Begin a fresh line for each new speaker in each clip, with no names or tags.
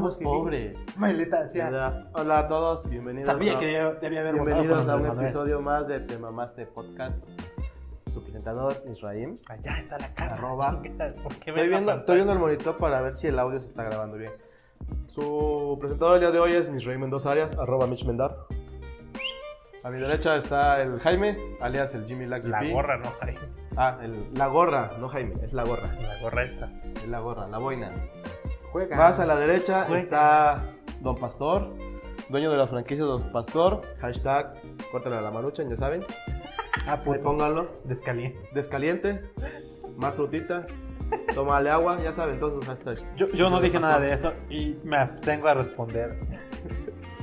Pues Ah,
Mailita decía.
¿verdad? Hola a todos, bienvenidos.
Sabía
a...
que debía, debía haber votado por
Bienvenidos a
Andrés
un
Manuel.
episodio más de Te Mamaste Podcast. Su presentador, Israel.
Allá está la cara.
Arroba.
¿Por qué ves
Estoy
la
viendo,
pantalla?
estoy viendo el monitor para ver si el audio se está grabando bien. Su presentador el día de hoy es Misraim Mendoza Arias, arroba Mitch Mendar. A mi derecha está el Jaime, alias el Jimmy Lucky
La
P.
gorra, ¿no? Ahí,
Ah, el- la gorra, no Jaime, es la gorra.
La gorra esta.
Es la gorra, la boina.
Juega.
Más a la derecha
Juega.
está Don Pastor, dueño de las franquicias Don Pastor. Hashtag, córtale a la marucha, ya saben.
Ah,
Pues
puto.
pónganlo.
Descaliente.
Descaliente, más frutita, tómale agua, ya saben todos sus hashtags.
Yo, yo no dije nada de eso y me abstengo a responder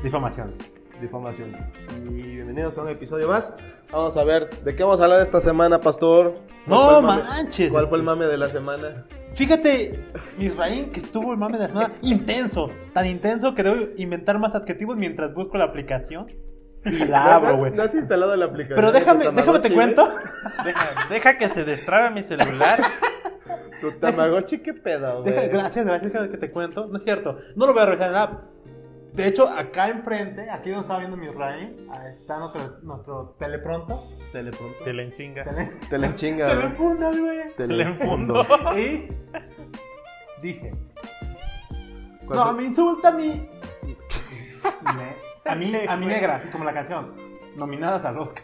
difamación.
Difamaciones. Y bienvenidos a un episodio más. Vamos a ver, ¿de qué vamos a hablar esta semana, Pastor? ¿Cuál
No
fue el mame-
manches. este.
¿Cuál fue el mame de la semana?
Fíjate, Israel, que estuvo el mame de la semana intenso. Tan intenso que debo inventar más adjetivos mientras busco la aplicación y la abro, güey.
¿No, has instalado la aplicación?
Pero
de
déjame,
tu
déjame te
Tamagotchi,
cuento.
Deja, deja que se destrabe mi celular.
güey? Tu Tamagotchi, qué pedo, güey.
Deja- gracias, gracias que- que te cuento. No es cierto. No lo voy a revisar en la app. De hecho, acá enfrente, aquí donde estaba viendo mi Ray, ahí está nuestro, nuestro telepronto.
Telepronto.
Te la enchinga.
Tele,
Te la chinga, güey.
telefundas, güey.
Te
Le
la
enfundo.
Y dice,
¿Cuál
no,
fue?
me insulta a mí. a mí, a mí negra, así como la canción. Nominadas al Oscar.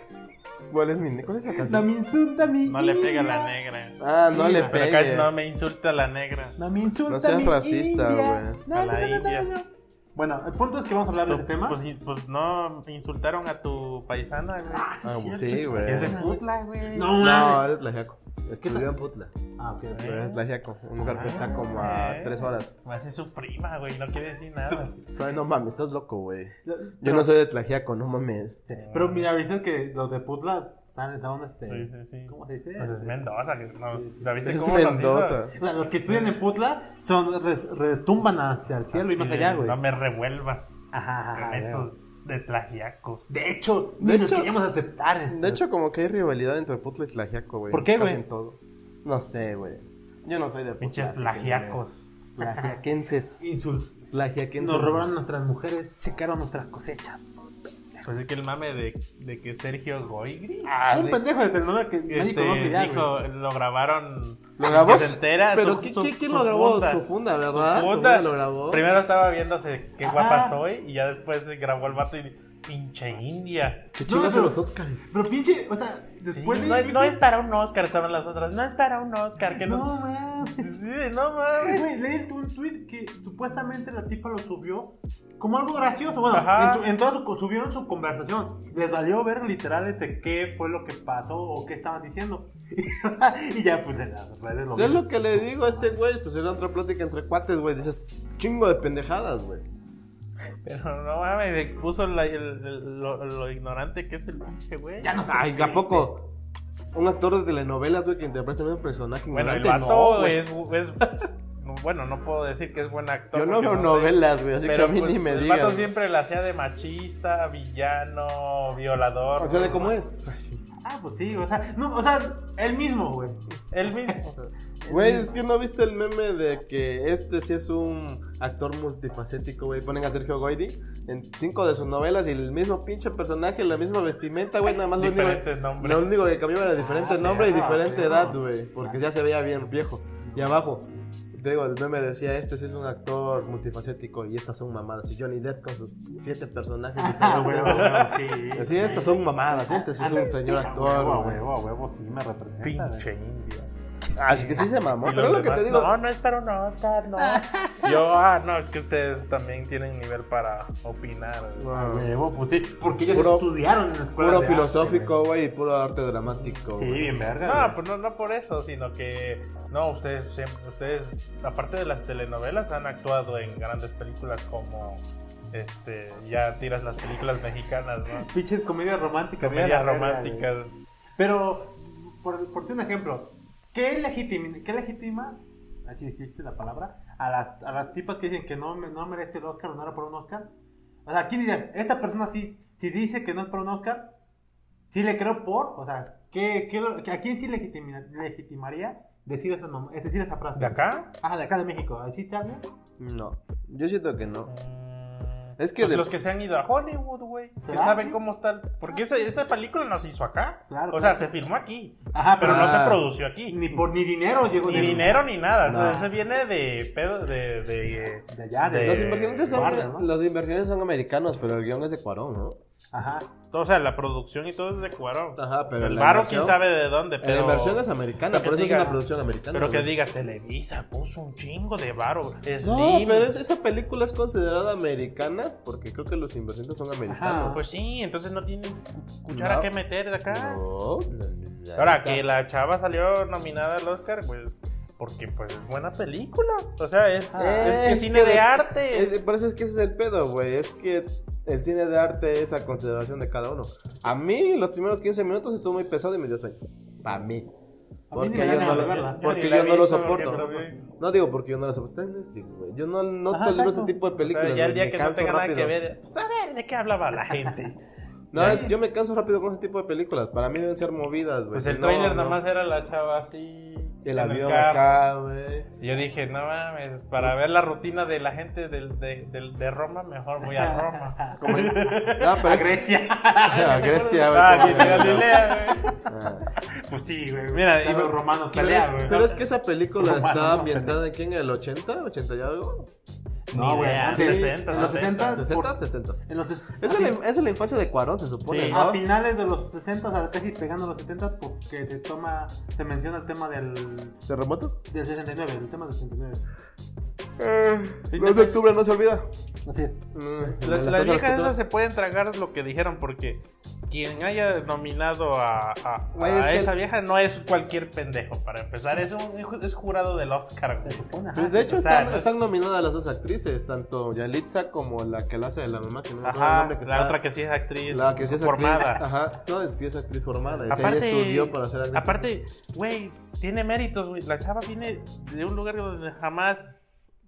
¿Cuál es mi ¿Cuál es la
No
canción?
me insulta a mí.
No le pega la negra.
Ah, no le
Pero
Pero acá
pegues.
es, no me insulta la negra.
No me insulta
No seas
mi
racista,
india.
güey.
No, no,
A la
no, no,
india.
no. Bueno, el punto es que vamos a hablar de ese tema.
Pues, in- pues no insultaron a tu paisana, güey.
Ah, sí, güey.
Es de
Putla, güey.
No,
No,
mames.
eres Tlajiaco. Estudió en Putla.
Ah, ok, ok.
Pero eres Tlajiaco, un lugar que está como
Ah.
a tres horas.
Más es su prima, güey. No quiere decir nada.
Ay, no mames, estás loco, güey. Yo
Pero-
no soy de Tlajiaco, no mames.
Pero mira, dicen que los de Putla están, están este,
Sí, sí, sí.
¿Cómo se dice?
Pues es Mendoza. que No, ¿La viste
Es
cómo nos hizo?
Mendoza.
O sea, los que estudian en Putla son res- retumban hacia el cielo y más
Así
allá,
de,
güey.
No me revuelvas.
Ajá, ajá,
Ah,
con
ajá,
esos de Tlajiaco.
De hecho,
De
ni nos
hecho-
queríamos aceptar.
De hecho, como que hay rivalidad entre Putla y Tlajiaco, güey.
¿Por qué,
Casi
güey?
en todo. No sé, güey. Yo no soy de Putla.
Pinches
así que no
Tlajiacos.
me- Tlajiaquenses.
Insul-
Tlajiaquenses.
Nos robaron nuestras mujeres, secaron nuestras cosechas.
Pues es que el mame de, de que Sergio Goigri.
Ah,
un
sí.
pendejo de telenovela que nadie
Este,
conoce ya,
dijo, lo grabaron.
¿Lo grabó?
Que se entera,
¿Pero
su-
¿qué-
su-
qué- quién
su
lo grabó?
funda.
Su funda, ¿verdad?
Su funda.
lo grabó.
Primero estaba viéndose qué guapa
Ajá.
soy y ya después se grabó el vato y di- pinche India.
¿Qué chingas
pero-
de los Oscars?
Pero pinche, o sea,
Sí,
después
no,
de...
es, no es para un Oscar, estaban las otras. No es para un Oscar, que
No,
no.
mames.
Sí, no mames.
Güey, leí un tweet que supuestamente la tipa lo subió como algo gracioso. Bueno,
Ajá.
en, tu- en toda su- subieron su conversación. Les valió ver literal este qué fue lo que pasó o qué estaban diciendo. y ya, pues en las redes lo
Yo
mismo.
lo que le digo a este güey, pues era otra plática entre cuates, güey. Dices, chingo de pendejadas, güey.
Pero no mames, expuso la- el- el- lo, lo ignorante que es el pinche güey.
Ya no.
Ay, ¿a poco? Un actor de telenovelas, güey, que interpreta a un personaje
Bueno, el
ignorante,
vato
no, güey.
es. es- no, bueno, no puedo decir que es buen actor.
Yo no
porque
veo
sé.
novelas, güey, así que
Pero
a mí
pues,
ni me
el
digas.
vato siempre la hacía de machista, villano, violador.
O sea, ¿de cómo es?
Ah, pues sí, o sea, no, o sea, él mismo, güey.
Él mismo.
Güey, es que no viste el meme de que este sí es un actor multifacético, güey. Ponen a Sergio Goyri en cinco de sus novelas y el mismo pinche personaje, la misma vestimenta, güey. Nada más lo único,
Diferentes nombres.
lo único que cambiaba era diferente
Ah,
nombre y
perro,
diferente
perro.
edad, güey. Porque ya se veía bien viejo. Y abajo, te digo, el meme decía, este sí es un actor multifacético y estas son mamadas. Y Johnny Depp con sus siete personajes
Ah,
diferentes.
güey, güey, güey, sí.
Así, estas son mamadas, este sí es un señor actor,
güey.
güey.
Huevo, huevo, sí me representa.
Pinche indio.
Así que sí se mamó,
Y
pero
los
es lo que
demás,
te digo.
No, no es para un Oscar, no. Yo, ah, no, es que ustedes también tienen nivel para opinar.
Ah,
No.
Huevo, pues sí, porque ellos
Puro-
estudiaron en la escuela.
Puro
de arte,
filosófico, güey, y puro arte dramático.
güey. Sí,
güey.
bien verga.
No,
güey.
pues no, no por eso, sino que no, ustedes siempre, ustedes, aparte de las telenovelas, han actuado en grandes películas como este, ya tiras las películas mexicanas, ¿no?
Pinches comedias románticas. mira
Comedias
la verga, güey.
románticas.
Pero, por, por ser un ejemplo, ¿qué legitima, qué legitima así dijiste la palabra, a las, a las tipas que dicen que no, me- no merece el Oscar o no era por un Oscar? O sea, ¿quién diría? Esta persona sí, si dice que no es por un Oscar, sí le creo por, o sea, ¿qué, qué lo- ¿a quién sí legitima- legitimaría decir esa, mam- es decir esa frase?
¿De acá?
Ah, de acá de México, ¿así te hablan?
No, yo siento que no.
Mm,
Es que
Pues
de-
los que se han ido a Hollywood, güey. Que
Claro.
saben cómo está. el- Porque esa, esa película no se hizo acá.
Claro,
o sea,
claro.
se filmó aquí.
Ajá,
Pero no se
Ah.
produció aquí.
Ni por ni dinero llegó
Ni
de-
dinero ni nada.
No.
O sea, ese viene de pedo de. de- eh,
De allá, de.
de-
los, inversionistas son,
Warner, Eh, ¿no?
los inversionistas son americanos, pero el guión es de Cuarón, ¿no?
Ajá.
o sea, la producción y todo es de Cuarón.
Ajá, pero
el
la
baro
inversión-
quién sabe de dónde, pero.
la inversión es americana,
pero que
por eso
diga-
es una producción americana.
Pero que
güey.
digas, Televisa puso un chingo de varo. Slim.
No, pero es- esa película es considerada americana porque creo que los inversionistas son americanos.
Pues sí, entonces no tienen cu- cuchara
No.
que meter de acá.
No, no, no,
Ahora,
neta.
que la chava salió nominada al Oscar, pues. Porque, pues, es buena película. O sea, es,
Ah,
es que
es
cine
que
de
de-
arte.
Es- por eso es que ese es el pedo, güey. Es que el cine de arte es a consideración de cada uno. A mí, los primeros 15 minutos estuvo muy pesado y me dio sueño. Para mí.
A mí ni
Porque
me
yo
dan
no
ganas de
lo-
verla.
Yo ni
Porque
la
yo
vi,
no lo
güey, porque
soporto.
no la vi.
No digo porque yo no lo soporto. Está en Netflix, güey. Yo no, no
Ajá,
tolero
exacto.
ese tipo de
O sea,
películas.
ya el
güey,
día
me
que no
canso
tenga nada que
rápido. Pues
ver, pues a ver de qué hablaba la gente.
No, es- yo me canso rápido con ese tipo de películas. Para mí deben ser movidas, güey.
Pues
Si
el
no,
trailer
no.
nomás era la chava así. en
El avión
carro.
acá, güey.
Y Yo dije, no mames, para ver la rutina de la gente del- de, del- de Roma, mejor voy a Roma.
Como el- No, pero
A
es-
Grecia.
A Grecia, güey.
Ah,
como
ni de
que-
Galilea, güey.
Ah.
Pues sí, güey.
Mira,
Están
y-
los romanos
Pero
pelean,
es,
güey.
pero es que esa película
Romano,
está
no,
ambientada aquí en el 80, 80 y algo.
No,
Ni
güey.
idea,
antes-
60,
en los 60.
60,
por-
70.
En los
Es de, la, es de la infancia de Cuarón, se supone,
Sí.
¿no?
A finales de los 60, a casi pegando los 70, porque se toma, se menciona el tema del,
¿Terremoto?
del 69, el tema del 69.
El 2 de octubre no se olvida.
Así es.
Las, las viejas esas se pueden tragar lo que dijeron porque quien haya nominado a, a-
Güey,
a
es que-
esa vieja no es cualquier pendejo para empezar, es un es jurado del Oscar,
Se
güey.
supone, ajá.
Pues de hecho
O sea,
están,
no-
están nominadas las dos actrices, tanto Yalitza como la que la hace de la mamá, que no me acuerdo el
Ajá,
nombre que
la
está-
otra que sí es actriz
la que sí es
formada.
actriz. Ajá, no, es- sí es actriz formada. es-
Aparte-
ella estudió para ser actriz.
Aparte, güey, tiene méritos, güey. La chava viene de un lugar donde jamás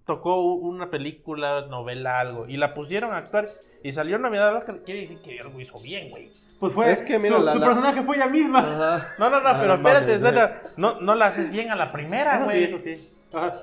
tocó u- una película, novela, algo. Y la pusieron a actuar y salió nominada al Oscar. Quiere decir que algo hizo bien, güey.
Pues fue.
Es que, mira,
su,
la-
su
la-
personaje fue ella misma.
Ajá.
No, no, no,
Ah,
pero espérate,
mames,
Zeta, no, no la haces bien a la primera,
Eso sí,
güey.
eso sí. Ajá.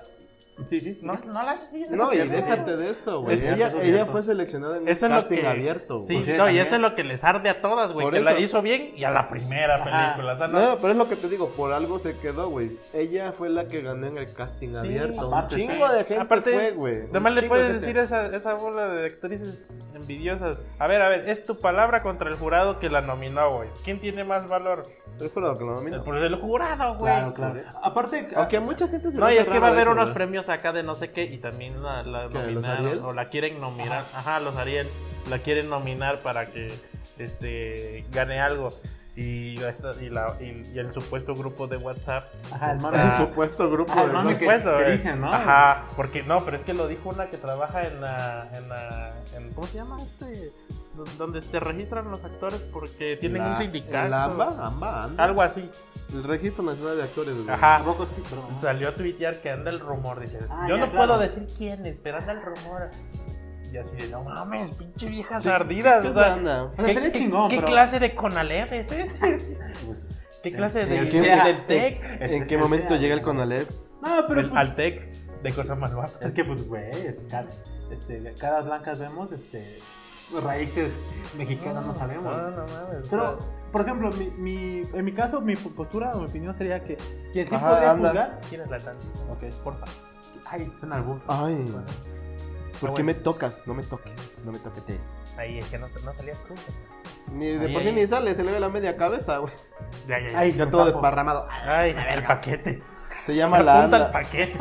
Sí, sí.
No, no la haces bien. a la
No, y
primera.
déjate de eso, güey.
Es que-
ella, ella fue seleccionada en un
Eso es lo
casting
que...
abierto,
sí,
güey.
Sí,
no, y
también.
eso es lo que les arde a todas, güey.
Por
Que la
eso.
hizo bien y a la primera
Ajá.
película. O sea, no-
No, pero es lo que te digo, por algo se quedó, güey. Ella fue la que ganó en el casting abierto.
aparte,
un chingo de gente
Aparte,
fue, güey. Un
Además le
chingo
puedes
de
decir
gente.
a esa, esa bola de actrices envidiosas. A ver, a ver, es tu palabra contra el jurado que la nominó, güey. ¿Quién tiene más valor?
Te juro que lo nomino.
El, pues el jurado, güey.
Claro, claro. Aparte,
Aunque a mucha gente se le
No, y
hace
es que va a
raro
haber
eso,
unos
güey.
premios acá de no sé qué y también la, la
¿Qué, los
nominaron
Ariel?
o la quieren nominar. Ajá, los Ariel la quieren nominar para que este gane algo. Y, esta- y, la, y, y el supuesto grupo de WhatsApp
ah, ajá, el mame.
El supuesto grupo
Ah,
de
no,
Por
mami, que-
supuesto,
que
eh.
dicen, ¿no?
Ajá, porque no, pero es que lo dijo una que trabaja en la. En la en- ¿Cómo se llama este? D- Donde se registran los actores porque tienen
La-
un sindicato.
el AMBA, AMBA, AMBA.
Algo así.
El Registro Nacional de Actores, güey.
Ajá.
Tampoco sí, pero.
Salió a tuitear que anda el rumor. Dice:
Ah,
Yo
ya,
no
claro.
puedo decir quién es, pero anda el rumor. Y así de: No mames, pinche viejas ardidas.
¿Qué
o sea,
onda?
O sea, estaría
qué-
chingón,
qué
pero-
clase de Conalep es ese?
Pues,
¿Qué clase
en
de,
el
del
que-
TEC?
¿En
que
qué momento
sea.
llega el Conalep?
No, pero.
El-
pues,
Al TEC de cosas más guapas.
Es que, pues, güey, es cada, este, caras blancas vemos, este, raíces mexicanas no sabemos.
No, no mames.
Pero, por ejemplo, mi, mi- en mi caso, mi postura o mi opinión sería que quien sí
Ajá,
podría
anda.
juzgar.
¿Quieres la tanda?
Ok.
Porfa.
Ay, suena albur.
Ay, ¿por qué
Ah, bueno.
me tocas? No me toques, no me toquetes.
Ahí es que no, no salías tú.
Ni de
Ay,
por sí
ay.
ni sale, se le ve la media cabeza, güey.
Ya, ya, ya.
Ay,
Ya
me
todo
tapo.
desparramado.
Ay, a ver, el paquete.
Se llama la
Apunta el
ANDA.
paquete.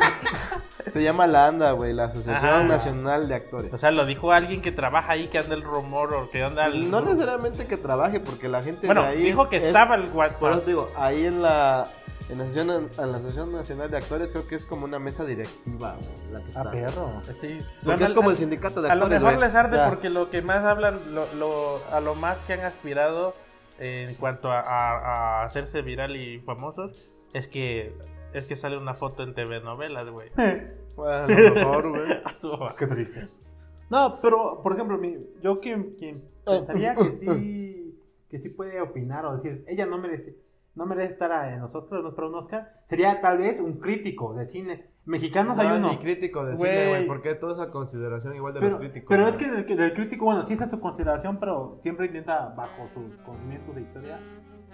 Se llama la ANDA, güey, la Asociación
Ajá.
Nacional de Actores.
O sea, lo dijo alguien que trabaja ahí, que anda el rumor o que anda el...
No necesariamente que trabaje, porque la gente
Bueno,
de ahí.
dijo
es-
que
es-
estaba el
Por eso
WhatsApp.
te digo, ahí en la, en, la asociación, en la Asociación Nacional de Actores, creo que es como una mesa directiva, güey, la que está.
Ah, perro.
Sí.
Porque
Bueno,
es como
a-
el sindicato de
A lo
actores.
mejor
güey.
les arde
Ya.
porque lo que más hablan, lo, lo- a lo más que han aspirado en cuanto a, a- a hacerse viral y famosos, es que es que sale una foto en TV novelas, güey.
Bueno, a lo mejor, güey.
A su-
Qué triste. No, pero, por ejemplo, mi, yo
Ah.
quien, quien pensaría que sí, que sí puede opinar o decir, ella no merece. no merece estar a- en nosotros no para un Oscar, sería tal vez un crítico de cine. Mexicanos hay
No,
uno.
ni crítico de
Güey.
cine, güey, porque toda esa consideración igual de
Pero,
los críticos.
pero
güey.
es que del, del crítico, bueno, sí está su consideración, pero siempre intenta, bajo sus conocimientos de historia,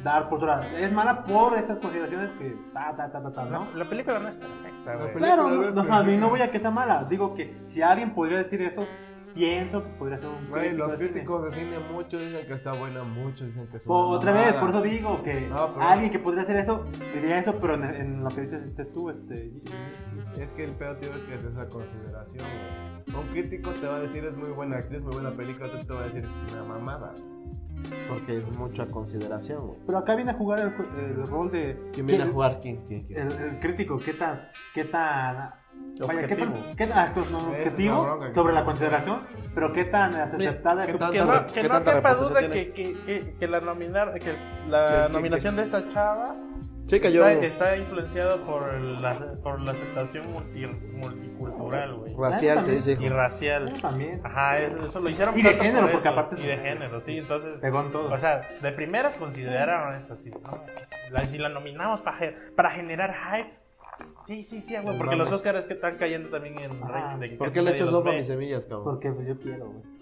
dar postura. Es mala por estas consideraciones que ta, ta, ta, ta, ta, ¿no?
La, la película no es perfecta,
La
güey.
película-
Claro,
no
no,
es
no, o sea, a mí
perfecta.
no voy a que sea mala. Digo que si alguien podría decir eso, pienso que podría ser un
Güey, los
de cine.
críticos de cine, muchos dicen que está buena, muchos dicen que es una
O- otra vez,
mamada.
por eso digo que
No, pero-
alguien que podría hacer eso diría eso, pero en, en lo que dices este, tú, este.
Es que el peor tío que es esa consideración, güey. Un crítico te va a decir es muy buena actriz, muy buena película, otro te va a decir es una mamada. Porque es mucha consideración, güey.
Pero acá viene a jugar el, ju- el rol de.
¿Quién viene a
¿quién-
jugar? ¿Quién? ¿Quién? quién?
El, el crítico, ¿qué tan. ¿Qué tan. Vaya, ¿qué
Objetivo.
tan. ¿Qué tan ah, pues, no,
Esa es
objetivo
la bronca.
sobre la consideración? Pero ¿qué tan aceptada
¿qué
es su-
tan-
Que no,
¿Qué
que no
tanta
quepa
reputación
duda
tiene?
que, que, que, que la, nominar, que
¿Qué-
la
qué-
nominación de esta chava
Chica, yo.
está, está influenciado por la, por la aceptación multi- multicultural, güey.
Racial se dice,
Y
hijo.
racial.
Yo También.
Ajá, eso, eso lo hicieron
Y de
tanto
género,
por
porque
eso,
aparte-
Y de género, sí, entonces...
Pegó en todo.
O sea, de primeras consideraron eso, así, no, es que si la, si la nominamos para, ge- para generar hype, sí, sí, sí, güey, porque
Mames.
los Oscars que están cayendo también en
Ajá.
ranking de que
Ah. ¿Por
casi
qué le
nadie
echas
los
sopa a
ve.
mis semillas, cabrón?
porque pues, yo quiero, güey.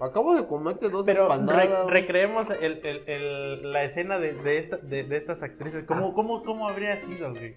Acabo de comerte dos
Pero
empanadas,
re-
güey.
recreemos el- el- el- la escena de, de esta- de- de estas actrices. ¿Cómo,
Ah.
cómo, ¿Cómo habría sido, güey?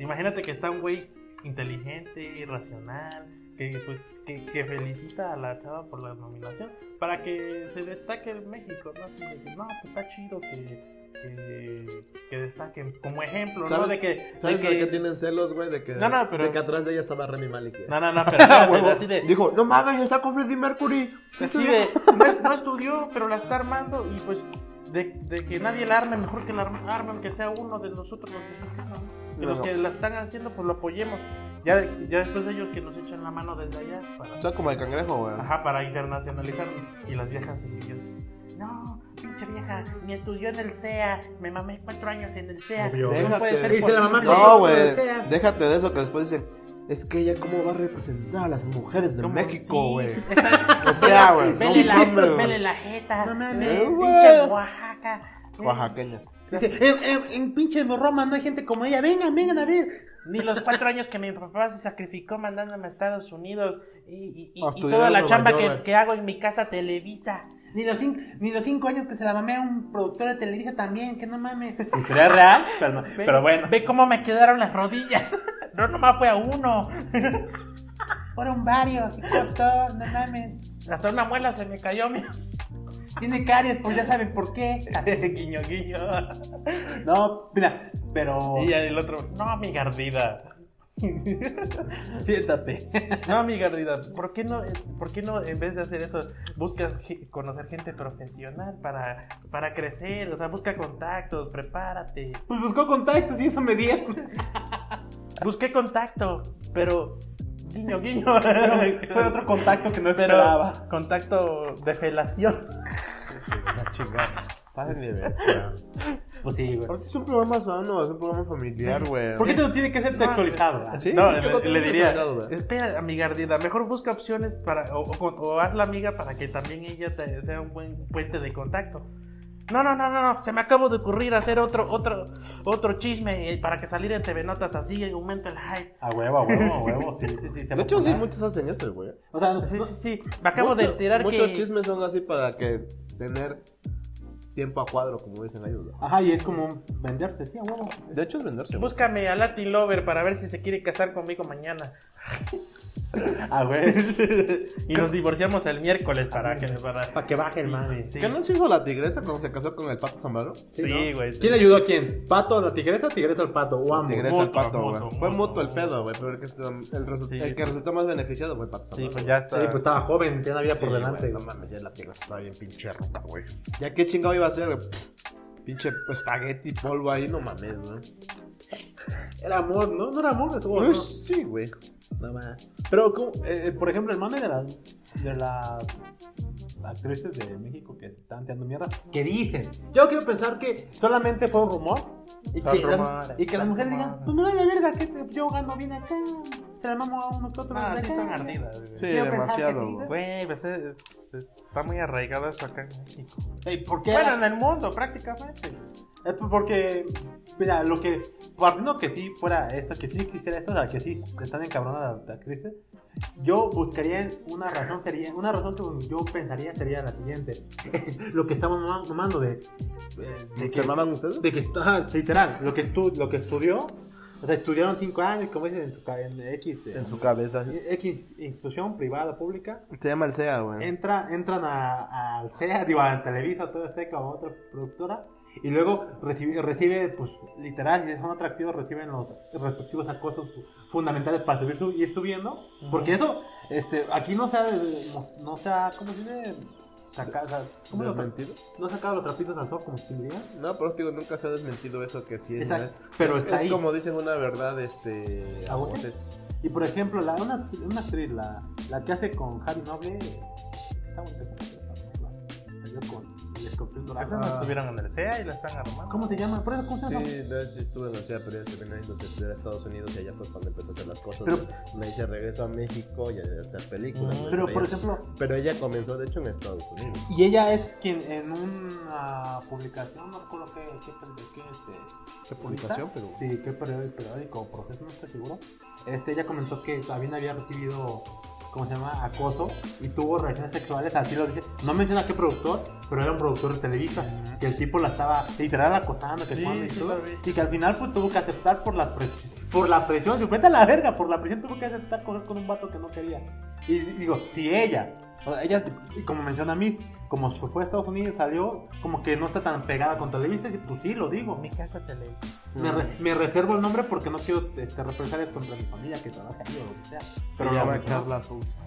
Imagínate que está un güey inteligente, racional, que, pues, que, que felicita a la chava por la nominación para que se destaque en México. No, Así de que, no pues está chido que, que, que destaquen como ejemplo, ¿no?
¿Sabes-
De que, de
¿Sabes de
que-
qué tienen celos, güey? De que,
No, no, pero-
de que atrás de ella estaba Remy Malek. güey.
No, no, no, pero espérate,
Ah, Huevo.
así de...
Dijo, no mames, está con Freddie Mercury.
Así de, no, es- no estudió, pero la está armando y pues de, de que nadie la arme, mejor que la arm- arme, aunque sea uno de nosotros los mexicanos. ¿no? Que
No,
los
no.
que la están haciendo, pues lo apoyemos. Ya, ya después ellos que nos echan la mano desde allá para,
O sea, como el cangrejo, güey.
ajá, para internacionalizarnos. Y las viejas en ellos. No, pinche vieja, ni estudió en el CEA, me mamé cuatro años en el CEA.
Obvio.
No puede
Déjate.
ser
Y se la
posible".
No,
No,
güey. Déjate de eso que después dicen. Es que ella cómo va a representar a las mujeres de
como,
México,
sí,
güey.
está-
O sea, güey. No
Vele la,
mames, güey.
vele la jeta,
No mames.
eh,
Eh,
pinche
güey.
Oaxaca.
Oaxaqueña.
Dice, en, en- en pinche Roma no hay gente como ella. Vengan, vengan a ver.
Ni los cuatro años que mi papá se sacrificó mandándome a Estados Unidos y, y- y-
A
y
estudiar
toda
en
la
Nueva
chamba
York,
que,
güey.
que hago en mi casa Televisa.
Ni los, cin- ni los cinco años que se la mamé a un productor de Televisa también, que no mames. Sería real, pero, no-
Ve-
pero bueno.
Ve cómo me quedaron las rodillas. No, nomás fue a uno.
Fueron varios, doctor, no mames.
Hasta una muela se me cayó. mira.
Tiene caries, pues ya saben por qué.
guiño, guiño.
No, mira, pero...
Y el otro, no, mi gardida.
Siéntate.
No, mi gardida. ¿Por qué no, por qué no en vez de hacer eso, buscas ge- conocer gente profesional para, para crecer? O sea, busca contactos, prepárate.
Pues buscó contactos y eso me dio.
Busqué contacto, pero. Guiño, guiño.
Fue otro contacto que no
pero
esperaba.
contacto de felación.
La chingada. Pásen de ver.
Pues sí, güey.
Porque es un programa sano, es un programa familiar, güey.
¿Por qué todo tiene que ser sexualizado?
¿Sí?
no,
¿Qué
le,
contacto
le
es
diría,
sexualizado, güey?
espera, amiga ardida, mejor busca opciones para, o, o con- o haz la amiga para que también ella te- sea un buen puente de contacto. No, no, no, no, no, se me acabó de ocurrir hacer otro, otro, otro chisme eh, para que saliera en TV Notas así y aumenta el hype.
A huevo, a huevo, a huevo, sí, sí, sí. se
De hecho, sí,
popular.
muchos hacen eso, güey.
O sea,
Sí,
no-
sí, sí, me acabo de
Mucho-
enterar
Muchos
que...
chismes son así para que tener tiempo a cuadro, como dicen ellos. güey.
Ajá, y es como venderse, sí, a huevo.
De hecho, es venderse. güey.
Búscame a Latin Lover para ver si se quiere casar conmigo mañana.
A ver.
Y nos divorciamos el miércoles para que para...
Para que baje el mame.
Sí,
¿Qué no se hizo la tigresa cuando se casó con el pato Zambrano?
sí,
¿no?
güey. sí.
¿Quién ayudó a quién? ¿Pato a la tigresa o tigresa al pato? O ambos.
Tigresa al
mutuo,
pato, güey.
mutuo,
Fue
mutuo.
mutuo el pedo, güey. Pero el que, estu- el resu-
Sí.
el que resultó más beneficiado fue el pato
Sí,
Zambrano.
pues ya
Sí,
está.
pues estaba joven, tenía la vida
Sí,
por delante.
güey, no
güey.
mames, ya la tigresa estaba bien pinche roca, güey. Ya qué chingado iba a ser, güey. Pinche espagueti, polvo ahí, no mames, güey.
Era amor, ¿no? No era amor, eso.
Uy, Pues sí, güey.
No mames. Pero, ¿cómo? Eh, eh, por ejemplo, el mame de las, de las actrices de México que están tirando mierda, que dicen, yo quiero pensar que solamente fue un rumor y
Son
que, las-
rumores,
y que las
son
mujeres digan,
rumores.
pues me vale verga, que te- yo gano bien acá, te la mamo a uno que otro.
Ah,
de
sí
acá".
son ardidas, güey.
Sí,
Quiero pensar que
demasiado,
sí,
güey.
Güey, pues, eh, está muy arraigado eso acá en México.
Ey, ¿Por qué?
Bueno,
era-
en el mundo prácticamente.
Es porque, mira, lo que, por no que sí fuera esto, que sí existiera esto, o sea, que sí están encabronadas las actrices, yo buscaría una razón, sería, una razón que yo pensaría sería la siguiente. lo que estamos mam- mamando de... eh, de
¿Se
que-
maman ustedes?
de que, ajá, literal, lo que, estu- lo que estudió, o sea, estudiaron 5 años, como dicen, en, su, ca- en X, eh,
En su cabeza.
X institución privada, pública,
Se llama el SEA, güey.
Entra, entran a, al CEA, digo, a Televisa, todo Azteca o a otra productora, y luego recibe, recibe pues, literal, si son atractivos, reciben los respectivos acosos fundamentales para subir, su- ir subiendo, porque eso, este, aquí no se ha, no, no se ha, ¿cómo se dice? Saca- o sea, ¿cómo lo tra-
¿Desmentido?
no ha sacado los trapitos al sol, como se diría.
No, pero digo, nunca se ha desmentido eso que sí es.
Exacto,
no es-
pero
es,
está
es
ahí. ¿Ah,
como dicen una verdad, este.
¿A
A
voces?
voces.
Y por ejemplo, la, una, una actriz, la, la que hace con Javi Noble, está bonita, la- salió con el escorpión dorado.
Esas no estuvieron en el SEA y la están armando.
Ah. ¿Cómo se llama? ¿Por eso cómo se llama?
Sí, de hecho estuve en la ciudad, pero yo terminé yendo a estudiar a Estados Unidos y allá fue cuando empezó a hacer las cosas.
Pero- Ah,
Me hice regreso a México y a hacer películas.
Mm.
Pero por
ella,
ejemplo,
pero ella comenzó, de hecho, en Estados Unidos.
y ella es quien en una publicación, no recuerdo qué, qué, peri- qué, este,
¿Qué
publicación?
Pero...
sí, qué periódico, periódico o proceso, no estoy seguro. Este, ella comentó que también había recibido, ¿cómo se llama? Acoso y tuvo relaciones sexuales, así lo dije. No menciona qué productor, pero era un productor de Televisa, que el tipo la estaba literal acosando, que
Sí,
cuando y
sí,
todo,
lo vi.
y que al final pues tuvo que aceptar por la presión, por la presión, yo, vete a la verga, por la presión tuvo que aceptar coger con un vato que no quería. Y digo, si ella, o sea, ella, y como menciona a mí, como se fue a Estados Unidos, salió, como que no está tan pegada con Televisa, y pues sí, lo digo.
Mi casa te leí.
Me, re- me reservo el nombre porque no quiero este, represalias contra mi familia que trabaja ahí o lo que sea.
Pero
Ella
la
mencionó-
Carla Sousa.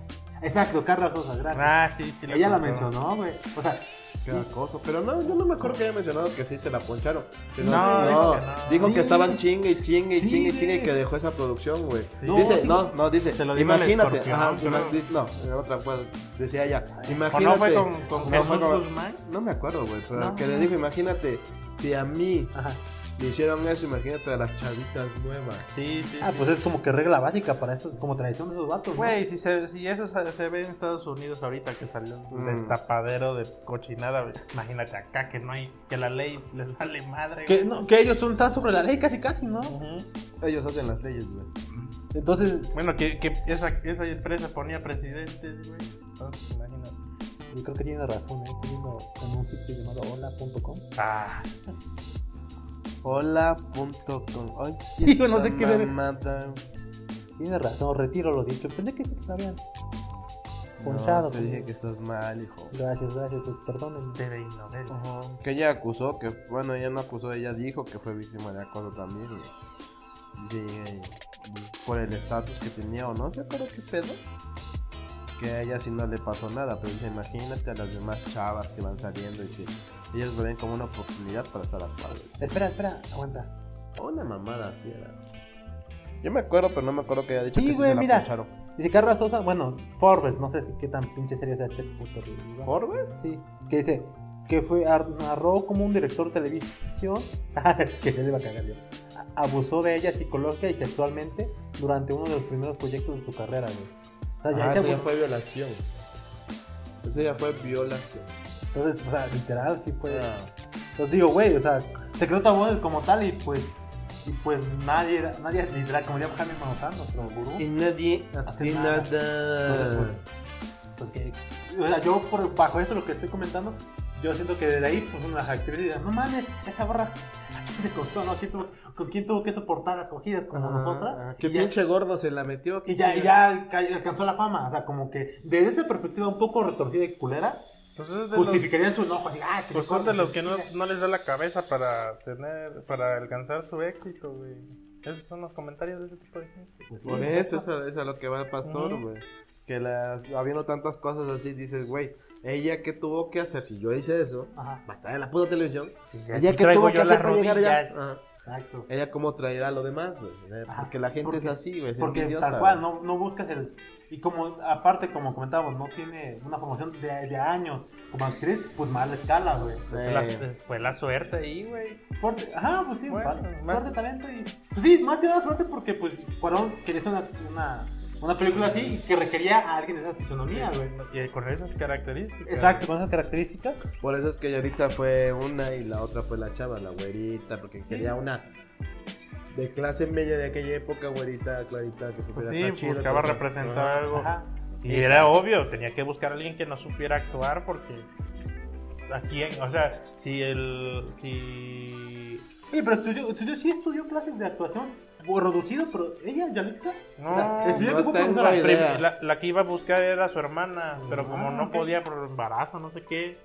Exacto, Carla Sosa, gracias.
Ah, sí, sí.
Ella la
contó.
mencionó, güey. O sea,
Qué acoso. Pero no, yo no me acuerdo que haya mencionado que sí se la poncharon. Pero
No, dijo que no.
Dijo
Sí.
que estaban chingue y chingue y
Sí,
chingue y chingue
güey.
y que dejó esa producción, güey.
Sí.
Dice,
No, sí.
no, no, dice,
Se lo dijo al
imagínate.
escorpión,
Ajá,
creo.
ima- di- no, en otra cosa. Decía ella,
¿O no fue
imagínate.
con, con
no,
Jesús
fue con-
Guzmán?
no me acuerdo, güey, pero
No.
que le dijo, imagínate, si a mí
ajá.
le hicieron eso, imagínate a las chavitas nuevas.
Sí, sí.
Ah,
sí.
pues es como que regla básica para eso, como tradición de esos vatos, ¿no?
Güey, si, se- si eso se, se ve en Estados Unidos ahorita que salió un
Mm.
destapadero de cochinada, güey. imagínate acá que no hay, que la ley les vale madre.
Que,
güey.
no, que ellos son tan sobre la ley casi casi, ¿no?
Ujú.
Ellos hacen las leyes, güey.
Entonces,
Bueno, que, que esa, esa empresa ponía presidentes, güey. Entonces, imagínate.
yo creo que tiene razón, ¿eh? Estoy viendo en un sitio llamado hola.com.
Ah,
Hola.com. Ay,
Sí, yo no sé qué ver.
mamada.
Tiene razón, retiro lo dicho. Pensé que te habían
No,
ponchado.
te dije
pues.
que estás mal, hijo.
Gracias, gracias, pues, perdónenme.
TV y novelas.
Que ella acusó, que bueno, ella no acusó, ella dijo que fue víctima de acoso también. güey. Dice, eh, por el estatus que tenía o no, ¿te acuerdas qué pedo? Que a ella sí no le pasó nada, pero dice, imagínate a las demás chavas que van saliendo y que ellas lo ven como una oportunidad para estar a par de ellos.
Espera, espera, aguanta.
Una mamada así era. Yo me acuerdo, pero no me acuerdo que haya dicho
Sí,
que sí
güey,
se la
mira.
poncharon.
Dice Carla Sosa, bueno, Forbes, no sé si- qué tan pinche serio sea este puto. lugar.
¿Forbes?
Sí, que dice que fue ar- narró como un director de televisión que ya le iba a cagar yo. a- Abusó de ella psicológica y sexualmente durante uno de los primeros proyectos de su carrera, güey. O sea, ya
Ah,
ese
eso ya
güey-
fue violación. Eso ya fue violación.
Entonces, o sea, literal, sí fue.
Ah.
Entonces digo, güey, o sea, se creó tabú como tal y pues. Y pues nadie, era- nadie literal, como ya Jaime Maussan, nuestro gurú.
Y nadie hace
Hace nada.
nada.
Entonces, pues, porque, o sea, yo por, bajo esto lo que estoy comentando, yo siento que desde ahí, pues unas actrices dirán, no mames, esa barra, ¿a quién te costó? No? ¿A quién tuvo- ¿Con quién tuvo que soportar acogidas como nosotras?
Ah, Qué
Ah, Y ya-
pinche gordo se la metió.
Y ya, y ya ca- alcanzó la fama, o sea, como que desde esa perspectiva un poco retorcida y culera,
Pues es de los-
justificarían su enojo, así, ah, que
pues
te
son de
corten".
los que no, no les da la cabeza para tener, para alcanzar su éxito, güey. Esos son los comentarios de ese tipo de gente.
Pues,
Por
sí,
eso es a, es a lo que va el pastor,
Ujú.
güey. Que las, habiendo tantas cosas así, dices, güey, ella qué tuvo que hacer si yo hice eso.
Ajá,
Va a estar en la puta televisión.
Sí,
Ella qué tuvo que hacer para llegar allá. Ajá.
exacto.
Ella cómo traerá lo demás, güey. Eh,
Ajá,
Porque la gente
porque-
es así, güey. es
Porque
pues, envidiosa,
tal cual,
güey.
no, no buscas el... Y como, aparte, como comentábamos, no tiene una formación de, de años como actriz, pues más la escala, güey.
Fue
Eh.
la, fue la suerte ahí, güey.
Fuerte, ajá, pues sí,
Bueno,
fuerte,
más-
fuerte talento y... Pues sí, más que nada suerte porque, pues, Cuarón quería ser una, una Una película así y que requería a alguien de esa fisonomía, güey.
Y con esas características.
Exacto, con esas características.
Por eso es que Yaritza fue una y la otra fue la chava, la güerita, porque quería una de clase media de aquella época, güerita, clarita, que
Pues
supiera
sí,
estar chido,
buscaba
todo eso.
representar
Ajá.
algo.
Ajá.
Y era obvio, tenía que buscar a alguien que no supiera actuar porque aquí, o sea, si el si
Oye, pero estudió, estudió, sí estudió clases de actuación, o reducido, pero ella, Yalitza.
No,
estudió
no
que fue
tengo
profesora.
idea.
prim- la, la que iba a buscar era su hermana, pero como
Ah,
no
ok.
podía por embarazo, no sé qué,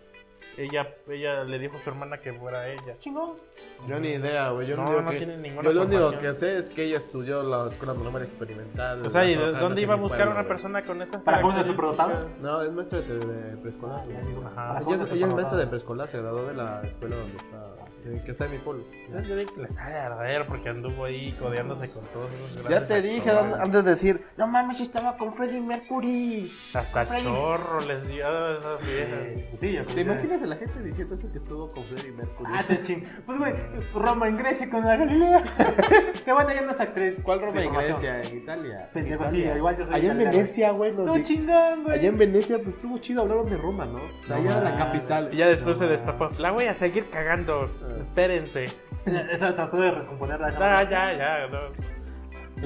ella ella le dijo a su hermana que fuera ella.
Chingón.
Ah, Yo ni idea, güey. Yo,
No,
lo único
no
que-
tiene ninguna
yo lo único
formación.
que sé es que ella estudió la Escuela Normal Experimental.
O sea, ¿y
las
de-
hojas,
dónde
en
iba a
mi
buscar
pueblo,
una
güey.
persona con esas
Para jóvenes
características?
superdotados.
No, es maestra de, de preescolar. güey.
Ya digo,
Ajá.
para
Ella
jóvenes
es, ella es
para
maestra de
nada.
preescolar, se graduó de la escuela donde está, que- que está en mi pueblo.
Entonces yo dije que la sabe arder porque anduvo ahí codeándose con todos
Ya
esos grandes
te dije
actores.
an- antes de decir, no mames, yo estaba con Freddie Mercury.
Hasta
Freddy.
chorro les dio a esas viejas.
Sí, sí, yo creo
¿Te
que-
imaginas a la gente diciendo eso que estuvo con Freddie Mercury?
Ah, te ching. Pues, güey, Roma en Grecia con la Galilea. Qué buena ya no está actriz.
¿Cuál Roma
de
en
formación.
Grecia? En Italia.
Pendejo,
Italia.
sí, igual yo soy
Allá en
italiano.
Venecia, güey. nos
No,
di-
chingón, güey.
Allá en Venecia, pues estuvo chido, hablaron de Roma, ¿no? O sea,
No
allá era la
mames.
capital.
Y ya después se destapó. La voy a seguir cagando.
Ah.
Espérense.
Esa Trató de recomponerla. ¿no?
Ya, ya, ya. no.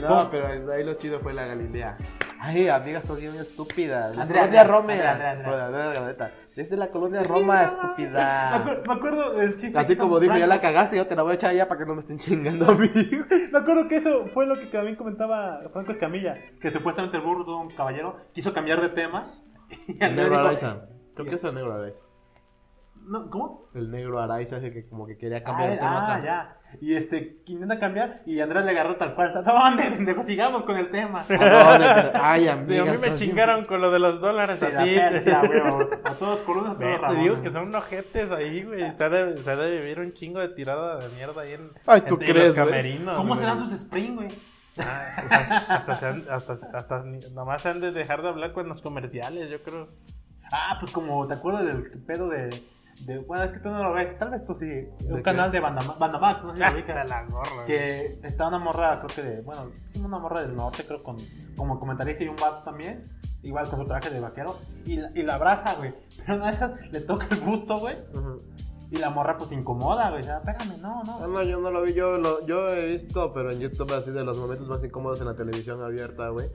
No, pero ahí lo chido fue la Galilea. Ay, amiga, estás siendo estúpida. La
Andrea,
colonia
Andrea,
Roma.
Andrea, Andrea, Andrea.
Bueno, Andrea Galeta. Desde la colonia Roma,
Me
estúpida.
acuer- Me acuerdo del chiste.
Así
que
como
hizo
dijo, ya la
Franco.
cagaste, yo te la voy a echar allá para que no me estén chingando a mí.
Me acuerdo que eso fue lo que también comentaba Franco Escamilla. Que supuestamente el burro de un caballero quiso cambiar de tema. Y Andrea dijo,
Creo que es el negro Araiza.
no, ¿Cómo?
El negro Araiza es el que como que quería cambiar
Ah,
el tema.
ah,
acá.
ya. Y este, que intenta cambiar y Andrea le agarró tal cual. ¿Dónde, pendejo? Sigamos con el tema.
Ah, no, de- Ay, amiga.
Sí, a mí me
estás bien-
chingaron con lo de los dólares
Sí,
a
la
ti.
Persia, güey. A todos columnas, a
Ve,
todos
Te
Ramones.
digo que son nojetes ahí, güey. Se ha, de, se ha de vivir un chingo de tirada de mierda ahí en,
Ay, ¿tú
en- en
crees,
los
güey?
camerinos.
¿Cómo
güey.
serán sus spring, güey?
Ah, hasta, hasta, se han- hasta, hasta ni- nomás se han de dejar de hablar con los comerciales, yo creo.
Ah, pues como te acuerdas del pedo de. de- bueno, es que tú no lo ves, tal vez tú sí. Un
qué?
canal de Bandama- Bandamax, no sé
Ah,
si lo ubicas.
Hasta la gorra. güey.
Que está una morra, creo que de. Bueno, sí, una morra del norte, creo, con, como comentarista y un vato también. Igual con su traje de vaquero. Y la, y la abraza, güey. Pero una de esas le toca el gusto, güey.
Ujú.
Y la morra, pues se incomoda, güey. O sea, espérame, no,
Ah,
no.
no, yo no lo vi, yo, lo, yo he visto, pero en YouTube así de los momentos más incómodos en la televisión abierta, güey.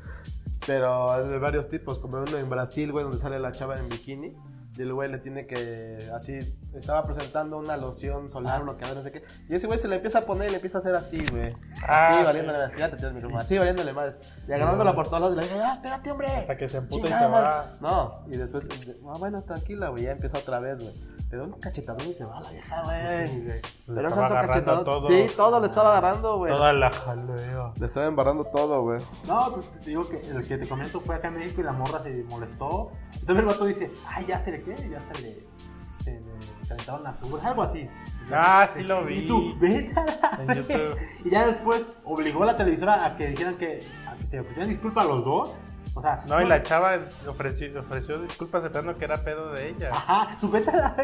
Pero de varios tipos, como uno en Brasil, güey, donde sale la chava en bikini. Y el güey le tiene que, así, estaba presentando una loción solar, bloqueador, no sé qué. Y ese güey se le empieza a poner y le empieza a hacer así, güey.
Ah,
Así,
sí.
valiéndole madres. Ya te tienes mi Así, valiéndole madres. Y agarrándola por todos lados y le dice, ah, espérate, hombre.
Hasta que se emputa y
Chingada
se
madre.
va.
No, y después, ah, bueno, tranquila, güey, ya empieza otra vez, güey. Le da un cachetadón y se va la vieja, güey.
eh".
Le
Pero
estaba
santo
agarrando
cachetón.
todo.
Sí, todo le estaba agarrando, güey.
Toda la jaleo.
Le estaba embarrando todo, güey.
No, pues te digo que el que te comento fue acá en México y la morra se molestó. Entonces el vato dice, ay, ya se le qué, ya se le. Se le calentaron las turbas, algo así.
Ah, sí lo vi.
Y tú, vete a la
En YouTube.
Y ya después obligó a la televisora a que dijeran que, a que se ofrecieran disculpas a los dos. O sea,
No, y la chava ofreció, ofreció disculpas aceptando que era pedo de ella.
Ajá, tú vete a la.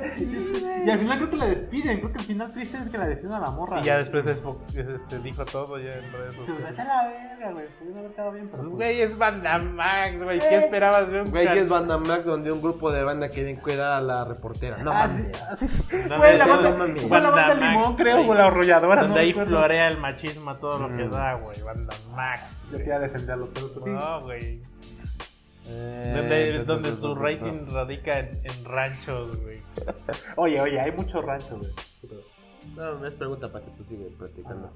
Y al final creo que la despiden. Creo que el final triste es que la despiden a la morra.
Y ya
güey.
después despo- este, dijo todo ya en redes
Tú vete a
sociales.
la verga, güey. Pudieron haber quedado bien, pero.
Pues,
pues,
Güey, es Banda Max, güey.
Eh.
¿Qué esperabas de un
Güey,
can-
que es Banda Max donde un grupo de banda quieren cuidar a la reportera. No
ah,
mames.
sí, sí, sí.
No,
Güey,
no,
la
no,
banda,
no mames.
fue la banda
Banda
limón,
Max,
creo,
güey.
o la arrolladora.
Donde
no
ahí
recuerdo.
florea el machismo a todo lo que
Mm.
da, güey. Banda Max.
Yo quería defenderlo, pero tú sí.
No, güey.
Eh,
Donde,
no,
donde
no, no,
su
no.
rating radica en, en ranchos, güey.
Oye, oye, hay mucho rancho, güey. Pero-
No, es pregunta para que tú sigues
Ah,
platicando.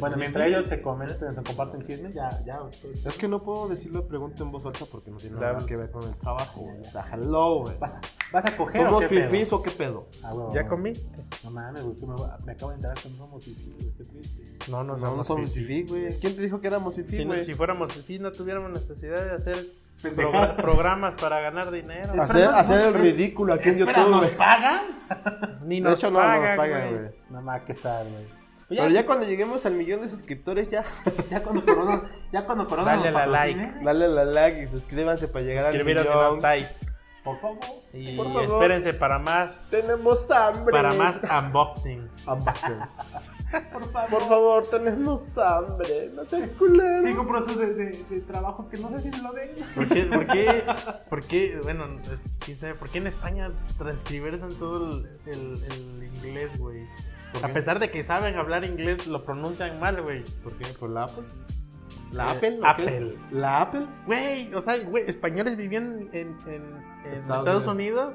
Bueno, mientras ellos se comenten, se comparten chismes, ya, ya. pues,
Es que no puedo decir la pregunta en voz alta porque no tiene nada
Claro.
que ver con el trabajo, güey. O sea, hello, güey.
¿Vas a, vas a coger o
¿Somos
qué pedo?
fifís o qué pedo?
Ah, güey,
¿Ya
güey.
comiste?
No mames, güey, que me, me acabo de enterar que no somos fifís, güey, qué triste.
No, no,
No, no somos fifís, güey. ¿Quién te dijo que éramos
Si,
fifís,
no-
güey?
si fuéramos fifís, no tuviéramos necesidad de hacer
Pendejadas.
progra- programas para ganar dinero.
Ah,
Hacer,
Pero no,
hacer
no,
el
no.
ridículo aquí en
Espera,
YouTube,
¿nos
güey.
pagan?
Ni
De hecho, no nos pagan,
güey. Pues
güey.
No mames, que sabe, güey.
Pero ya cuando lleguemos al millón de suscriptores, ya
Ya cuando Corona, ya cuando Corona
Dale
nos
a la
patrocine,
Dale a la like y suscríbanse para llegar al
Escribiros si no
millón.
estáis.
Por favor.
Y
Por favor.
espérense para más,
Tenemos hambre.
para más unboxings.
Unboxings.
Por favor.
Por favor, tenemos hambre. No seas culero.
Tengo un proceso de, de- de trabajo que no sé si lo den.
¿Por qué, por qué, por qué, bueno, es- quién sabe, por qué en España transcribirse en todo el, el- el inglés, güey?
¿Por
A
qué?
pesar de que saben hablar inglés, lo pronuncian mal, güey.
¿Por qué? ¿Por la Apple? ¿La
Eh,
Apple? o qué?
Apple.
¿La Apple?
Güey, o sea, güey, españoles vivían en, en- en
Estados
Estados, Unidos,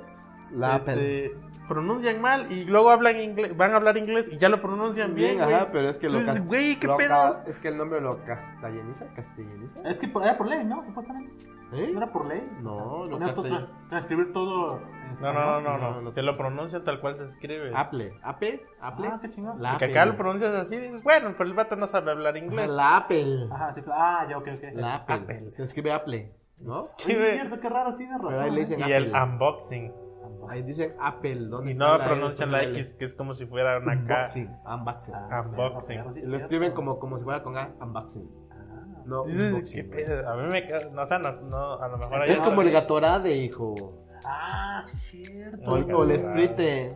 La
este,
Apple.
pronuncian mal y luego hablan inglés, van a hablar inglés y ya lo pronuncian bien,
Bien,
güey.
ajá, pero es que lo
Entonces,
cas-
güey, ¿qué
lo
pedo?
ca- Es que el nombre lo castellaniza. ¿Castellaniza?
Es que por- era por ley, ¿no? Supuestamente.
¿Eh?
¿No era por ley?
No, lo
Poner to-
castellano.
tra- Transcribir todo. en
No, no, no, no,
No, Ah,
no,
no.
te lo pronuncian tal cual se escribe.
Apple. ¿Ape? ¿Aple?
Ah, qué chingón.
La
Porque
Apple.
acá lo pronuncias así y dices, bueno, pero el vato no sabe hablar
Ajá,
inglés.
La Apple.
Ajá, sí, claro. Ah, ya, ok, ok.
La Apple.
Apple.
Se escribe Apple, ¿no?
Oye, es cierto, qué raro, tienes razón.
Pero ahí le
¿eh?
dicen
Y el
Apple.
unboxing.
Ahí dicen Apple. ¿Dónde
Y
está
no
la E después
pronuncian
de
la
L?
X, que es como si fuera una K.
Unboxing. Unboxing.
Ah,
Unboxing.
claro,
Lo
sí, cierto.
escriben como, como si fuera con A. Unboxing.
Ah.
No,
Dices,
unboxing,
¿qué
güey.
pedo? A mí me ca- no, o sea, no, no, a lo mejor ahí
Es
no
como
lo-
el Gatorade, hijo.
Ah, sí, cierto.
O el, o el Sprite.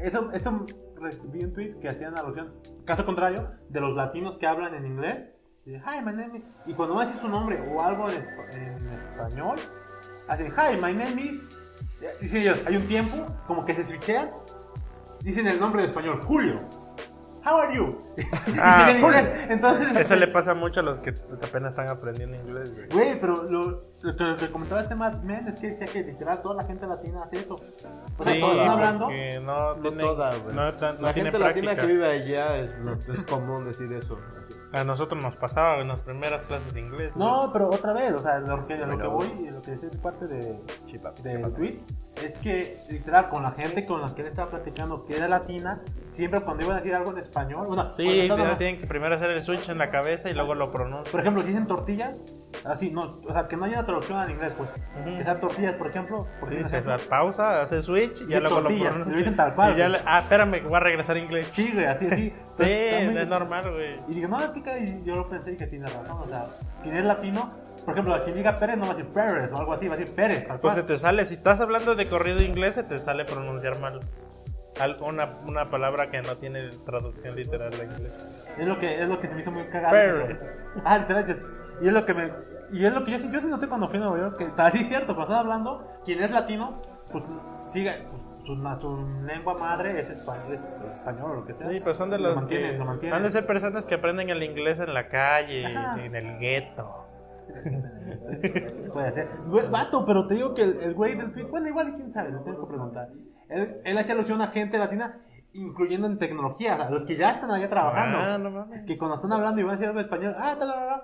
Eso, eso re- vi un tweet que hacían alusión, caso contrario, de los latinos que hablan en inglés. Y, hi, my name is... y cuando van a decir su nombre o algo en, espa- en español, hacen hi, my name is. Y Dicen ellos, hay un tiempo, como que se switchean. Dicen el nombre en español, Julio. How are you? Dicen
Ah,
en inglés. Entonces,
Eso le pasa mucho a los que apenas están aprendiendo inglés, güey.
Uh,
Güey, pero lo, lo que, lo que comentaba este Mad Men es que decía que literal toda la gente latina hace eso. O sea,
Sí,
todos están hablando.
porque no,
No
tiene,
toda, güey.
no tan- no
La
tiene
gente latina
práctica.
que vive allá es, no, es común decir eso. así.
A nosotros nos pasaba en las primeras clases de inglés.
No, pero otra vez, o sea, lo que, lo que
Pero-
voy y lo que decía esa parte de,
Sí, papi, ¿qué
del
pasa?
tweet es que literal con la gente con la que él estaba platicando que era latina, siempre cuando iban a decir algo en español, bueno,
Sí,
cuando estaban-
pero tienen que primero hacer el switch en la cabeza y luego lo pronuncian.
por ejemplo, si dicen tortillas, así, no, o sea, que no haya una traducción al inglés, pues,
Ujú.
que sea tortillas, por ejemplo, por
Sí,
decir un
se
ejemplo.
da pausa, hace switch y ya
Dice
luego lo
tortilla,
pronuncia.
lo dicen tal cual,
Y ya
güey.
le- ah, espérame, que voy a regresar a inglés. Sí,
Sí, güey, así, así. Está muy-
es normal, güey.
Y digo, no, pica, y yo lo pensé y que tiene razón, o sea, quien es latino, por ejemplo, a quien diga Pérez no va a decir Pérez o algo así, va a decir Pérez, tal
Pues
cual.
se te sale, si estás hablando de corrido inglés, se te sale pronunciar mal. Al- Una, una palabra que no tiene traducción literal al inglés.
Es lo que, es lo que se me hizo muy cagado.
Pérez.
Ah, literal, dices, Y es lo que me. Y es lo que yo, sí- yo sí noté cuando fui a Nueva York, que está así cierto, cuando estás hablando, quien es latino, pues sigue, pues, su, na- su lengua madre es español, español o lo que sea.
Sí, pero son de
Lo
los
mantienen,
que
lo mantienen.
han de ser personas que aprenden el inglés en la calle,
Ajá.
en el gueto.
Puede ser. Güey, Vato, pero te digo que el, el güey del tweet, bueno, igual, quién sabe, lo tengo que preguntar. Él, él hace alusión a gente latina, incluyendo en tecnología, o sea, los que ya están allá trabajando.
Ah, no mames.
que cuando están hablando y van a decir algo en español, ah, tal, tal, tal.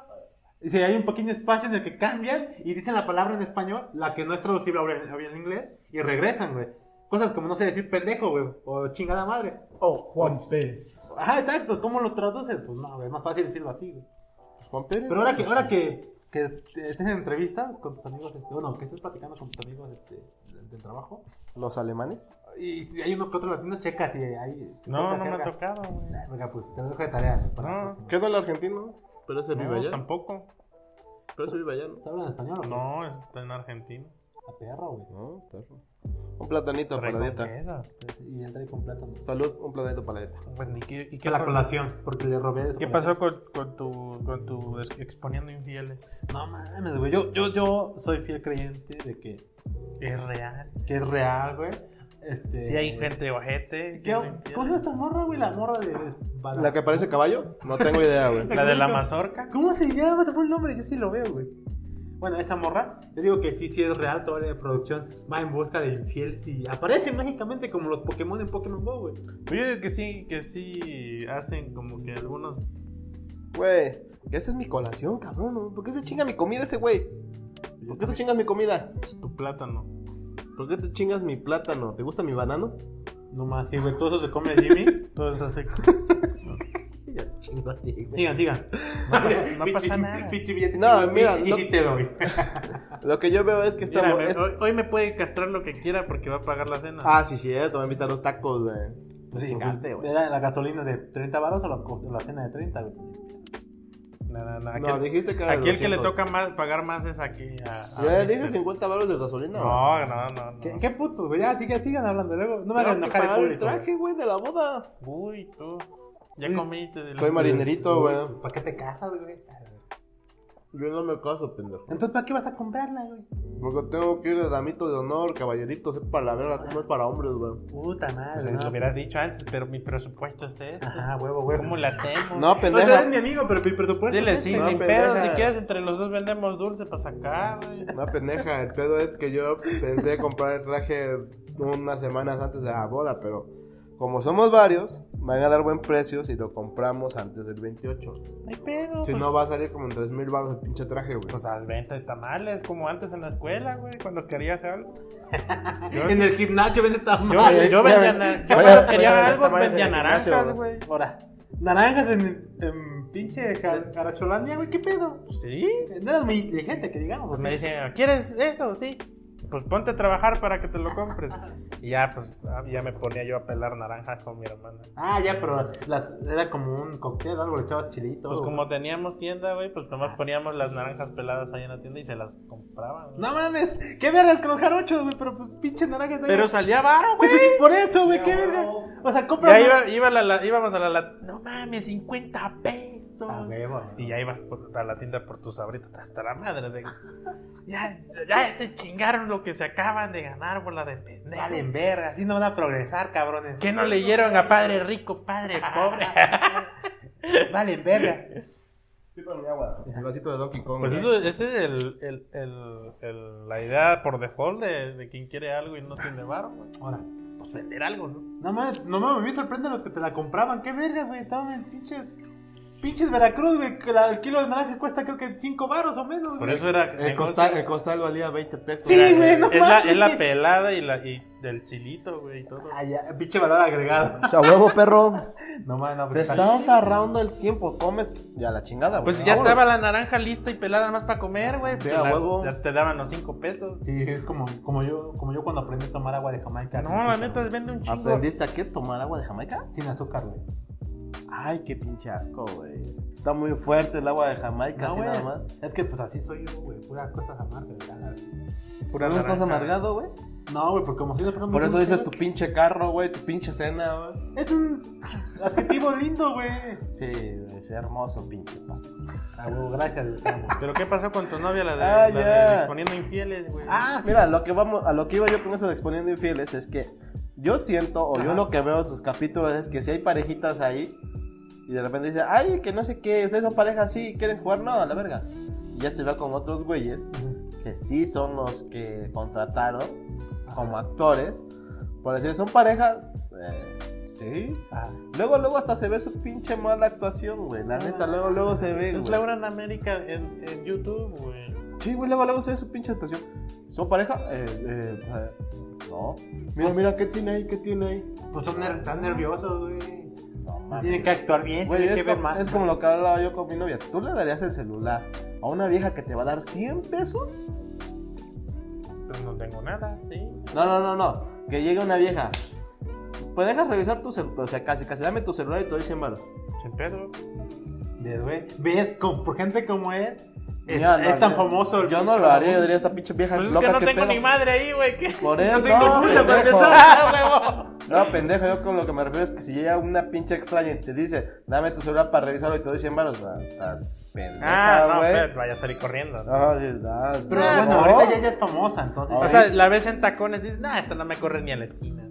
Y si hay un pequeño espacio en el que cambian y dicen la palabra en español, la que no es traducible ahora ahora en inglés, y regresan, güey. Cosas como no sé decir pendejo, güey, o chingada madre.
Oh, Juan Pérez.
Ajá, exacto, ¿cómo lo traduces? Pues no, güey, es más fácil decirlo así, güey.
Pues Juan Pérez.
Pero ahora que,
güey.
ahora que, que estés en entrevista con tus amigos, este, bueno, que estés platicando con tus amigos este, del, del trabajo,
Los alemanes.
y si hay uno que otro latino, checa si hay. si
No,
toca,
no me ha
carga.
tocado, güey.
Nah, Venga, pues te lo dejo de tarea. güey, para
No.
la próxima.
Quedó el argentino. Pero ese vive
No,
allá.
tampoco.
Pero ese vive allá, ¿no?
¿Te hablan español o qué?
No, está en Argentina.
A perro, güey.
No, perro. Un platanito para la
Trae con
dieta.
queso.
Y él trae con plátano.
Salud, un platanito para la dieta.
Bueno, ¿Y Pues, qué, y
Que
qué,
la colación, porque le robé. de su
¿Qué
colación.
pasó con, con tu, con tu des- exponiendo infieles?
No mames, güey. Yo, yo, yo soy fiel creyente de que,
Es real.
que es real, güey. Este,
Si hay gente ojete.
¿Qué-
siendo
¿Cómo se
infiel.
llama esta morra, güey? La morra de. Bala-
¿La que parece caballo? No tengo idea, güey.
La de la mazorca.
¿Cómo se llama? Te pongo el nombre, yo sí lo veo, güey. Bueno, esta morra, yo digo que sí, sí es real, toda la producción va en busca de infieles y aparece mágicamente como los Pokémon en Pokémon Go, güey.
Pues Yo digo que sí, que sí hacen como que algunos.
Güey, esa es mi colación, cabrón. ¿Por qué se chinga mi comida ese güey? ¿Por qué te chingas mi comida?
Tu plátano.
¿Por qué te chingas mi plátano? ¿Te gusta mi banano?
No más, sí, güey, todo eso se come a Jimmy.
Todo eso así.
Ya chingo a ti, güey.
Sigan, sigan.
No, no pasa nada.
Pinche billete.
No, mira,
Y
no-
sí te doy.
Lo que yo veo es que esta
Mira,
mo-
me-
es-
hoy, hoy me puede castrar lo que quiera porque va a pagar la cena.
Ah, sí, cierto, me invitar los tacos, güey.
Pues sí,
Chingaste, güey.
¿Era la gasolina de 30 baros o la, co- la cena de 30, güey?
No, no, no,
No,
aquel,
dijiste que era de
aquel que le
200.
toca más pagar más es aquí. A,
Ya
a Mister.
dije 50 baros de gasolina. güey.
No, no, no. no.
¿Qué, qué putos, güey? Ya, sigan, sigan hablando. Luego, no me hagan
Tengo que
enojar el
pagar el
público.
traje, güey, de la boda.
Uy, tú. Ya comiste. del-
Soy marinerito, güey.
¿Para qué te casas, güey?
Yo no me caso, pendejo.
Entonces, ¿para qué vas a comprarla, güey?
Porque tengo que ir de damito de honor, caballerito, sepa la verga, como es para hombres, güey.
Puta
Pues,
madre.
Lo
no.
hubieras dicho antes, pero mi presupuesto es este.
Ajá, huevo, huevo.
¿Cómo la hacemos?
No,
No, tú eres
pendeja.
mi amigo, pero mi presupuesto.
Dile,
es
sí,
este.
No,
sin
pendeja.
pedo, si quieres, entre los dos vendemos dulce para sacar, güey.
No, pendeja. El pedo es que yo pensé comprar el traje unas semanas antes de la boda, pero como somos varios, van a dar buen precio si lo compramos antes del 28.
No hay pedo.
Si
pues,
no, va a salir como en 3000 baros el pinche traje, güey.
Pues haz venta de tamales, como antes en la escuela, güey, cuando querías algo.
En el gimnasio vende tan
Yo,
Oye,
yo
voy a
vendía,
ver-
na-
voy
yo
a- voy
cuando
a
quería
ver los
algo,
tamales
vendía
en el gimnasio,
naranjas,
güey.
güey.
Ahora, naranjas en, en pinche Jar- Jaracholandia, güey, ¿qué pedo?
Pues Sí.
No eras muy inteligente, que digamos.
Pues
güey.
me dicen, ¿quieres eso? Sí. Pues ponte a trabajar para que te lo compres. Y ya, pues, ah, ya me ponía yo a pelar naranjas con mi hermana.
Ah, ya, pero las, era como un cóctel o algo, le echabas chilito.
Pues
o-
como teníamos tienda, güey, pues nomás poníamos las naranjas peladas ahí en la tienda y se las compraban. güey.
No mames, qué vergas con los jarochos, güey, pero pues pinche naranjas.
Pero salía varo, güey.
güey, por eso, güey, qué
Ya,
vergas.
huevo.
O sea, compra.
Ya iba, iba la, la- íbamos a la, la- No mames, 50 pesos.
Ah, huevo.
Y ya ibas por- a la tienda por tus sabritas hasta la madre. de- ya, ya se chingaron lo que se acaban de ganar, bola de pendejo.
Valen verga, así no van a progresar, cabrones.
¿Qué no leyeron a padre rico, padre pobre?
Valen verga.
Sí, con mi agua. El vasito de Donkey Kong.
Pues
¿eh?
eso, esa es el, el- el- el- la idea por default de, de quien quiere algo y no tiene varo, güey.
Ahora,
Pues vender algo, ¿no?
no mames, no mames, me sorprende los que te la compraban. Qué vergas, güey, estaban en pinches. Pinches Veracruz, güey, que la- el kilo de naranja cuesta creo que 5 baros o menos, güey.
Por eso era...
El costal, el costal valía 20 pesos.
Sí,
Era-
güey, no
es, la,
mames.
es la pelada y, la, y del chilito, güey, y todo.
Ah, ya, pinche valor agregado.
O sea, huevo, perro.
No mames, no,
Te
pues. está-
estás ahorrando el tiempo, come ya la chingada, güey.
Pues ya
Vámonos.
estaba la naranja lista y pelada nada más para comer, güey. Pues
Sí, a
la-
huevo.
ya te daban los cinco pesos.
Sí, es como, como, yo, como yo cuando aprendí a tomar agua de Jamaica.
No,
sin
la
azúcar,
neta
güey.
vende un chingo.
¿Aprendiste a qué? ¿Tomar agua de Jamaica?
Sin azúcar, güey.
Ay, qué pinche asco, güey. Está muy fuerte el agua de Jamaica,
No,
así
güey.
nada más.
Es que pues así soy yo, güey. Puras cosas amargas. la verdad.
Pura
¿No estás
naranja.
amargado, güey?
No, güey, porque como si
Por eso dices tu pinche carro, güey, tu pinche cena, güey.
Es un adjetivo lindo, güey.
Sí, güey, es hermoso, pinche pasta.
Ah, güey, gracias, güey, te amo.
¿Pero qué pasó con tu novia, la de,
Ah,
la
ya.
de poniendo infieles, güey?
Ah, mira, lo que vamos, a lo que iba yo con eso de exponiendo infieles es que yo siento, o yo
Ajá.
lo que veo en sus capítulos es que si hay parejitas ahí y de repente dicen, ay, que no sé qué, ustedes son pareja así, quieren jugar, no, a la verga. Y ya se va con otros güeyes que sí son los que contrataron como actores. Por decir, son pareja, eh, sí.
Ah,
Luego, luego hasta se ve su pinche mala actuación, güey. La neta, luego, luego se ve.
es
güey.
Laura en América en, en YouTube, güey.
Sí, güey, luego, luego se ve su pinche actuación. ¿Son pareja? Eh, eh, eh, no. Mira, mira, ¿qué tiene ahí? ¿Qué tiene ahí?
pues son ner- están nerviosos, güey.
No
Tienen que actuar bien,
Güey,
tienen
es,
que ver
como-
más.
es como lo que hablaba yo con mi novia. ¿Tú le darías el celular a una vieja que te va a dar 100 pesos?
Pues no tengo nada, sí.
No, no, no, no. Que llegue una vieja. Pues dejas revisar tu celular. O sea, casi, casi dame tu celular y te doy 100 baros.
Sin pedo.
¿Ves, güey? ¿Ves? Como- por gente como él, es,
Ya, no,
es tan
yo-
famoso. el
Yo no
pinche
lo haría, yo
vagabundo.
diría esta pinche vieja
Pues es
loca.
que no
¿qué
tengo
pedo?
ni madre ahí, güey. ¿qué?
Por eso.
No tengo puta para
pendejo.
empezar.
No, pendejo, yo con lo que me refiero es que si llega una pinche extraña y te dice, dame tu celular para revisarlo y te doy 100 baros, ah, estás
Ah,
pendeja,
no,
güey.
espérate, vaya a salir corriendo. ¿no?
Ah, sí, ah, sí,
Pero
no.
bueno, ahorita ya, ya es famosa, entonces.
Ah,
O sea, la ves en tacones, dices, nah, esta no me corre ni a la esquina.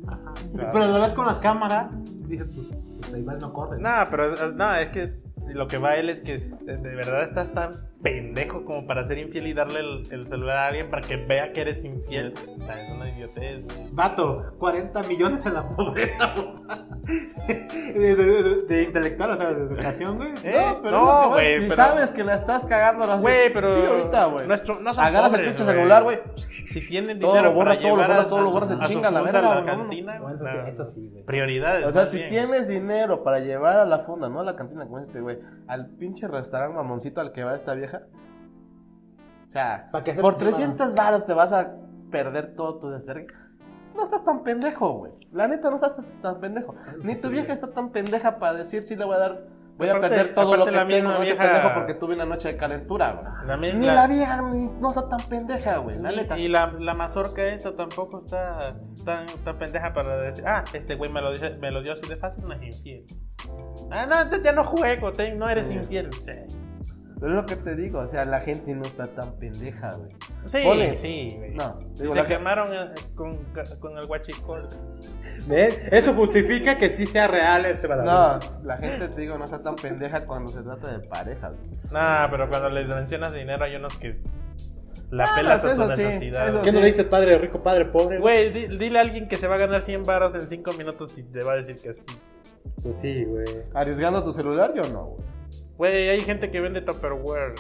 Pero la vez con las cámaras, dije, pues, pues igual no corre. ¿no?
No, pero es- es- no, es que lo que va él es que de de verdad estás tan pendejo como para ser infiel y darle el, el celular a alguien para que vea que eres infiel. O sea, es una idiotez. güey.
Vato, 40 millones en la pobreza, papá. de, de- de- de intelectual, o sea, de educación, güey.
Eh,
No, pero
no,
no,
güey,
si
pero-
sabes que la estás cagando, la
Güey, pero.
Sí, ahorita, güey.
nuestro- no son
Agarras el
pobres,
pinche celular, güey.
Si tienen
Todo
dinero,
lo borras,
para
todo lo
llevar
borras,
a-
todo lo
a su-
borras, se
a su
chinga la
funda
verga,
a
güey,
la
no,
cantina.
No, eso, sí,
nah,
eso sí, güey.
Prioridades.
O sea,
más
si
bien.
tienes dinero para llevar a la funda, no a la cantina como este güey, al pinche restaurante mamoncito al que va esta vieja. O sea,
¿Para qué hacer
por
encima?
300 varos te vas a perder todo tu desvergue. No estás tan pendejo, güey. La neta, no estás tan pendejo. Ni tu vieja está tan pendeja para decir si le voy a dar
Voy a perder todo lo que la misma
no te
vieja.
pendejo porque tuve una noche de calentura, güey.
la mi-
Ni
la-
la vieja ni- no está tan pendeja, güey. La neta.
Y, y la, la mazorca esta tampoco está tan, tan pendeja para decir, ah, este güey me lo, dice, me lo dio así de fácil, no es infiel. Ah, no, entonces ya no juego, te- no eres
Sí.
infiel. Sí,
Pero es lo que te digo, o sea, la gente no está tan pendeja, güey.
sí,
Ponle.
sí, güey.
No,
Si
digo,
se
la gente-
quemaron eh, con, ca- con el guachicol.
¿Ves? Eso justifica que sí sea real este
No,
balado.
la gente, te digo, no está tan pendeja cuando se trata de parejas. güey.
Nah, pero cuando les mencionas dinero hay unos que la pelas a
pues
su
eso sí,
necesidad.
eso
¿Qué no le diste padre rico, padre pobre? güey?
Güey, di- dile a alguien que se va a ganar 100 varos en 5 minutos y te va a decir que sí.
Pues sí, güey.
¿Arriesgando tu celular? Yo no, güey.
Güey, hay gente que vende Tupperware.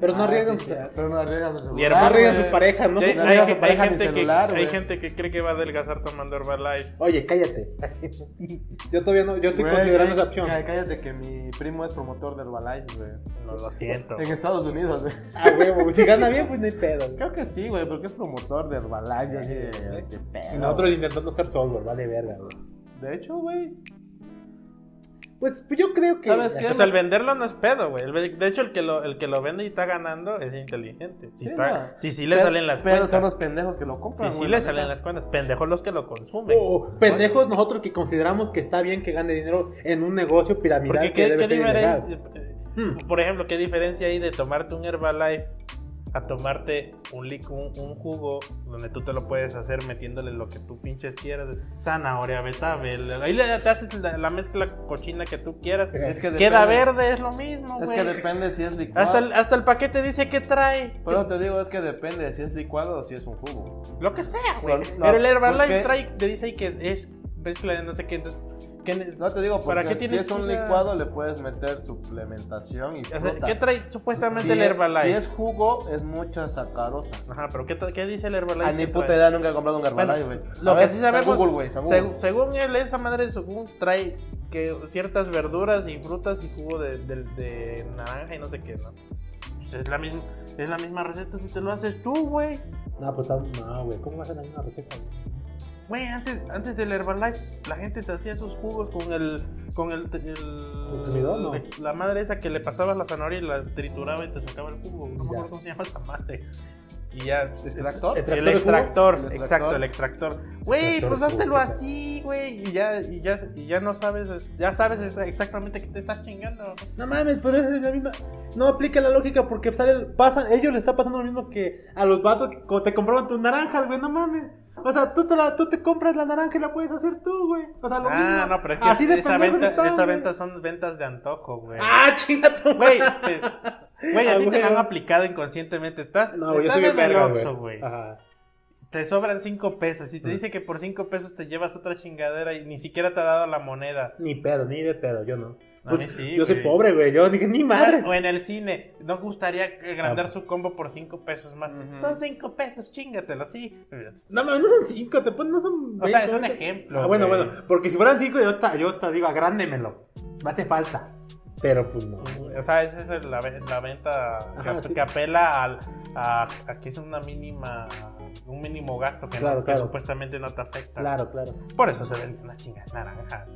Pero no
Ah,
arriesgan
sí,
sus-
sí, Pero no arriesgan su celular.
hermano,
no arriesgan
güey.
sus parejas, no
Sí,
sus
hay,
nalgas
hay
o pareja ni
gente
celular,
que,
güey.
hay gente que cree que va a adelgazar tomando Herbalife.
Oye, cállate. Yo todavía no, yo estoy
Güey,
considerando
cá-
esa opción.
cá- Cállate que mi primo es promotor del Herbalife, güey.
No lo siento.
En Estados Unidos, güey.
Ah, huevo, güey, si gana bien, pues no hay pedo. güey.
Creo que sí, güey, porque es promotor de Herbalife. yo así de, qué pedo.
Y nosotros intentando buscar software, vale verga, güey.
De hecho, güey.
Pues, pues yo creo que.
¿Sabes qué?
O sea, el venderlo no es pedo, güey. El ve- De hecho, el que lo, el que lo vende y está ganando es inteligente. Si,
Sí,
está-
no.
si sí le
Pero-
salen las
pero son
cuentas.
los pendejos que lo compran.
Si sí
güey,
le
la
salen
neta.
las cuentas. Pendejos los que lo consumen.
O pendejos nosotros que consideramos que está bien que gane dinero en un negocio piramidal
Porque
que
qué,
debe
qué
ser ilegal.
diferencia... eh,
Hmm.
Por ejemplo, ¿qué diferencia hay de tomarte un Herbalife a tomarte un, lic- un, un jugo donde tú te lo puedes hacer metiéndole lo que tú pinches quieras? Zanahoria, betabel. Ahí le te haces la, la mezcla cochina que tú quieras.
Es que
Queda
depende-
verde, es lo mismo,
Es
güey.
que depende si es licuado.
hasta, el, hasta el paquete dice que trae.
Pero te digo, es que depende si es licuado o si es un jugo.
Lo que sea, güey.
No, no,
Pero el Herbalife
porque-
trae, te dice ahí que es mezcla de no sé qué. entonces, ¿qué ne-
No te digo, porque
¿Para qué
si
tienes
es un
que ir a-
licuado le puedes meter suplementación y
o sea,
fruta.
¿Qué trae supuestamente
Si-
el Herbalife?
Si es jugo, es mucha sacarosa.
Ajá, pero ¿qué, tra- qué dice el Herbalife?
A Ah, ni
que
puta
trae?
idea nunca he comprado un
Bueno,
Herbalife, güey. A
lo que
ver,
sí
está en
sabemos,
Google, güey, está en
seg-
Google.
según él, esa madre según trae que ciertas verduras y frutas y jugo de, de- de naranja y no sé qué, ¿no? Pues es la misma, es la misma receta si te lo haces tú, güey.
No, pues tan- no, güey. ¿Cómo vas a tener una receta? güey?
Güey, antes, antes del Herbalife, la gente se hacía sus jugos con el. con el. el-
¿El tenedor, no?
La madre esa que le pasabas la zanahoria y la trituraba y te sacaba el jugo. No me
Ya.
acuerdo cómo se llama esa madre. Y ya. este,
¿Extractor?
¿Extractor
El
de jugo?
extractor,
¿El extractor?
exacto, el extractor. Güey,
Extractor de
pues
jugo,
háztelo
¿qué tal?
así, güey, y ya, y ya, y ya no sabes, ya sabes exa- exactamente que te estás chingando.
No mames, pero es la misma. No aplica la lógica porque sale el- pasa, ellos le está pasando lo mismo que a los vatos que co- te compraban tus naranjas, güey. No mames. O sea, tú te, la, tú te compras la naranja y la puedes hacer tú, güey. O sea, lo
Ah,
mismo.
no, pero es que
Así de
esa,
pendejos
venta,
están,
esa
güey.
venta son ventas de antojo, güey.
Ah, chinga tu madre.
Güey, te- güey,
Ah,
a ti te
güey.
la han aplicado inconscientemente. Estás,
No, güey, yo
estás
soy bien
en el
verga,
Oxxo,
güey. Ah. Mm.
güey.
Ajá.
Te sobran 5 pesos. Y te dice que por 5 pesos te llevas otra chingadera y ni siquiera te ha dado la moneda.
Ni pedo, ni de pedo, yo no.
A mí
Pues,
sí,
yo soy
güey.
pobre, güey. Yo dije, ni madre.
O en el cine, no gustaría agrandar
Ah.
su combo por 5 pesos más.
Ujú.
Son 5 pesos, chingatelo, sí.
No mames, no son cinco, te ponen, no son.
O sea, es
veinte,
un
veinte.
ejemplo.
Ah, bueno,
güey.
bueno, porque si fueran cinco, yo hasta, yo hasta digo, agrándemelo. Me hace falta. Pero pues no.
Sí, O sea, esa es la, ve- la venta que,
Ajá, sí.
que apela al, a, a que es una mínima, un mínimo gasto que, no-
Claro,
que
claro.
supuestamente no te afecta.
Claro, claro.
Por eso se venden las chingas naranjas.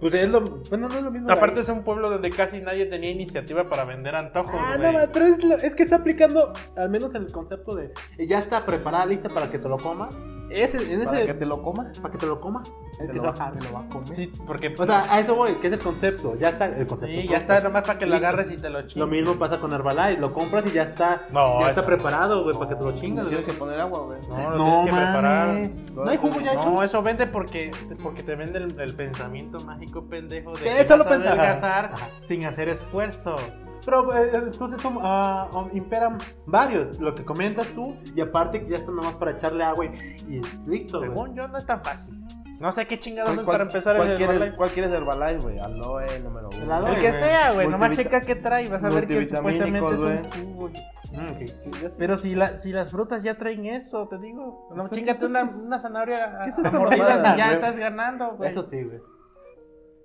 Pues es lo. Bueno, no es lo mismo.
Aparte
ahí.
es un pueblo donde casi nadie tenía iniciativa para vender antojos.
Ah, no,
güey.
mames, pero es, lo- es que está aplicando, al menos en el concepto de. eh, Ya está preparada, lista para que te lo comas. Ese, en ese.
Para que te lo comas.
para que te lo comas. Te,
lo
lo,
va-
ajá, te lo va a comer.
Sí, porque
O sea, a eso voy, que es el concepto. Ya está el
sí,
concepto.
ya está, nomás para que lo
Listo.
agarres y te lo chingas.
Lo mismo pasa con Herbalife, lo compras y ya está,
No,
ya está
eso-
preparado,
eh,
güey, para que te lo
Chingas,
chingas, güey.
tienes que poner agua, güey.
No, lo tienes que preparar.
mames. No hay jugo ya hecho.
No, eso vende porque, porque te vende el, el pensamiento mágico pendejo de
Eh,
que
eso
vas
lo
a
pendeja.
adelgazar
Ajá.
sin hacer esfuerzo.
Pero eh, eh, entonces son, ah, um, imperan varios, lo que comentas tú, y aparte que ya está nomás para echarle agua y, y listo, güey.
Según yo, no es tan fácil. No sé qué chingados es
¿Cuál-
para empezar
cuál
el
quieres-
Herbalife.
¿Cuál quieres Herbalife, güey? Aloe, número uno.
El aloe,
El que
güey.
sea, güey. Nomás
Multivita-
checa qué trae. Vas a ver que supuestamente
multivitamínicos,
es un jugo.
Mm, que- que ya sé.
Pero si, la, si las frutas ya traen eso, te digo. No,
Está-
chingate
está
una,
chi-
una zanahoria a,
¿Qué es
a
esta
mordidas
mamada,
y ya
güey?
estás ganando, güey.
Eso sí, güey.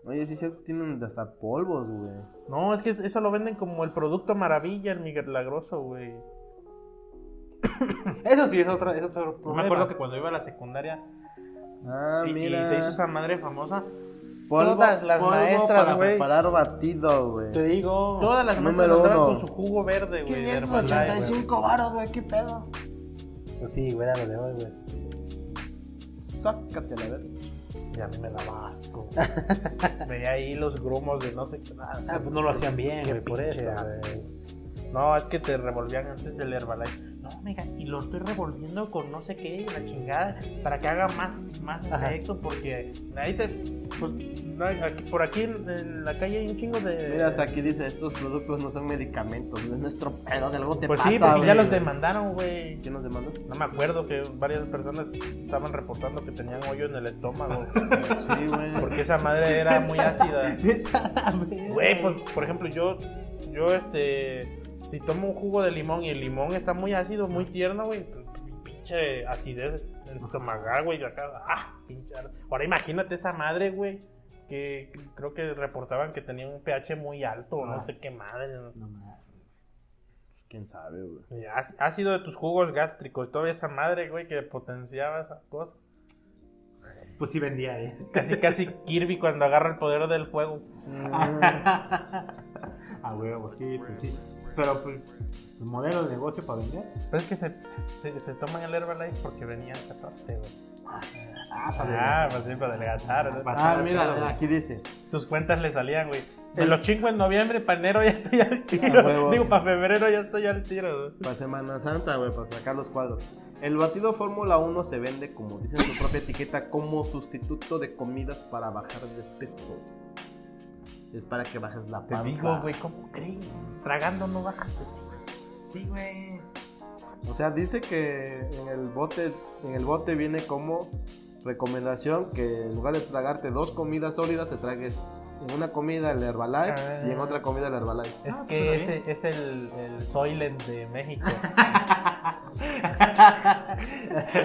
Oye, sí, sí, tienen hasta polvos, güey.
No, es que es- eso lo venden como el producto maravilla, el milagroso, güey.
Eso sí es otra, es otro
Yo me
problema.
acuerdo que cuando iba a la secundaria
Ah,
y, y
mira.
se hizo esa madre famosa,
Polvo-
Todas las
polvo
maestras,
para
güey.
preparar batido, güey.
Te digo.
Todas las maestras
Número
andaban
uno.
con su jugo verde, güey. de Herbalife, güey.
585 varos, güey, qué pedo.
Pues sí, güey, era lo de hoy, güey.
Sácate la verga.
Y a mí me daba asco. Veía ahí los grumos de no sé qué nada.
Ah, pues no lo hacían bien,
Qué
güey, por
pinche
eso,
asco,
güey.
No, es que te revolvían antes el Herbalife. No, amiga, y lo estoy revolviendo con no sé qué, la chingada, para que haga más, más
Ajá.
efecto, porque ahí te. Pues, no hay- aquí- por aquí en, en la calle hay un chingo de.
Mira, hasta aquí dice, estos productos no son medicamentos, no es nuestro pedo, si algo te
Pues
pasa,
sí, porque ya
güey.
los demandaron, güey.
¿Quién nos demanda?
No me acuerdo que varias personas estaban reportando que tenían hoyo en el estómago.
Sí, güey.
Porque esa madre era muy ácida. Güey, pues por ejemplo, yo, yo este, si tomo un jugo de limón y el limón está muy ácido, muy tierno, güey, p- p- pinche acidez en estomagal, güey, yo acá, ah, pinche. ar- Ahora imagínate esa madre, güey, que que creo que reportaban que tenía un pH muy alto, o no sé qué madre. ¿no? pues,
¿Quién sabe, güey?
Y á- Ácido de tus jugos gástricos, toda esa madre, güey, que potenciaba esa cosa.
Pues sí vendía, eh.
Casi, casi Kirby cuando agarra el poder del fuego.
A huevo, sí, pues sí. Pero pues, su modelo de negocio para vender.
Pero Pues es que se, se, se toman el Herbalife porque venían 14, güey.
Ah,
Ah, pues sí, para adelgazar. ¿no?
Ah, mira, aquí dice.
Sus cuentas le salían, güey. En los 5 en noviembre, para enero ya estoy al
A huevo.
tiro. Digo, para febrero ya estoy al tiro. güey.
Para Semana Santa, güey, para sacar los cuadros. El batido Fórmula 1 se vende, como dice en su propia etiqueta, como sustituto de comidas para bajar de peso. Es para que bajes la
Te
panza.
digo, güey, ¿cómo crees? Tragando no bajas.
Sí, güey.
O sea, dice que en el bote, en el bote viene como recomendación que en lugar de tragarte dos comidas sólidas, te tragues en una comida el Herbalife
Ah.
y en otra comida el Herbalife.
Es
Ah,
que
pero
ese es el, el Soylent de México.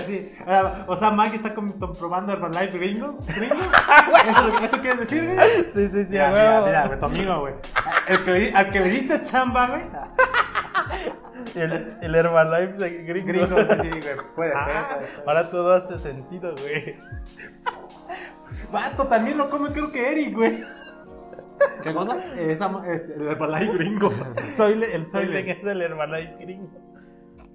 Sí. Ahora, O sea, Mike está com- comprobando Herbalife gringo. ¿Gringo?
Ah,
¿Eso, es lo que- ¿Eso quieres decir, güey?
sí, sí, sí,
Mira,
a
mira,
huevo.
mira, güey, tu amigo, güey. El que le- Al que le diste chamba, güey.
El, el Herbalife de gringo.
Gringo, sí, güey. Puede,
Ah,
puede, puede.
ahora todo hace sentido, güey.
Vato, también lo come, creo que Eric, güey.
¿Qué cosa?
Esa ma- este, el Herbalife gringo.
Soylent-
Soylent.
el Soylent es el Herbalife gringo.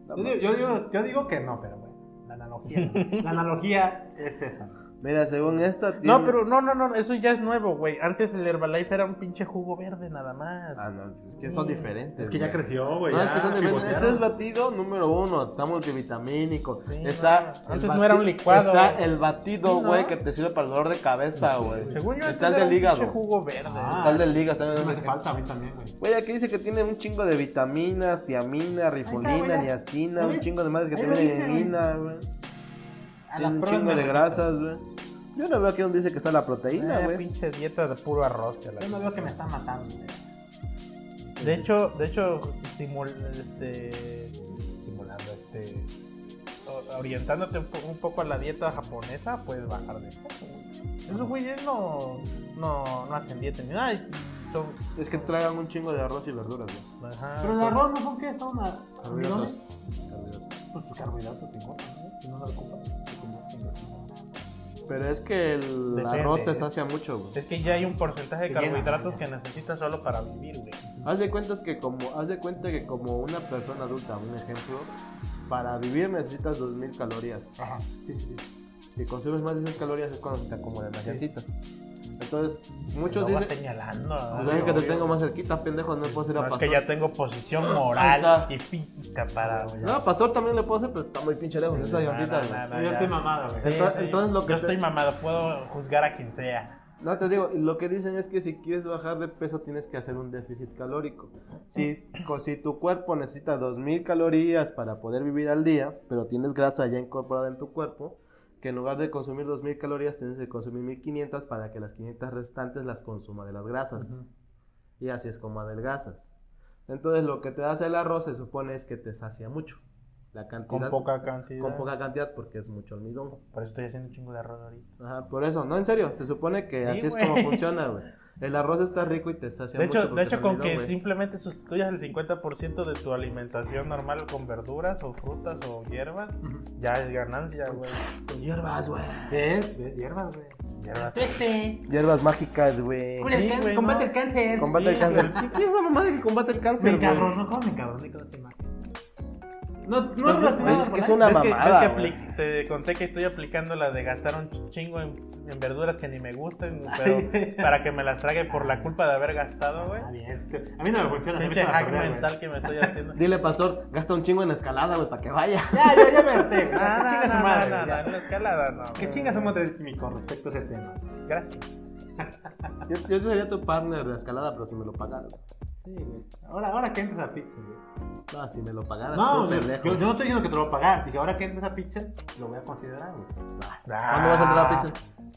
Yo digo, yo digo, yo digo que no, pero, güey. La analogía. La analogía es esa.
Mira, según esta tiene-
No, pero no, no, no, eso ya es nuevo, güey. Antes el Herbalife era un pinche jugo verde nada más.
Ah, no, es que son
Sí.
diferentes.
Es que ya
güey.
creció, güey.
No,
ya
es que son diferentes.
pivotearon.
Este es batido número uno, está multivitamínico.
Sí,
está
no,
el
antes no era un licuado.
Está el batido,
Sí, no.
güey, que te sirve para el dolor de cabeza, güey.
Según yo,
está el
antes era
del
un pinche
hígado.
jugo verde.
Ah.
Está el del hígado. está el
Me
del-
hace falta a mí también, güey.
Güey, aquí dice que tiene un chingo de vitaminas, tiamina, rifolina,
ya.
niacina, un
Ahí-
chingo de madres que
ahí
te
lo
vienen en
dice,
lina, güey.
A las
Tiene un
pruebas
chingo
me
de
remito.
grasas, güey. Yo no veo aquí donde dice que está la proteína,
Una
güey.
Ah, pinche dieta de puro arroz. que la-
Yo no veo que me están matando. güey.
De hecho, de hecho, simul- este, simulando, este, o- orientándote un, po- un poco a la dieta japonesa, puedes bajar de peso. güey. Esos güeyes no, no, no hacen dieta ni nada. y Son,
Es que tragan un chingo de arroz y verduras, güey.
ajá,
Pero el
son-
arroz no son qué, son a- almidones.
Carbohidratos. Carbohidratos.
Pues sus carbohidratos te engordan, ¿no? Si no lo ocupas. te engordan.
Pero es que el
Depende,
arroz te
¿eh?
sacia mucho, güey.
Es que ya hay un porcentaje de
Te llena,
carbohidratos
ya.
que necesitas solo para vivir, güey.
Haz de cuenta que como, haz de cuenta que como una persona adulta, un ejemplo, para vivir necesitas 2000 calorías.
Ajá, sí, sí, sí.
Si consumes más de esas calorías es cuando se te acomodan las llantitas. Entonces, muchos
Lo vas
dicen,
señalando.
pues
¿no?
es que te
Obvio.
tengo más cerquita, pendejo, no puedo ir a
No, es
pastor.
que ya tengo posición
Ahí
moral
está.
y física para.
No, pastor también le puedo hacer, pero está muy pinche lejos esa llantita. güey.
No, no,
Yo
ya.
estoy mamado,
Sí,
güey.
Entonces-
sí.
entonces lo que
Yo
te-
estoy mamado, puedo juzgar a quien sea.
No, te digo, lo que dicen es que si quieres bajar de peso tienes que hacer un déficit calórico. Si, co- si tu cuerpo necesita 2000 calorías para poder vivir al día, pero tienes grasa ya incorporada en tu cuerpo, que en lugar de consumir 2000 calorías tienes que consumir 1500 para que las 500 restantes las consuma de las grasas. Y así es como adelgazas. Entonces lo que te hace el arroz se supone es que te sacia mucho. la cantidad.
Con poca cantidad.
con poca cantidad porque es mucho almidón.
Por eso estoy haciendo un chingo de arroz ahorita.
Ajá, por eso, no, en serio, se supone que
Sí,
así
güey.
es como funciona, güey. El arroz está rico y te sacia
De
mucho
hecho,
porque
de hecho
es
con
almidón,
que
güey.
simplemente sustituyas el 50% de tu alimentación normal con verduras o frutas o hierbas, ya es ganancia, güey.
Con hierbas, güey.
¿Ves? ¿Ves? Hierbas, güey.
Hierbas.
Este.
Hierbas mágicas, güey.
Sí, el cáncer, güey, combate no. el
cáncer.
Combate el cáncer. ¿Qué, qué es esa mamá de que combate el
Me
cáncer, güey?
encabronó, ¿cómo me encabroné con este imagen? No, no
Pues,
es relacionado.
güey, es que
¿verdad?
es una
¿Ves que-
mamada,
ves que
güey.
apli- te conté que estoy aplicando la de gastar un ch- chingo en, en verduras que ni me gustan, pero
Ay, güey.
para que me las trague por la culpa de haber gastado, güey.
Ah, bien. A mí no me funciona. a mí me
Pinche
hizo la
hack
perder, güey.
mental que me estoy haciendo.
Dile, pastor, gasta un chingo en la escalada, güey, para que vaya.
Ya, ya, ya me harté. güey.
Ah,
Que chinga
no,
su
no,
madre.
no,
güey,
no,
ya.
en la escalada no.
Que chinga su madre el químico respecto a ese tema.
Gracias.
Yo, yo sería tu partner de escalada, pero si me lo pagaras.
Sí, güey. Ahora, ahora que entras a Pixel, güey.
No, si me lo pagaras,
No,
tú,
yo,
pendejo.
yo- yo no estoy diciendo que te lo voy a pagar. Dije, ahora que entras a Pixel, lo voy a considerar, güey.
¿Cuándo vas a entrar a Pixel?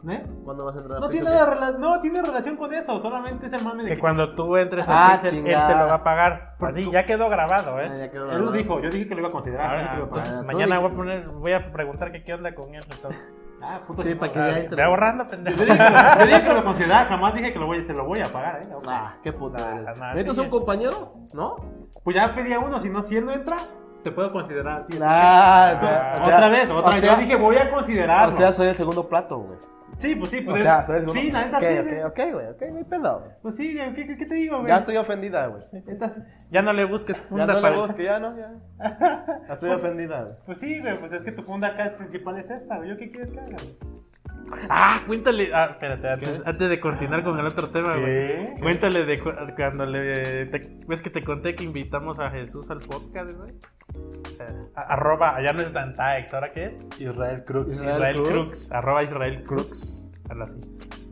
¿Eh?
¿Cuándo vas a entrar a
No
Pixel?
tiene, nada rela- no tiene relación con eso, solamente es el mame de
Que
que.
cuando tú entres
Ah,
a Pixel, él te
chingada.
lo va a pagar.
Porque
Así,
tú-
ya quedó grabado,
Ah,
¿eh?
ya quedó,
Él lo
¿verdad?
dijo, yo dije que lo iba a considerar.
Ahora, pues.
no que lo iba a
entonces,
pagar.
tú
mañana
di-
voy a poner, voy a preguntar que qué onda con él. entonces.
ah, puto
Sí,
que
para
no.
que ya entre.
Ve ahorrando,
Yo
pendejo.
dije, que lo- yo dije que lo consideraba, jamás dije que lo voy, te lo voy a pagar, ¿eh?
Ah, qué puta
Ah,
eres.
no,
¿Necesitas
sí,
un
sí.
compañero? ¿No?
Pues ya pedí a uno, si no, si él no entra, te puedo considerar. a ti.
Ah,
O
o
sea,
sea-
otra vez, otra
o
vez.
sea-
yo dije, voy a considerarlo.
O sea, soy el segundo plato, güey.
sí, pues sí,
O
pues.
sea, soy el
es,
segundo
sí, la neta
Ok,
sí. güey.
ok, ok, güey, ok, no hay pedo, güey.
Pues sí, güey, ¿qué, qué, qué te digo, güey?
Ya estoy ofendida, güey.
Estás-
Ya no le busques
Ya
funda
no
para
la que ya no, ya. Ya estoy ofendida, güey.
Pues sí, güey, pues es que tu funda acá principal es esta, güey. ¿Yo qué quieres que haga? güey?
Ah, cuéntale. Ah, espérate, antes, antes de continuar con el otro tema,
¿Qué?
güey. Cuéntale de cu- cuando le. te- ¿Ves que te conté que invitamos a Jesús al podcast, güey? Eh, a- arroba, allá no es Dantaex, ¿ahora qué es?
Israel Cruz.
Israel
Israel
Cruz.
Crux. Arroba Israel Crux. Habla así.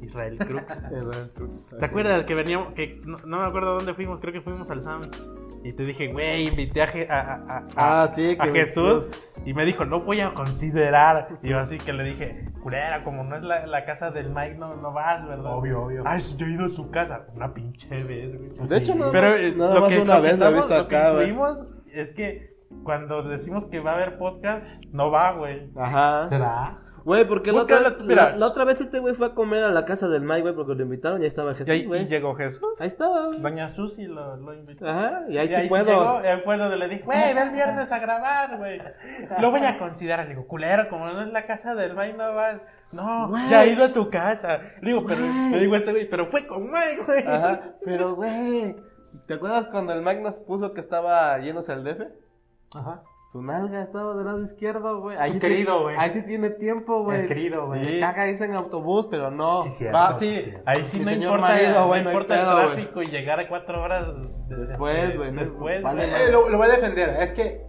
Israel Crux. ¿Te
¿Te
acuerdas que veníamos, que no, no me acuerdo dónde fuimos, creo que fuimos al Sams? Y te dije, güey, invité a, Je- a- a- a-
Ah, sí,
a
que
Jesús. Y me dijo, no voy a considerar. Y yo así que le dije, culera, como no es la, la casa del Mike, no, no vas, ¿verdad?
Obvio, obvio.
Ay, sí, yo he ido a tu casa. Una pinche vez, güey.
De hecho, nada
Pero
más-
eh,
nada
lo
más
que-
una
lo que
vez la he
estamos-
visto
lo que
acá, güey.
incluimos es que cuando decimos que va a haber podcast, no va, güey.
Ajá.
¿Será?
Güey, porque la otra,
Búscala, mira.
la- la otra vez este güey fue a comer a la casa del Mike, güey, porque lo invitaron y ahí estaba
Y, ahí-
Jesús,
y
güey.
llegó Jesús.
Ahí estaba, güey.
Doña Susi lo, lo invitó.
Ajá, y ahí
Y
sí puedo.
llegó, y ahí fue donde le dije, güey, ve el viernes a grabar, güey. Lo voy a considerar. Le digo, culero, como no es la casa del May, no va. No,
Güey.
ya he ido a tu casa. Le digo, pero, le digo a este güey, pero fue con May, güey.
Ajá, pero güey, ¿te acuerdas cuando el Mike nos puso que estaba llenos el DF?
Ajá.
Su nalga estaba del lado izquierdo, güey. Ahí sí
Su querido,
tiene-
güey.
Ahí sí tiene tiempo,
El
güey.
querido, güey.
Sí.
Me caga irse en autobús, pero no.
Sí, cierto.
va-
Ah, sí, ahí sí
Mi
no
señor
importa,
marido,
no
güey, no hay
importa
pedo,
el
güey.
tráfico y llegar a cuatro horas de-
Después, güey, no es-
Después,
vale,
güey.
Eh, lo, lo voy a defender. Es que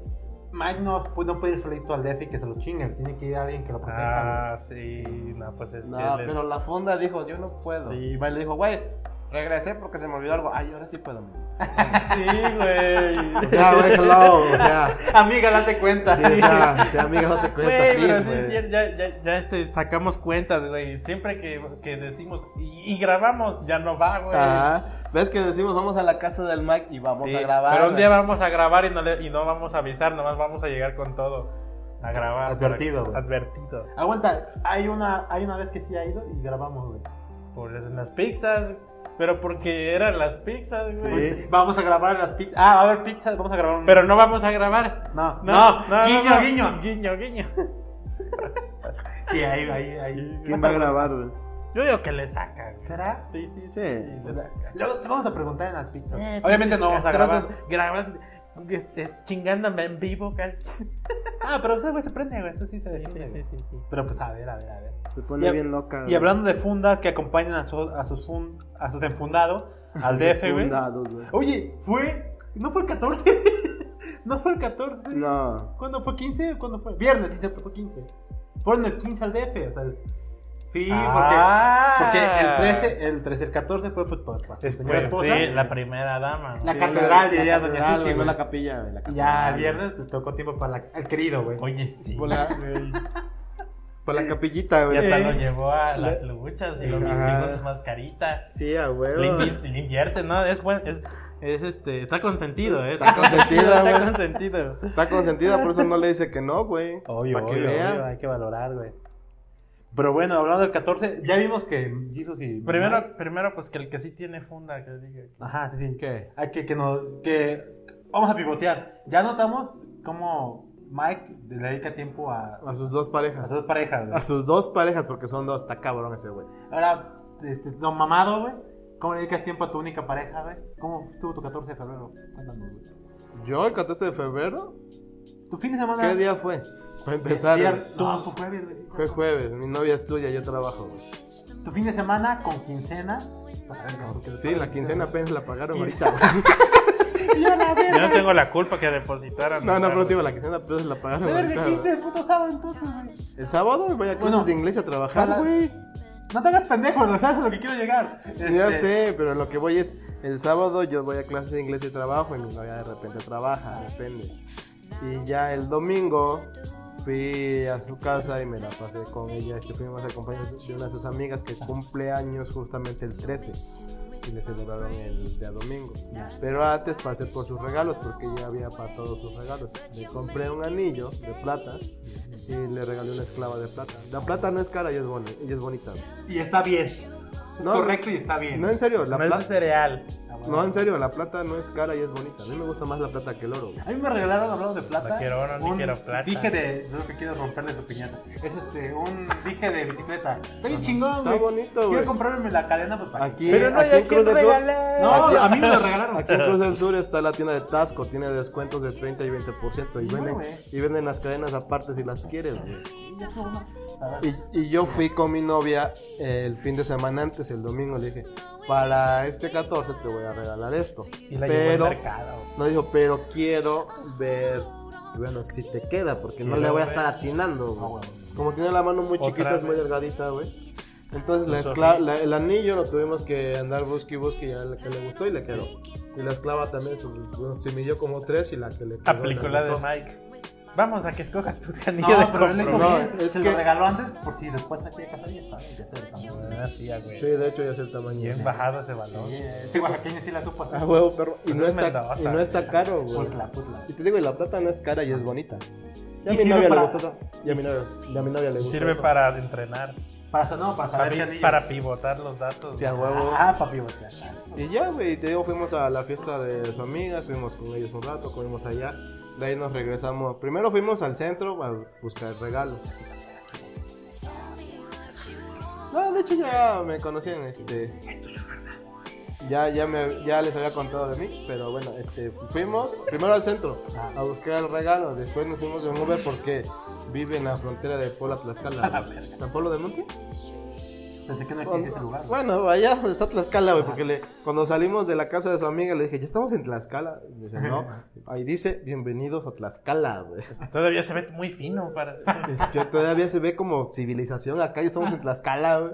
Mike no, pues, no puede ir solito al DF y que se lo chingue. Tiene que ir a alguien que lo proteja.
Ah, sí, no, pues es
No,
que les-
pero la fonda dijo, yo no puedo.
Sí.
Y va y le dijo, güey, regresé porque se me olvidó algo. Ay, ahora sí puedo. amigo.
Sí, güey.
O sea, güey, hello, o sea.
güey. Amiga, date cuenta.
Sí, o sea, sí, amiga, no te
Güey, pero
cuentas,
sí es cierto, ya, ya, ya, este, sacamos cuentas, güey. Siempre que, que decimos y, y grabamos, ya no va, güey.
Ah.
Ajá. Ves que decimos, vamos a la casa del Mike y vamos
Sí,
a grabar.
Pero un
güey.
día vamos a grabar y no, le- y no vamos a avisar, nomás vamos a llegar con todo a grabar.
Advertido,
Para-
güey.
Advertido.
Aguanta, hay una, hay una vez que sí ha ido y grabamos, güey.
Por eso en las pizzas, pero porque eran las pizzas, güey.
Pues, Vamos a grabar en las pizzas. Ah, va a haber pizzas, vamos a grabar un...
Pero no vamos a grabar.
No, no, guiño, guiño.
Guiño, guiño.
Sí, ahí, ahí, ahí.
¿Quién va a grabar, güey?
Yo digo que le sacan.
¿Será?
Sí, sí, sí.
Sí.
le sacan.
Luego te vamos a preguntar en las pizzas.
Eh,
Obviamente no vamos a
Castrosos,
grabar.
Graban este, chingándome en vivo casi. Sí,
Ah, pero usted, güey, te prende, güey. Entonces sí te
sí,
defiende,
sí,
güey.
sí, sí.
Pero pues a ver, a ver, a ver.
Se
Y
pone
hab-
bien loca.
Y hablando de fundas que acompañan a, su- a sus, fun- a sus enfundados, al DF, güey. Oh. Oye, fue. No fue el 14. no fue el 14.
No.
¿Cuándo fue 15? o ¿Cuándo fue? Viernes, sí, cierto, fue 15. Fueron el 15 al DF. O sea, sí,
Ah.
porque, porque el 13, el 13, el 14 fue pues, por, por su
Después
señora esposa.
de la primera dama.
La catedral,
de
diría doña Susi, güey.
la capilla, güey. la
Y
catedral,
pues, ya el
güey.
viernes le tocó tiempo para la- al querido, güey.
Oye, sí.
Hola. Para la capillita,
Y
güey.
hasta
Eh.
lo llevó a las luchas y lo vistió con sus mascaritas.
Sí, a
Le,
huevo.
invi- le invierte, ¿no? Es buen, es, es este, está consentido, eh.
Está consentido,
está
güey.
consentido.
Está consentida, por eso no le dice que no, güey.
Obvio,
Para que
obvio,
veas.
obvio, hay que valorar, güey.
Pero bueno, hablando del 14, ya vimos que Jesus y.
Primero, primero, pues que el que sí tiene funda, que diga.
Ajá, sí, sí.
¿Qué?
Hay que, que nos. Que vamos a pivotear. Ya notamos cómo Mike le dedica tiempo a,
A sus dos
a
parejas.
sus parejas,
A
güey.
sus dos parejas, porque son dos. Está cabrón ese, güey.
Ahora, este, don mamado, güey. ¿Cómo le dedicas tiempo a tu única pareja, güey? ¿Cómo estuvo tu 14 de febrero? Cuéntanos, güey.
Yo, el 14 de febrero,
¿Tu fin de semana?
¿qué día fue? Para empezar,
Día-
güey.
tu, tu jueves, güey.
fue jueves. Mi novia es tuya, yo trabajo. güey.
Tu fin de semana con quincena.
Sí, la quincena apenas la pagaron ahorita, güey.
Yo no tengo la culpa que depositaran.
No, no, pero
güey.
digo, la quincena apenas la pagaron
De verga,
ahorita.
quince
güey.
el puto sábado entonces, güey.
El sábado voy a
Bueno,
clases de inglés a
para-
trabajar, güey.
No te hagas pendejo, no sabes a lo que quiero llegar.
Ya
Este,
sé, pero lo que voy es, el sábado yo voy a clases de inglés y trabajo y mi novia de repente trabaja, depende. Y ya el domingo fui a su casa y me la pasé con ella, que fuimos acompañados de una de sus amigas que cumple años justamente el 13 y le celebraron el día domingo. Pero antes pasé por sus regalos porque ya había pasado sus regalos. Le compré un anillo de plata y le regalé una esclava de plata. La plata no es cara, ella es, boni- ella es bonita.
Y está bien.
No,
Correcto y está bien.
No, en serio, la
No es de
plata...
cereal.
No, en serio, la plata no es cara y es bonita. A mí me gusta más la plata que el oro. güey.
A mí me regalaron, hablando de plata.
No quiero oro, ni
un
quiero plata.
Dije de. Es lo que quiero romperle su piñata. Es este, un dije de bicicleta. Está bien chingón,
Está
güey.
bonito,
Quiero
güey.
comprarme la cadena, pues para
Aquí, aquí en Cruz del Sur,
No,
regalar.
Aquí-
a mí me lo regalaron.
aquí en Cruz del Sur está la tienda de Tasco, tiene descuentos de 30 y 20% y
Sí,
venden,
güey.
y venden las cadenas aparte si las quieres. güey.
Ya tuvo una. A ver.
Y, y yo fui con mi novia eh, el fin de semana antes, el domingo, le dije, para este 14 te voy a regalar esto.
Y la llevó
pero
al mercado.
no dijo, pero quiero ver, bueno, si te queda, porque no
Quiero
le voy a
ver.
estar atinando. güey.
No, güey.
Como tiene la mano muy
Ah, Otra
chiquita, es muy
vez.
delgadita, güey. Entonces la
Otra
escla-
vez.
la- el anillo lo tuvimos que andar busque y busque, ya la que le gustó y le quedó. Y la esclava también pues, pues, se midió como tres y la que le quedó.
Aplicó la de Mike. Vamos a que escojas tu anillo
No,
de
pero él le hizo
compromiso.
no,
bien.
es
Se
que-
lo regaló antes por si después te quiere casar. Ya está bien, ya te lo cambió.
Ah, sí, ah, güey.
Sí, de hecho ya es el tamaño.
Bien bajado ese balón.
Sí, Ese oaxaqueño sí la supo hacer.
A huevo, perro. Y
Pues
no,
es
está,
Mendoza,
y no está
güey.
caro, güey.
Putla, putla.
Y te digo, y la plata no es cara y es bonita. Y a
Y
mi
sirve
novia le
para-
gustó eso. Y a mi novia, y a mi novia le gustó
Sirve
eso.
para entrenar.
Para, no, para
Para,
saber qué
pi-
anillo.
para pivotar los datos.
Sí, a huevo.
Ah, papi, o sea,
Y ya, güey, te digo, fuimos a la fiesta de su amiga, estuvimos con ellos un rato, comimos allá. De ahí nos regresamos. Primero fuimos al centro a buscar regalos. No, de hecho ya me conocían, este. Ya, ya, me, ya les había contado de mí, pero bueno, este, fuimos primero al centro a buscar el regalo. Después nos fuimos en Uber porque vive en la frontera de Puebla, Tlaxcala. ¿San Pablo de Monte?
Pensé que no existe ese lugar.
Bueno, allá donde está Tlaxcala, güey, porque le- cuando salimos de la casa de su amiga le dije, ya estamos en Tlaxcala. Y me dice, no, ahí dice, bienvenidos a Tlaxcala, güey.
Todavía se ve muy fino para.
Yo todavía se ve como civilización acá, ya estamos en Tlaxcala, güey.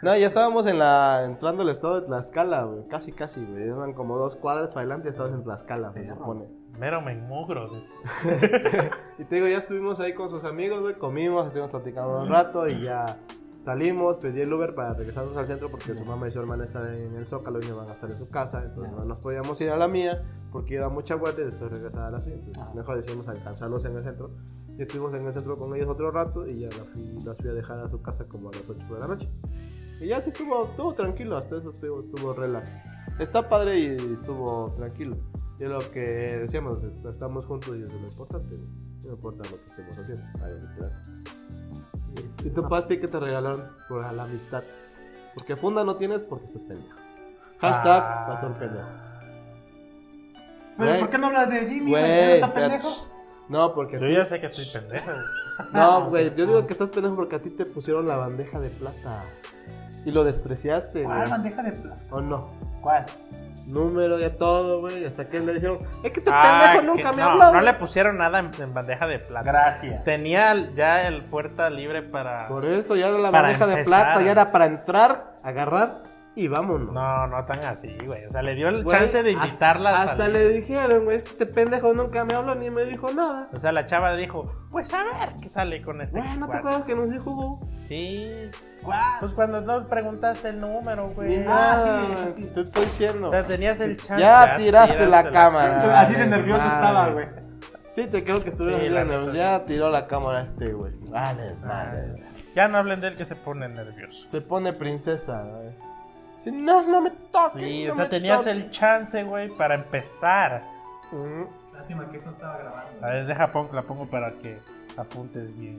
No, ya estábamos en la, entrando al estado de Tlaxcala, güey, casi, casi, güey. Eran como dos cuadras para adelante y estabas en Tlaxcala, se
Perro.
supone.
Mero menmugro. dice.
Y te digo, ya estuvimos ahí con sus amigos, güey, comimos, estuvimos platicando un rato y ya salimos, pedí el Uber para regresarnos al centro porque su mamá y su hermana están en el Zócalo y no van a estar en su casa, entonces no nos podíamos ir a la mía porque iba mucha vuelta y después regresar a la suya, entonces mejor decidimos alcanzarlos en el centro. Y estuvimos en el centro con ellos otro rato y ya la fui- las fui a dejar a su casa como a las 8 de la noche. Y ya sí estuvo, estuvo tranquilo, hasta eso estuvo, estuvo relax. Está padre y estuvo tranquilo. Y lo que decíamos, es- estamos juntos y eso es lo importante. güey. No importa lo que estemos haciendo. ¿Y tú, Pasti, qué te regalaron por la amistad? Porque funda no tienes porque estás pendejo. Hashtag
Ah.
pastor pendejo.
Pero
Güey.
¿por qué no hablas de Jimmy? güey? ¿No
Güey,
está pendejo?
no, porque
Yo ya sé que estoy
Este
pendejo.
No, güey, yo digo que estás pendejo porque a ti te pusieron la bandeja de plata. Y lo despreciaste, güey.
¿Cuál bandeja de plata?
¿O no?
¿Cuál?
Número de todo, güey. Hasta que le dijeron, es que te
Ah,
pendejo nunca
que-
me
no,
habló.
No le pusieron nada en, en bandeja de plata.
Gracias.
Tenía ya el puerta libre para.
Por eso ya era la
Para
bandeja de
empezar.
plata, ya era para entrar, agarrar y vámonos.
No, no tan así, güey. O sea, le dio el
Güey,
chance de
hasta-
invitarla. a
Hasta
salir.
le dijeron, güey, este pendejo nunca me habló ni me dijo nada.
O sea, la chava dijo, pues a ver qué sale con este.
Güey, ¿no te
cuate".
acuerdas que nos dijo Hugo?
Sí.
¿Cuál?
Pues cuando no preguntaste el número,
Ni
güey.
nada,
ah, sí,
güey,
sí.
te estoy diciendo.
O sea, tenías el chance.
Ya tiraste la cámara.
Así de
Vale,
nervioso
madre.
estaba, güey.
Sí, te creo que estuvieron
Sí,
así
la
de nervioso.
neta.
Ya tiró la cámara este, güey. Vale,
madre. Ya no hablen de él que se pone nervioso.
Se pone princesa, güey. Sí, no, no me toques.
Sí,
no
o sea,
me
tenías
toques.
el chance, güey, para empezar.
Mm.
Lástima que esto estaba grabando.
A ver, deja pon- la pongo para que apuntes bien.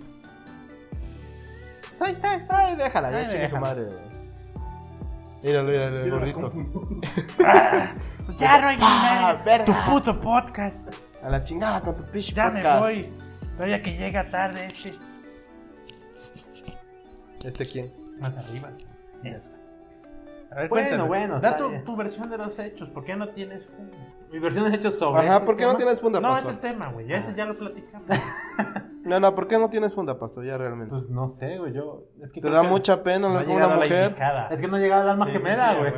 Ahí está, ahí está, ahí déjala,
Ahí
ya chingue su
déjala.
madre, güey. Míralo, míralo, el gorrito.
Ya no hay
Ah,
dinero.
verga.
Tu puto podcast.
A la chingada con tu pinche
Ya
podcast.
me voy. Todavía que llega tarde este.
¿Este quién?
Más arriba. Eso. A
Bueno,
ver, cuéntame.
bueno,
Da
está
tu,
bien.
tu versión de los hechos. ¿Por qué no tienes funda?
Mi versión es hecha sobre.
Ajá,
ese
¿por qué no Ah.
tema.
tienes funda,
No,
pastor?
ese tema, güey. Ya ese ya lo platicamos.
No, no, ¿por qué no tienes funda, pastor? Ya realmente.
Pues no sé, güey. Yo. Es que
Te
creo
da
que-
mucha pena
No ha
hablar con
llegado
una
a la
mujer.
indicada.
Es que no llegaba el alma
Sí,
gemela,
sí,
güey.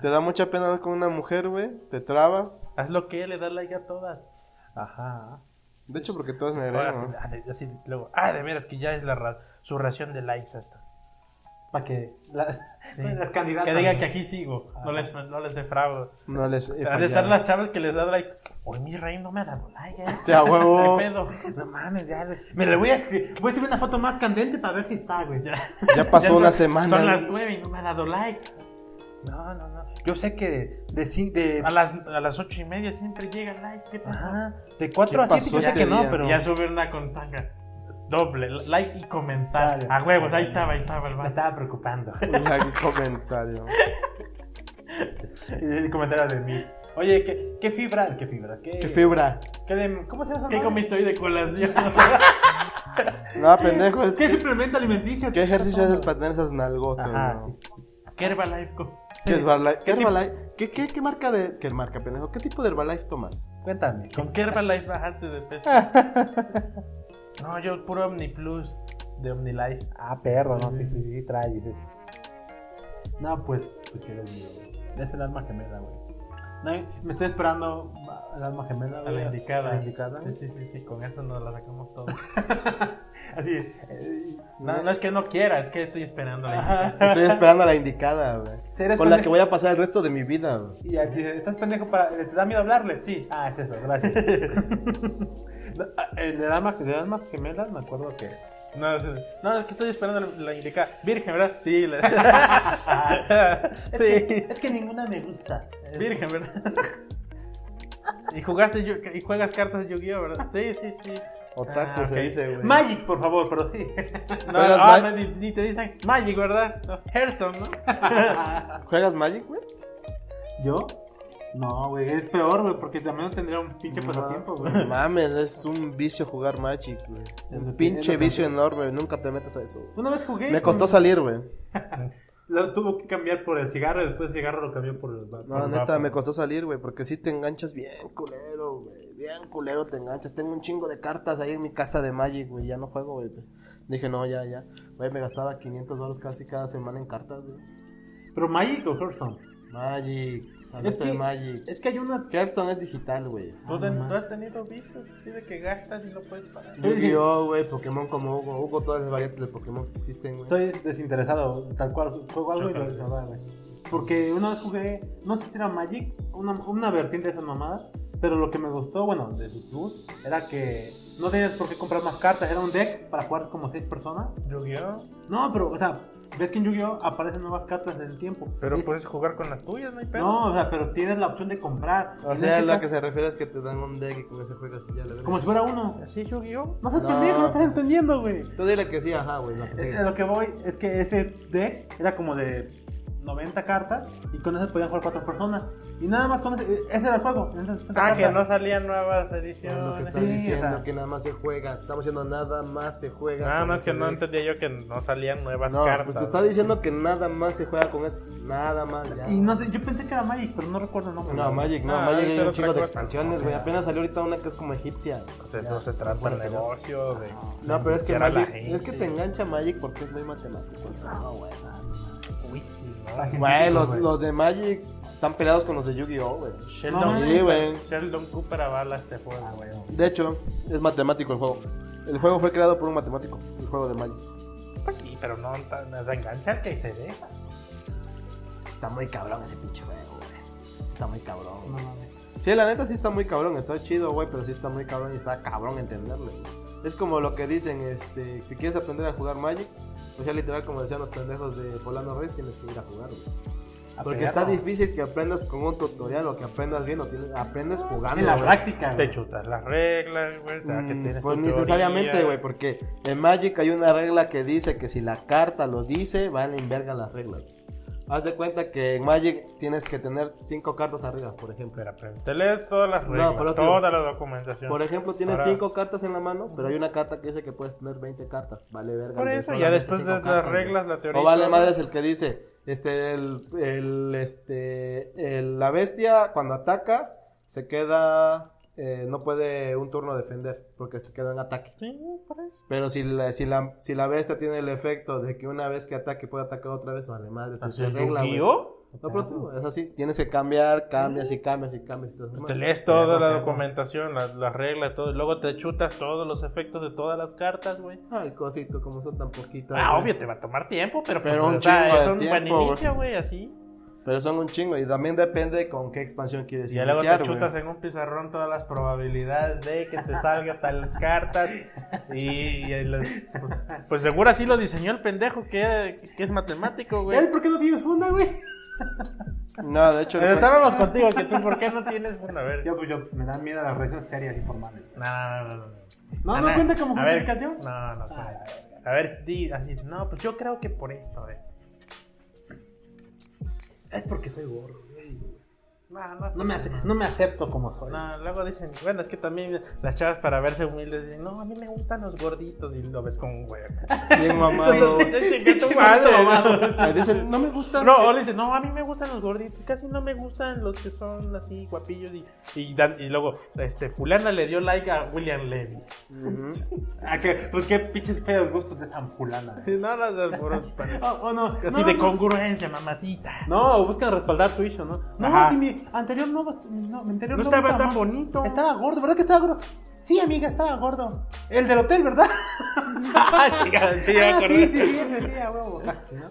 Te da mucha pena hablar con una mujer, güey. Te trabas.
Haz lo que le das like a todas.
Ajá.
De hecho, porque todas me
Ahora
agregan.
sí,
¿no?
ah, de- así, luego, ah, de veras que ya es la ra- su ración de likes hasta.
Para que las,
Sí.
Pues las candidatas.
Que digan que aquí sigo, no
Ah.
les, no les defraudo.
No les he
Han de estar
fallado.
las chavas que les dan like. Hoy mi rey no me ha dado like, eh.
Sí, a huevo.
¿Qué pedo?
No mames, ya. güey. Me le voy a escribir. Voy a subir una foto más candente para ver si está, güey.
Ya,
Ya pasó
son-
una semana.
Son las nueve y no me ha dado like.
No, no, no. Yo sé que de. cin- de
A las, a las ocho y media siempre llegan likes. ¿Qué pasa?
ajá. De 4 a
¿Qué
7, yo
pasó
sé
este
que no,
día?
pero.
Ya sube una contanga. Doble, like y comentar.
Dale.
A huevos, ahí estaba, ahí estaba el
Me
vato.
estaba preocupando.
Like, comentario.
El comentario de mí. Oye, ¿qué, qué fibra? ¿Qué fibra? ¿Qué,
¿Qué fibra?
qué de- ¿Cómo se llama? esa
¿Qué
madre?
comiste hoy de colación?
No, pendejo, es
¿Qué
que-
suplemento alimenticio?
¿Qué ejercicio haces para tener esas nalgotas?
Ajá.
no?
¿Qué Herbalife co-
¿Qué es Herbalife? ¿Qué,
¿Qué tipo-
Herbalife? ¿Qué, qué, qué marca de... ¿Qué marca, pendejo? ¿Qué tipo de Herbalife tomas?
Cuéntame.
¿Con qué Herbalife bajaste de peso? no, yo puro OmniPlus de OmniLife.
Ah, perro, no, sí, sí, sí, trae, dice. No, pues, pues que lo mío, güey. Es el alma gemela, güey. No, me estoy esperando al alma gemela,
A
güey.
la indicada.
a Ah, la indicada.
Sí, sí, sí, sí, con eso nos la sacamos todo.
Así es. Eh,
No, no es que no quiera, es que estoy esperando la indicada.
Estoy esperando a la indicada, güey.
¿Serás
Con la
pendejo?
que voy a pasar el resto de mi vida, güey.
Y aquí dice, ¿estás pendejo para. ¿Te da miedo hablarle? Sí. Ah, es eso, gracias. No, ah, el del alma, el del alma gemela, me acuerdo que.
No, es, no, es que estoy esperando la, la indicada. Virgen, ¿verdad? Sí, la- sí.
es que ninguna me gusta.
Virgen, ¿verdad? Y jugaste yu- y juegas cartas de Yu-Gi-Oh, ¿verdad? Sí, sí, sí.
Otaku
Ah,
se
ok.
dice, güey.
Magic, por favor, pero sí.
No,
¿Juegas
ah,
Mag-
no, ni, ni te dicen Magic, ¿verdad? No, Hearthstone, ¿no?
¿Juegas Magic, güey?
¿Yo? No, güey, es peor, güey, porque también tendría un pinche pasatiempo, güey.
No Mames, es un vicio jugar Magic, güey. Un pinche vicio enorme, nunca te metas a eso. güey.
Una vez jugué.
Me costó salir, güey.
Lo tuvo que cambiar por el cigarro y después el cigarro lo cambió por el vape.
No,
Por
neta,
vapo.
me costó salir, güey, porque sí te enganchas bien culero, güey. Bien culero te enganchas. Tengo un chingo de cartas ahí en mi casa de Magic, güey. Ya no juego, güey. Dije, no, ya, ya. Güey, me gastaba 500 dólares casi cada semana en cartas, güey.
Pero Magic o
Pues,
Hearthstone.
Magic.
Es
Hablando
que,
de Magic.
es que hay una.
Hearthstone es digital, güey.
¿Tú,
Ah,
ten-
man.
tú has tenido vicios así de que gastas y no puedes parar.
Yu-Gi-Oh, güey, Pokémon como Hugo. Hugo, todas las variantes de Pokémon que existen, güey.
Soy desinteresado, tal cual. Juego algo y lo
Yo
lo- güey. Porque una vez jugué, no sé si era Magic, una, una vertiente de esas mamadas. Pero lo que me gustó, bueno, de sus plus, era que no tenías por qué comprar más cartas. Era un deck para jugar como seis personas.
Yu-Gi-Oh.
No, pero, o sea, ves que en Yu-Gi-Oh! aparecen nuevas cartas en el tiempo.
Pero
Y-
puedes jugar con las tuyas, no hay pedo.
No, o sea, pero tienes la opción de comprar.
O
Tienes
sea,
que
lo
ca-
que se refiere es que te dan un deck y con ese juegas y ya le
Como si fuera uno.
¿Así Yu-Gi-Oh?
No estás
No.
entendiendo, no estás entendiendo, güey.
Tú dile que sí, ajá, güey. lo que
Eh,
sigue.
A lo que voy es que ese deck era como de 90 cartas y con esas podían jugar cuatro personas. Y nada más con ese, eh, ese era el juego. en esas 60
Ah, que
cartas.
no salían nuevas
No, Ah, lo que
ediciones.
estás
Sí,
diciendo
o sea.
que nada más se juega. Estamos diciendo nada más se juega.
Nada
con
más
ese
que no
deck.
entendía yo que no salían nuevas
No,
cartas.
pues te está
güey.
diciendo que nada más se juega con eso. Nada más, ya.
Y no sé, yo pensé que era Magic, pero no recuerdo el nombre.
No, Magic, no,
Ah,
Magic
esa
hay
era
un
otra
chingo de
cosa.
expansiones, güey. Apenas salió ahorita una que es como egipcia.
Pues eso se trata
bueno,
de
que no.
negocio, de...
No, pero es que
Era la
Magic,
gente.
Ah,
es que te engancha Magic porque es muy matemático.
No, güey, no, no.
Uy, sí, no,
Argentina,
Güey, los,
güey.
los de Magic están peleados con los de Yu-Gi-Oh, güey.
Sheldon,
Sí, güey.
Cooper, Sheldon Cooper avala este juego.
Ah, güey, güey.
De hecho, es matemático el juego. El juego fue creado por un matemático, el juego de Magic.
Pues sí, pero no tan o sea, enganchar que se ve.
Está muy cabrón ese pinche juego, güey. Está muy cabrón.
No mames.
Sí, la neta sí está muy cabrón, está chido, güey, pero sí está muy cabrón y está cabrón entenderle. Es como lo que dicen, este, si quieres aprender a jugar Magic, pues ya literal como decían los pendejos de Polano Red, tienes que ir a jugar, güey. Porque está
perro.
difícil que aprendas con un tutorial o que aprendas viendo, tienes- aprendes jugando.
En la
güey.
práctica, güey.
Te chutas las reglas, güey. te da que
Mm,
tienes
pues
tu
necesariamente,
teoría.
güey, porque en Magic hay una regla que dice que si la carta lo dice, valen verga las reglas. Haz de cuenta que en Magic tienes que tener cinco cartas arriba, por ejemplo.
Espera, pero te lees todas las
No,
reglas,
pero te-
toda la documentación.
Por ejemplo, tienes
Ahora-
cinco cartas en la mano, pero hay una carta que dice que puedes tener 20 cartas. Vale verga.
Por
el de
eso, ya
solamente
después de
cinco
las
cartas, güey.
reglas, la teoría.
O
y
vale
todo.
madres el que dice, este, el, el, este, el- la bestia cuando ataca se queda, eh, no puede un turno defender porque se queda en ataque.
Sí, por eso.
Pero si la, si, la, si la bestia tiene el efecto de que una vez que ataque puede atacar otra vez, vale madre, se
Hacer
regla, güey.
Yu-Gi-Oh! Ah.
No, pero tú, es así, tienes que cambiar, cambias y cambias y cambias. y todo eso.
Pues Te lees toda la documentación, las las reglas, todo. y Luego te chutas todos los efectos de todas las cartas, güey.
Ay, cosito, como son tan poquitas.
Ah,
güey.
obvio, te va a tomar tiempo, pero, pues,
Pero un
o sea,
chingo de
es un buen
tiempo,
inicio, güey, así.
Pero son un chingo y también depende con qué expansión quieres
Y ya luego
iniciar,
te
güey.
chutas en un pizarrón todas las probabilidades de que te salga tales cartas. Y, y las- pues seguro así lo diseñó el pendejo que, que es matemático,
Ey,
güey.
¿Por qué no tienes funda, güey?
eh.
No, de hecho,
Pero estábamos contigo, que tú, ¿por qué no tienes una? A ver.
pues- Yo, pues yo, me dan miedo las relaciones serias y formales.
No, no, no, no.
No,
Ah,
no cuenta como
a ver,
justificación.
No, no cuenta. A ver, di así. No, pues yo creo que por esto, a ver.
Es porque soy gordo, güey.
No, no,
No me, ace- no me acepto como soy.
No, luego dicen, bueno, es que también las chavas para verse humildes dicen, no, a mí me gustan los gorditos y lo ves con un huevo.
bien mamado.
Chinga tu
Pinche
madre.
mamado.
Me dicen, no me gusta.
No, o le dicen, no, a mí me gustan los gorditos, casi no me gustan los que son así guapillos y, y, dan- y luego, este, fulana le dio like a William Levy.
Ujú.
Ah, que- pues qué pinches feos gustos de San Fulana.
Y no las del por- para-
Oh, oh, no.
Así
no,
de
no.
congruencia, mamacita.
No, o buscan respaldar tu issue, ¿no? No,
Ajá.
si mi anterior no, no, mi anterior
No
novio
estaba tan
mal.
bonito.
Estaba gordo, ¿verdad que estaba gordo? Sí, amiga, estaba gordo. El del hotel, ¿verdad?
Chica, sí, ya
Ah,
me
sí,
acordé.
sí, sí, ese día, huevo, casi, ¿no?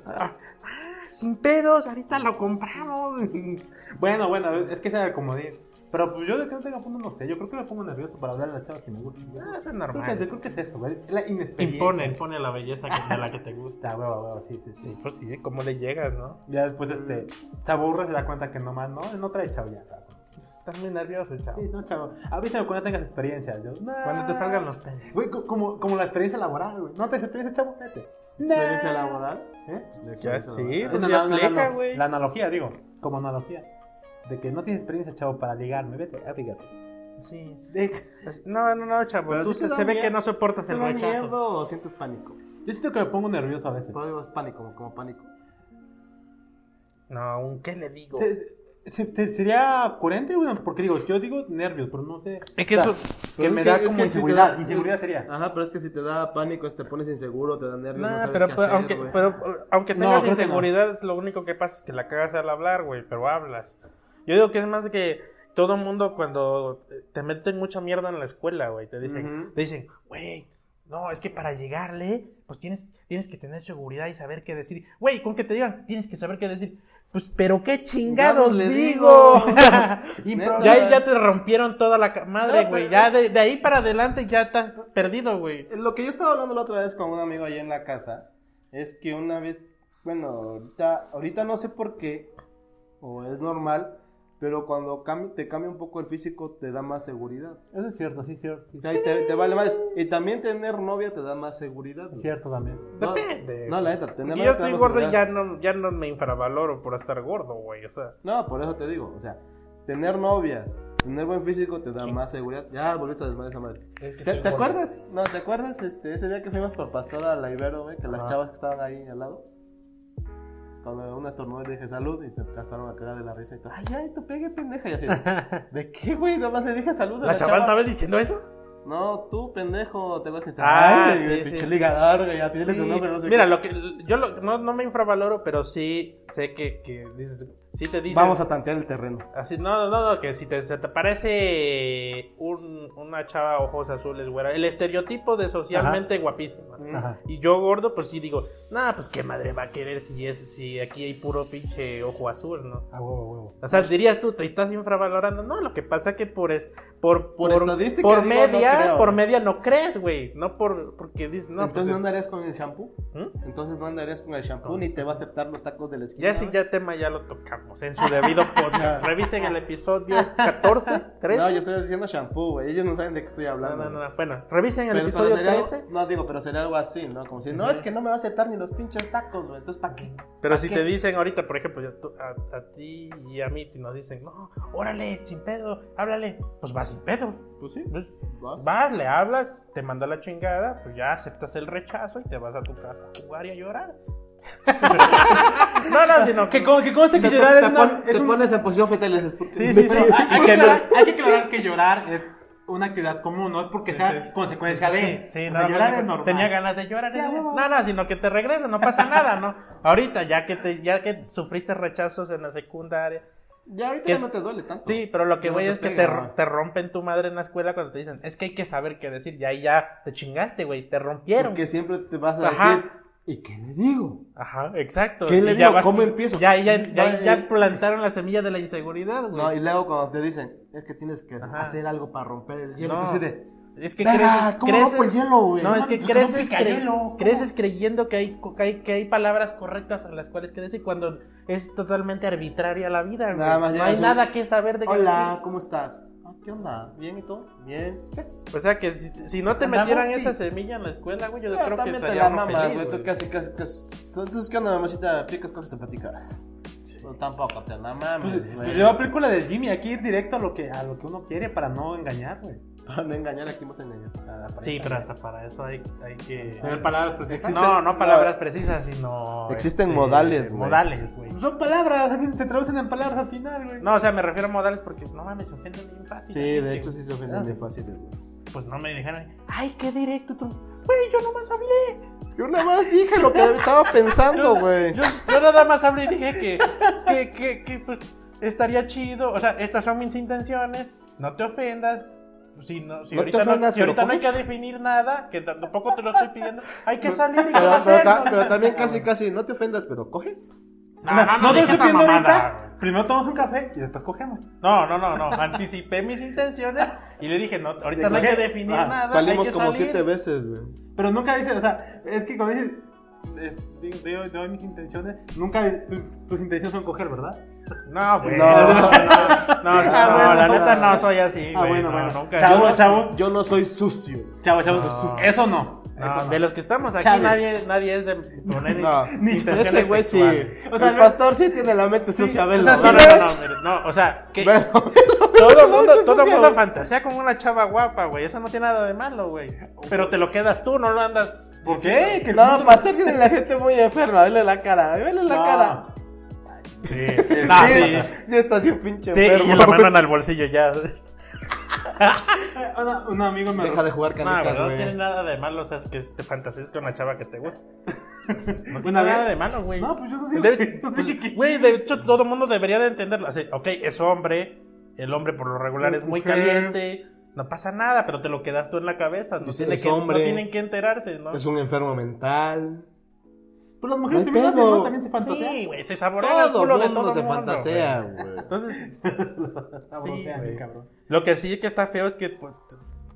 Sin pedos, ahorita lo compramos. Ah,
Bueno, bueno, es que sea el comodín. Pero pues, yo de que no tenga fondo, no sé. Yo creo que me pongo nervioso para hablar a la chava que me gusta.
Ah, eso es
Creo
normal.
que, yo creo que es eso, güey. Es La inexperiencia.
Impone, impone la belleza que- de la que te gusta.
Está, huevo, huevo, sí, sí, sí.
Sí, pues sí, ¿cómo le llegas, no?
Ya después, este, se aburre, se da cuenta que nomás, no, no trae chavo ya. ¿sabes?
Estás muy nervioso, chavo.
Sí, no, chavo. Avísame cuando tengas experiencia. Yo, nah.
Cuando te salgan los pedos.
Güey, co- como, como la experiencia laboral, güey. No te experiencia, chavo, vete.
¿Experiencia
Nah.
laboral?
¿Eh?
Ya sí,
Es
pues
una-
ya
una-
aplica,
una-
güey.
La analogía, digo. Como analogía. De que no tienes experiencia, chavo, para ligarme. Vete, ah, fíjate.
Sí. No, no, no, chavo.
Pero
tú
sí
se,
te da
se ve
miedo-
que no soportas
¿Te
el
da
rechazo.
miedo o sientes pánico?
Yo siento que me pongo nervioso a veces.
No digo es pánico, como, como pánico.
No, ¿un ¿qué le digo?
Se- se- se- sería coherente, güey, porque digo, yo digo nervios, pero no sé.
Es que
O sea,
eso.
Que me da como inseguridad. Inseguridad sería.
Ajá, pero es que Ah. si te da pánico, te pones inseguro, te da nervios, no,
Nah,
sabes
pero,
qué
pues,
hacer,
aunque,
güey.
pero eh, aunque
No,
tengas
creo que no.
inseguridad, lo único que pasa es que la cagas al hablar, güey, pero hablas. Yo digo que es más que todo mundo cuando te meten mucha mierda en la escuela, güey, te dicen,
Ujú.
te dicen, güey, no, es que para llegarle, pues tienes, tienes que tener seguridad y saber qué decir. Güey, con que te digan, tienes que saber qué decir. Pues, pero qué chingados
le
digo.
digo.
Ya, ahí ya te rompieron toda la ca- madre,
No,
güey.
pero-
ya de, de ahí para adelante ya estás perdido, güey.
eh, Lo que yo estaba hablando la otra vez con un amigo allá en la casa es que una vez, bueno, ahorita, ahorita no sé por qué, o es normal, pero cuando cambi- te cambia un poco el físico te da más seguridad.
Eso es cierto, sí, cierto. Sí,
O sea, y te, te vale más. Y también tener novia te da más seguridad. güey.
cierto también.
No,
Depende.
No, la neta, tener
Porque
novia
yo
te da
estoy
más
gordo y
seguridad.
ya no, ya no me infravaloro por estar gordo, güey. O sea,
No, por eso te digo, o sea, tener novia, tener buen físico te da más seguridad. Ya, bolita desmadre esa madre. ¿Te, te acuerdas? No, ¿te acuerdas este, ese día que fuimos por pastora a la Ibero, güey? Que las
Ajá.
chavas que estaban ahí al lado. Cuando una estornudó y dije salud y se casaron a cagar de la risa y todo. Ay, ay, tu pegue pendeja. Y así, ¿de qué, güey? Nomás le dije salud a la,
¿La chaval estaba diciendo eso?
No, tú, pendejo, te vas a
Ah,
Ay,
sí,
güey,
sí,
pinche
sí.
ligador, güey, ya pídele su
Sí,
nombre, no sé
Mira,
qué.
lo que, yo lo- no, no me infravaloro, pero sí sé que, que dices, sí te dices...
Vamos a tantear el terreno.
Así, no, no, no, que si te, se te parece un- una chava ojos azules, güera, el estereotipo de socialmente guapísima.
Mm.
Ajá.
Y yo gordo, pues sí digo, nah, pues qué madre va a querer si es si aquí hay puro pinche ojo azul, ¿no?
A huevo, a huevo.
O sea, dirías tú, te estás infravalorando. No, lo que pasa que por es, por,
Por estadística
por
digo, no
media,
creo.
por media no crees, güey. No por porque dices, no,
Entonces no
pues,
andarías con el shampoo.
¿Mm?
Entonces no andarías con el shampoo ni te va a aceptar los tacos de la esquina.
ya sí, ya tema ya lo tocamos en su debido podcast. Revisen el episodio 14,
¿Crees?
13.
No, yo estoy diciendo shampoo, güey. Ellos no saben de qué estoy
No,
hablando.
no, no,
güey.
no. Bueno, revisen el
Pero- pero
episodio
sería algo-
13.
no, digo, pero sería algo así, ¿no? Como si, no, es que no me va a aceptar ni los pinches tacos, güey. Entonces, ¿para qué?
Pero si
qué?
te dicen ahorita, por ejemplo, yo- tú- a, a ti y a mí, si nos dicen, no, órale, sin pedo, háblale, pues vas sin pedo.
Pues sí,
Pues,
vas.
vas, le hablas, te manda la chingada, pues ya aceptas el rechazo y te vas a tu casa a jugar y a llorar. no, no, sino que, con- que conste que
Te,
llorar
te
es una-
pon-
es
te
un-
pones en posición fetal y les
Sí, sí, sí.
Pero hay, hay que aclarar, hay que aclarar que llorar es una actividad común, no es porque sea
sí.
consecuencia de.
Sí, sí,
O sea,
no,
llorar
no,
es normal.
Tenía ganas de llorar.
Ya,
¿no?
huevo.
no, no, sino que te regresas, no pasa nada, ¿no? Ahorita, ya que, te, ya que sufriste rechazos en la secundaria,
Ya ahorita
Que
ya
es-
no te duele tanto.
Sí, pero lo que
No
voy
te
es que
pega,
te,
¿no?
ro- te rompen tu madre en la escuela cuando te dicen, es que hay que saber qué decir, y ahí ya te chingaste, güey, te rompieron.
Porque siempre te vas a
Ajá.
decir, ¿y qué le digo?
Ajá, exacto.
¿Qué le
Y ya
digo? ¿Cómo empiezo?
Ya, ya, ya,
Vale.
ya plantaron la semilla de la inseguridad, güey.
No, y luego cuando te dicen, es que tienes que
Ajá.
hacer algo para romper el hielo.
No.
Tú así de,
Es que
"Verga,
creces,
¿cómo
creces-
rompo el hielo, güey?
No, es que
Pues no
creces,
pica
cre-
hielo, ¿cómo?".
creces creyendo que hay, co- que hay, que hay palabras correctas a las cuales que decir cuando es totalmente arbitraria la vida, güey.
Nada más
no
llegas
hay
y-
nada que saber de qué
Hola, ¿cómo estás? "Ah, ¿Qué onda? ¿Bien y tú? Bien. ¿Qué haces?
O sea que si, si no te
Andamos,
metieran
sí.
esa semilla en la escuela, güey, yo
Pero
creo que
también te
estaría
la
uno
mamas,
feliz,
güey. Tú
güey.
casi, casi, casi. Entonces, ¿qué onda, mamacita? ¿Picas cosas te platicarás? No, tampoco, te la mames,
Pues,
güey.
pues yo aplico la del Jimmy, hay que ir directo a lo que, a lo que uno quiere para no engañar, güey.
Para no engañar, aquí hemos engañado.
a la pareja.
Sí, pero hasta para eso hay, hay que...
Tener palabras precisas.
Existe-
pues, No, no palabras precisas, sino... este,
Existen modales, güey.
Modales, güey.
No, son palabras, al fin te traducen en palabras al final, güey.
No, o sea, me refiero a modales porque no mames, se ofenden bien fácil.
Sí,
la gente,
de hecho,
güey.
sí se ofenden bien fácil, güey.
Pues no me dijeron, ay, qué directo tú. Güey, yo nomás hablé.
Yo nada más dije lo que estaba pensando, güey.
Yo, yo nada más hablé y dije que, que, que, que, pues, estaría chido. O sea, estas son mis intenciones. No te ofendas. Si, no, si
No te
ahorita, no,
ofendas,
si
pero
ahorita no hay que
coges.
definir nada, que t- tampoco te lo estoy pidiendo, hay que salir
Pero,
y
pero
conocernos.
ta- pero también casi, casi, no te ofendas, pero coges.
No, no, no,
te
dije
estoy
esa
pidiendo
mamada, güey.
ahorita. Primero tomamos un café y después cogemos.
No, no, no, no. Anticipé mis intenciones y le dije, no, ahorita no hay que definir
Ah,
nada.
Salimos
hay que
como
salir.
siete veces, güey.
Pero nunca dices, o sea, es que cuando dices, eh, digo, doy, doy mis intenciones, nunca tu- tus intenciones son coger, ¿verdad?
No, güey.
No.
No, no, no, no,
bueno,
la neta
bueno.
no soy así, güey.
Ah, bueno,
no,
bueno.
Nunca.
Chavo,
Yo
Yo
no-
no-
chavo.
Yo no soy sucio.
Chavo, chavo,
No.
sus- eso no.
no,
eso no.
de los que estamos aquí,
Chávez.
nadie, nadie es de poner
No,
in-
ni
intenciones
ese güey sí.
sexuales.
O sea,
el
no-
pastor sí tiene la mente sucia, velo.
No, no, no, no, pero no, o sea, que
Velo.
todo mundo,
eso
todo
sí,
mundo
güey.
fantasea con una chava guapa, güey. Eso no tiene nada de malo, güey. Pero te lo quedas tú, no lo andas.
¿Por qué? Que
No, pastor tiene la gente muy enferma, vele la cara, vele la
No.
cara.
Sí, no, sí.
sí está así pinche
Sí,
enfermo.
y la mano en el bolsillo ya.
Eh, una- un amigo me
Deja de jugar
No, güey,
canicas,
no tiene
güey.
nada de malo, o sea, que te fantasees con la chava que te gusta. No tiene
Una vez-
nada de malo, güey.
No, pues yo no sé.
De-
no sé
pues,
qué-
Güey, de hecho, todo el mundo debería de entenderlo. Así, ok, es hombre, el hombre por lo regular es muy
Ujú.
caliente, no pasa nada, pero te lo quedas tú en la cabeza. No,
Dicen,
tiene
"Es
que, no
hombre".
tienen que enterarse, ¿no?
Es un enfermo mental.
Pues las mujeres
No hay
también hacen,
pedo.
¿no? También se fantasean.
Sí, güey, se saborea el
Todo
culo
mundo
de todo
se
mundo,
fantasea,
güey.
güey.
Entonces,
Ah,
Sí,
bromean,
güey.
cabrón.
Lo que sí que está feo es que pues,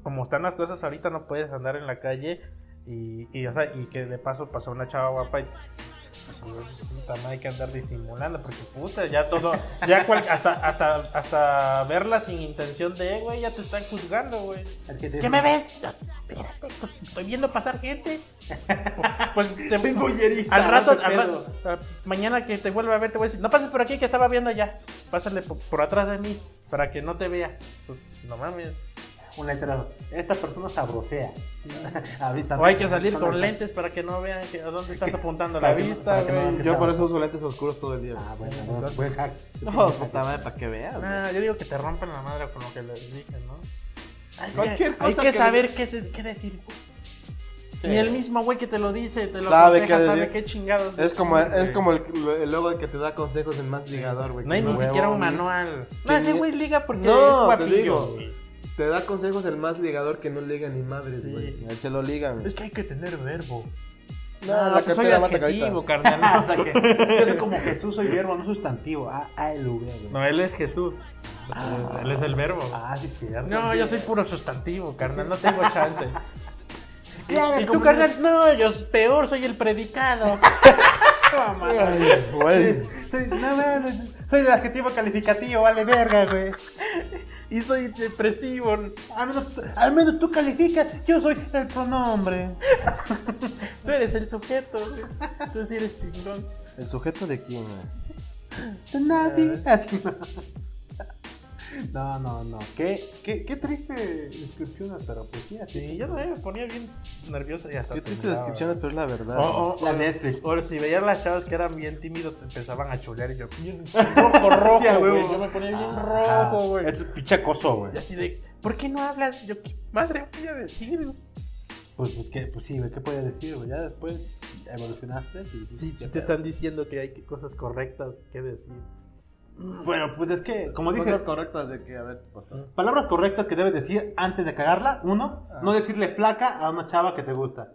como están las cosas ahorita no puedes andar en la calle y, y, o sea, y que de paso pasó una chava guapa y pues, güey, puta madre, hay que andar disimulando porque puta ya todo ya cual- hasta hasta hasta verla sin intención de güey ya te están juzgando güey
El que te
¿qué me ves? Espérate pues, estoy viendo pasar gente pues te-
Soy bollerista,
al rato,
no te
al
pedo.
rato- a- mañana que te vuelva a ver, te voy a decir, no pases por aquí que estaba viendo allá. Pásale por, por atrás de mí para que no te vea. Pues, no mames.
Un letrero. Esta persona sabrosea. Ahorita-
O hay que salir con lentes para que no vean que, a dónde estás apuntando la
para que no-
vista,
para que no
güey.
vean
Yo por eso uso lentes oscuros todo el día.
Ah, bueno, bueno,
Entonces-
buen hack.
Ah,
No, puta madre, para que veas. güey.
Nah, yo digo que te rompen la madre con lo que les dije, ¿no? Hay
Cualquier
que, hay
cosa
que
que-
saber qué, se- qué decir.
Sí.
Ni el mismo güey que te lo dice, te lo
Sabe
aconseja,
qué
sabe
decir.
qué chingados.
Es como,
decir,
es
güey.
como el, el logo que te da consejos en más ligador, güey.
No hay
que
ni
huevo,
siquiera un
güey.
manual. No,
Que
ese
ni-
güey liga porque
No,
es
te
guapillo.
digo.
güey.
Te da consejos el más ligador que no liga ni madres,
Sí.
güey. Él se lo liga, güey.
Es que hay que tener verbo.
No,
Ah,
la
pues soy
cartera mata
adjetivo,
carita.
carnal.
Hasta que- Yo soy como Jesús, soy verbo, no sustantivo. Ah, ah, el V, güey.
No, él es Jesús. él es el verbo.
Ah, sí, cierto.
no, yo soy puro sustantivo, carnal. No tengo chance.
Claro,
y tú,
como-
carnal, no, yo es peor, soy el predicado.
Ay, güey.
Soy, no, mames, soy el adjetivo calificativo, vale verga, güey.
y soy depresivo.
Al menos, al menos tú calificas, yo soy el pronombre.
Tú eres el sujeto. güey. Tú sí eres chingón.
¿El sujeto de quién, güey?
De
Eh.
nadie. No, no, no. Qué, qué, qué triste descripción, pero pues sí, así
Sí,
que-
yo también me ponía bien nerviosa y hasta
Qué tristes
temblaba.
descripciones, pero es la verdad.
O, o-
La
o-
Netflix.
o oh, si veían las chavas que eran bien tímidos, te empezaban a chulear y yo, bien rojo, rojo,
Sí, a
güey.
huevo.
Yo me ponía bien
Ajá.
rojo, güey.
Es un pinche acoso, güey.
Y así de, ¿por qué no hablas? Yo, ¿qué madre voy a decir?
Pues, pues, ¿qué? pues sí, güey, ¿qué podías decir, güey? Ya después evolucionaste. y-
Sí,
ya
sí te están diciendo que hay que- cosas correctas que decir.
Bueno, pues es que, como dije,
Cosas correctas de que, a ver, pues,
Mm.
palabras correctas que debes decir antes de cagarla. Uno,
Ah.
no decirle flaca a una chava que te gusta.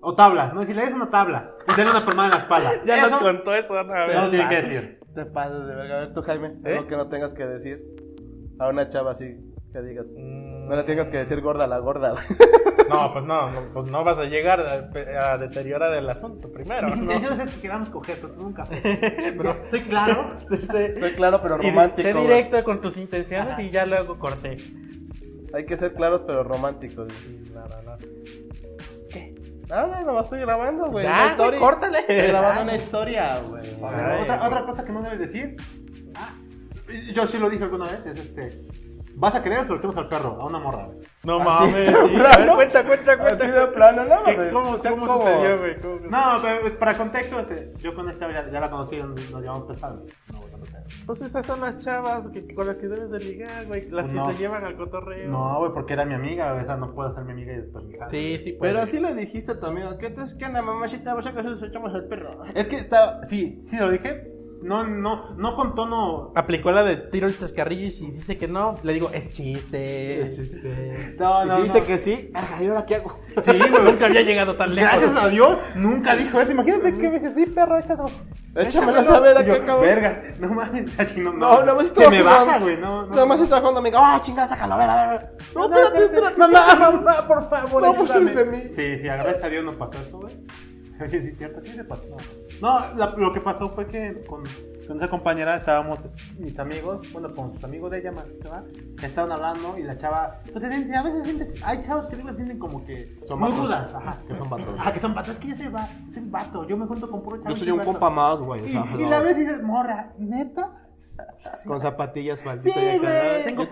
O tabla, no decirle, es una tabla. Y darle una palmada en la espalda.
Ya
Eso
nos contó eso, ¿no? Ah, A
no lo
ver,
tiene que
vas.
decir.
te pases de verga. A ver, tú, Jaime,
¿Eh?
algo que no tengas que decir a una chava así, que digas.
Mm,
No le tengas que decir gorda a la gorda, güey.
No, pues no, no, pues no vas a llegar a, a deteriorar el asunto primero,
Mis
¿no?
intenciones es que queramos coger, pero nunca.
Pero-
Soy claro.
Sí, sí, soy claro, pero
Y
romántico.
sé
güey.
directo con tus intenciones y ya luego corté.
Hay que ser claros, pero románticos. ¿Qué? Nada, nomás estoy grabando, güey.
Ya,
una historia.
güey, córtale.
Estoy grabando una historia, güey.
A
Ay,
ver, otra,
güey.
otra cosa que no debes decir. Ah, yo sí lo dije alguna vez, es este. ¿Vas a querer o se lo echamos al perro? A una morra, güey.
No
Así
mames.
de
sí. A
plano.
ver, cuenta, cuenta,
Así
cuenta.
de plano, no,
¿Qué-
mames,
¿Cómo,
o sea,
cómo
¿cómo?
sucedió, güey? ¿Cómo-
No,
pues,
pero para contexto, este, yo con esta ya, ya la conocí, nos nos llevamos pesado. No, no, no, no.
Pues esas son las chavas que- con las que debes de ligar, güey. Las
No.
que se llevan al cotorreo.
No, güey, porque era mi amiga, güey, esa no puede ser mi amiga y después mi hija.
Sí, sí, puede.
Pero así le dijiste a tu amigo, ¿qué, entonces, ¿qué onda, Pues mamachita? ¿Vas a que nos echamos al perro?
Es que está.
Sí, sí, lo dije. No, no, no con tono.
Aplicó la de tiro el chascarrillo y si dice que no, le digo, es chiste. Es chiste.
No,
y
no,
si
no.
dice que sí, verga, ¿y ahora qué hago?
Sí, güey, nunca había llegado tan lejos.
Gracias a Dios, nunca dijo eso. Imagínate que me dice, sí, perro, échalo.
Échamelo a saber a
Y yo,
qué acabo.
Verga, no mames, así no
No,
mames.
nada más
Se
estaba
me
jugando.
baja, güey, no, no.
Nada más estaba jugando, amigo. ¡Ah, chingada, sácalo! A ver, a ver. No, espérate, espérate. Mamá, mamá, por favor. No abuses de mí.
Sí, sí, gracias a Dios no pasó eso, güey. Sí, sí, cierto, sí, se pasó. No, la- lo que pasó fue que con, con esa compañera estábamos, es- mis amigos, bueno, con sus amigos de ella, más que nada, estaban hablando y la chava, pues se siente- a veces siente, hay chavos que luego se sienten como que
Son
muy
vatos.
rudas. Ajá,
Que son vatos.
Ajá, que son vatos, es que yo soy, va, soy vato, yo me junto con puro chavo.
Yo soy un compa más, güey. o
Y,
sea,
y
no.
la ves y dices, morra, ¿neta?
Con zapatillas
Sí,
falsitas.
güey.
Tengo
Ah.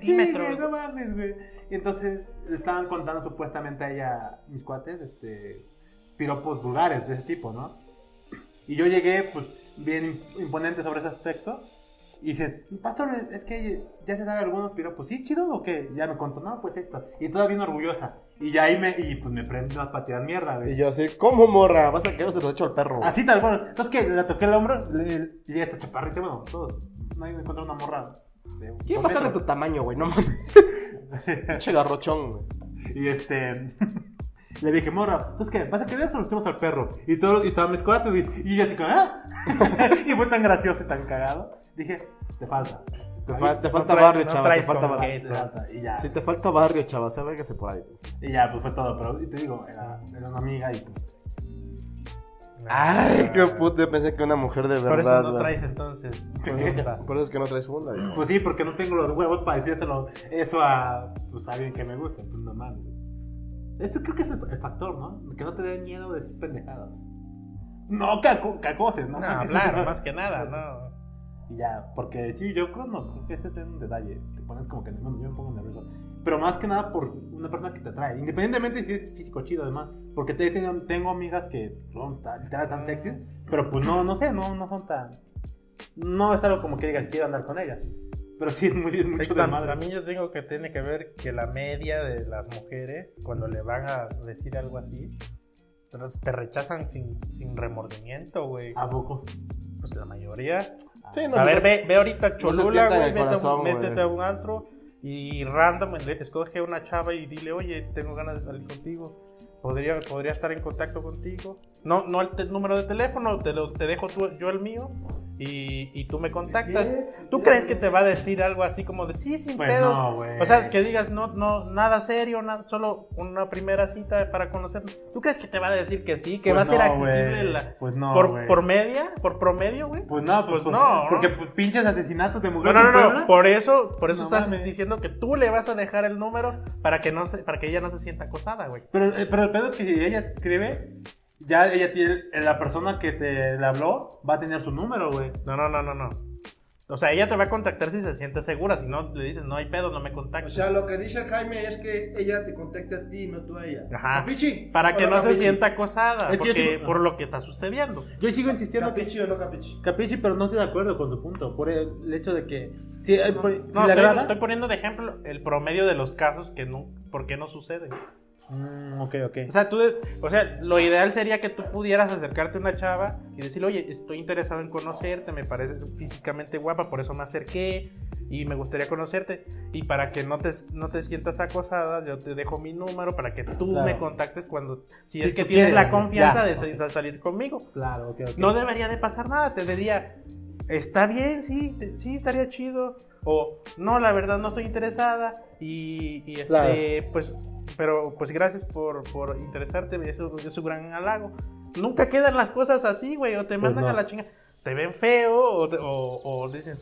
Sí, güey, no mames, güey. Y entonces le estaban contando supuestamente a ella, mis cuates, este, piropos vulgares de ese tipo, ¿no? Y yo llegué, pues, bien imponente sobre ese aspecto. Y dicen, pastor, es que ya se sabe algunos piropos. ¿Sí, chido o qué? Y ya me contó, no, pues esto. Y todavía bien orgullosa. Y ya ahí me, y pues me prendo más para tirar mierda, güey.
Y yo así, ¿cómo morra? Vas a que se lo echo al perro.
Así tal cual. Entonces que le toqué el hombro le- y esta chaparrita, bueno, todos. Nadie me encontró una morra. de un
¿Quién va a
dos
estar de
metros.
tu tamaño, güey? No mames. Pinche garrochón, güey.
Y este. Le dije, morra, entonces qué? ¿Vas a querer o se lo echamos al perro? Y todos, y estaban mis cuates, y, y yo así como, ¿ah? y fue tan gracioso y tan cagado. Dije, te falta.
Te,
Ahí,
fal- te
no
falta
traes-
barrio,
no
chaval. Te
traes
falta
como
barrio.
que-
Te falta. Y ya,
Si te falta barrio, chaval, se véngase por ahí. güey.
y ya, pues fue todo. Pero y te digo, era, era una amiga y pues.
Ay, qué puto. Yo pensé que una mujer de verdad.
Por eso no
güey.
traes entonces. pues,
Por eso es que- por eso es que no traes funda, güey.
Pues sí, porque no tengo los huevos para decírselo eso a pues, a alguien que me gusta, pues no mames. Eso creo que es el, el factor, ¿no? Que no te dé miedo de decir pendejadas. No, que, aco- que acoses, ¿no?
No,
mames.
hablar, más que nada, no.
Y ya, porque sí, yo creo no, creo que ese es un detalle. Te pones como que nervioso, yo me pongo nervioso. Pero más que nada por una persona que te atrae. Independientemente si es físico chido, además. Porque te- tengo, tengo amigas que son tan, literal tan sexys, pero pues no, no sé, no, no son tan. No es algo como que digas, quiero andar con ella. Pero sí es muy es mucho
Esto
de
tam-
madre.
también yo tengo que tiene que ver que la media de las mujeres, cuando le van a decir algo así, te re- te rechazan sin, sin remordimiento, güey.
Ah.
¿A poco?
Pues la mayoría.
Sí,
a
se
ver,
te-
ve, ve ahorita a Cholula,
tienta
güey,
el
vete, a un-
corazón, güey.
métete a un antro y random, le- escoge una chava y dile, oye, tengo ganas de salir contigo. Podría, podría estar en contacto contigo. No, no el te- número de teléfono, te, lo, te dejo tú- yo el mío y, y tú me contactas. ¿Tú crees que te va a decir algo así como de sí, sin
Pues
pedo?
no, güey.
O sea, que digas no, no, nada serio, na- solo una primera cita para conocernos. ¿Tú crees que te va a decir que sí? ¿Que
Pues
va a ser
no,
accesible
güey.
la-
Pues no,
por,
güey.
por media? ¿Por promedio, güey?
Pues no, pues,
Pues no,
no.
¿no?
Porque pues, pinches asesinatos de
No,
mujeres.
no,
en
no,
Puebla.
no, por eso, por eso
No
estás
mames.
diciendo que tú le vas a dejar el número para que no se, para que ella no se sienta acosada, güey.
Pero, eh, pero el pedo es que si ella escribe, ya ella tiene, eh, la persona que te le habló va a tener su número, güey.
No, no, no, no, no. O sea, ella te va a contactar si se siente segura, si no le dices, "No hay pedo, no me
O
Pues
contactes."
sea, lo que dice el Jaime es que ella te contacte a ti, no tú a ella.
Ajá.
¿Capichi?
para
¿O
que no se
capichi?
sienta acosada,
Es que yo
porque
sigo-
por lo que está sucediendo.
Yo sigo insistiendo que
¿Capichi o no capichi?
Capichi, pero no estoy de acuerdo con tu punto. Por el, el hecho de que. Si, eh, por- si
No,
le
estoy,
agrada.
estoy poniendo de ejemplo el promedio de los casos que no, por qué no suceden.
Mm, ok, ok.
O sea, tú, de- o sea, lo ideal sería que tú pudieras acercarte a una chava y decirle, oye, estoy interesado en conocerte, me parece físicamente guapa, por eso me acerqué y me gustaría conocerte. Y para que no te, no te sientas acosada, yo te dejo mi número para que tú
Claro.
me contactes cuando, si
Si
es que
tú
tienes
quieres,
la confianza
ya,
de,
ok.
sa- de salir conmigo.
Claro, ok, ok.
No debería de pasar nada, te diría, está bien, sí, te- sí, estaría chido. O, no, la verdad no estoy interesada. Y, y, este,
Claro.
pues, pero pues gracias por, por interesarte, eso es un gran halago. Nunca quedan las cosas así, güey, o te
Pues
mandan
no.
a la chinga. Te ven feo o, te- o- o dicen,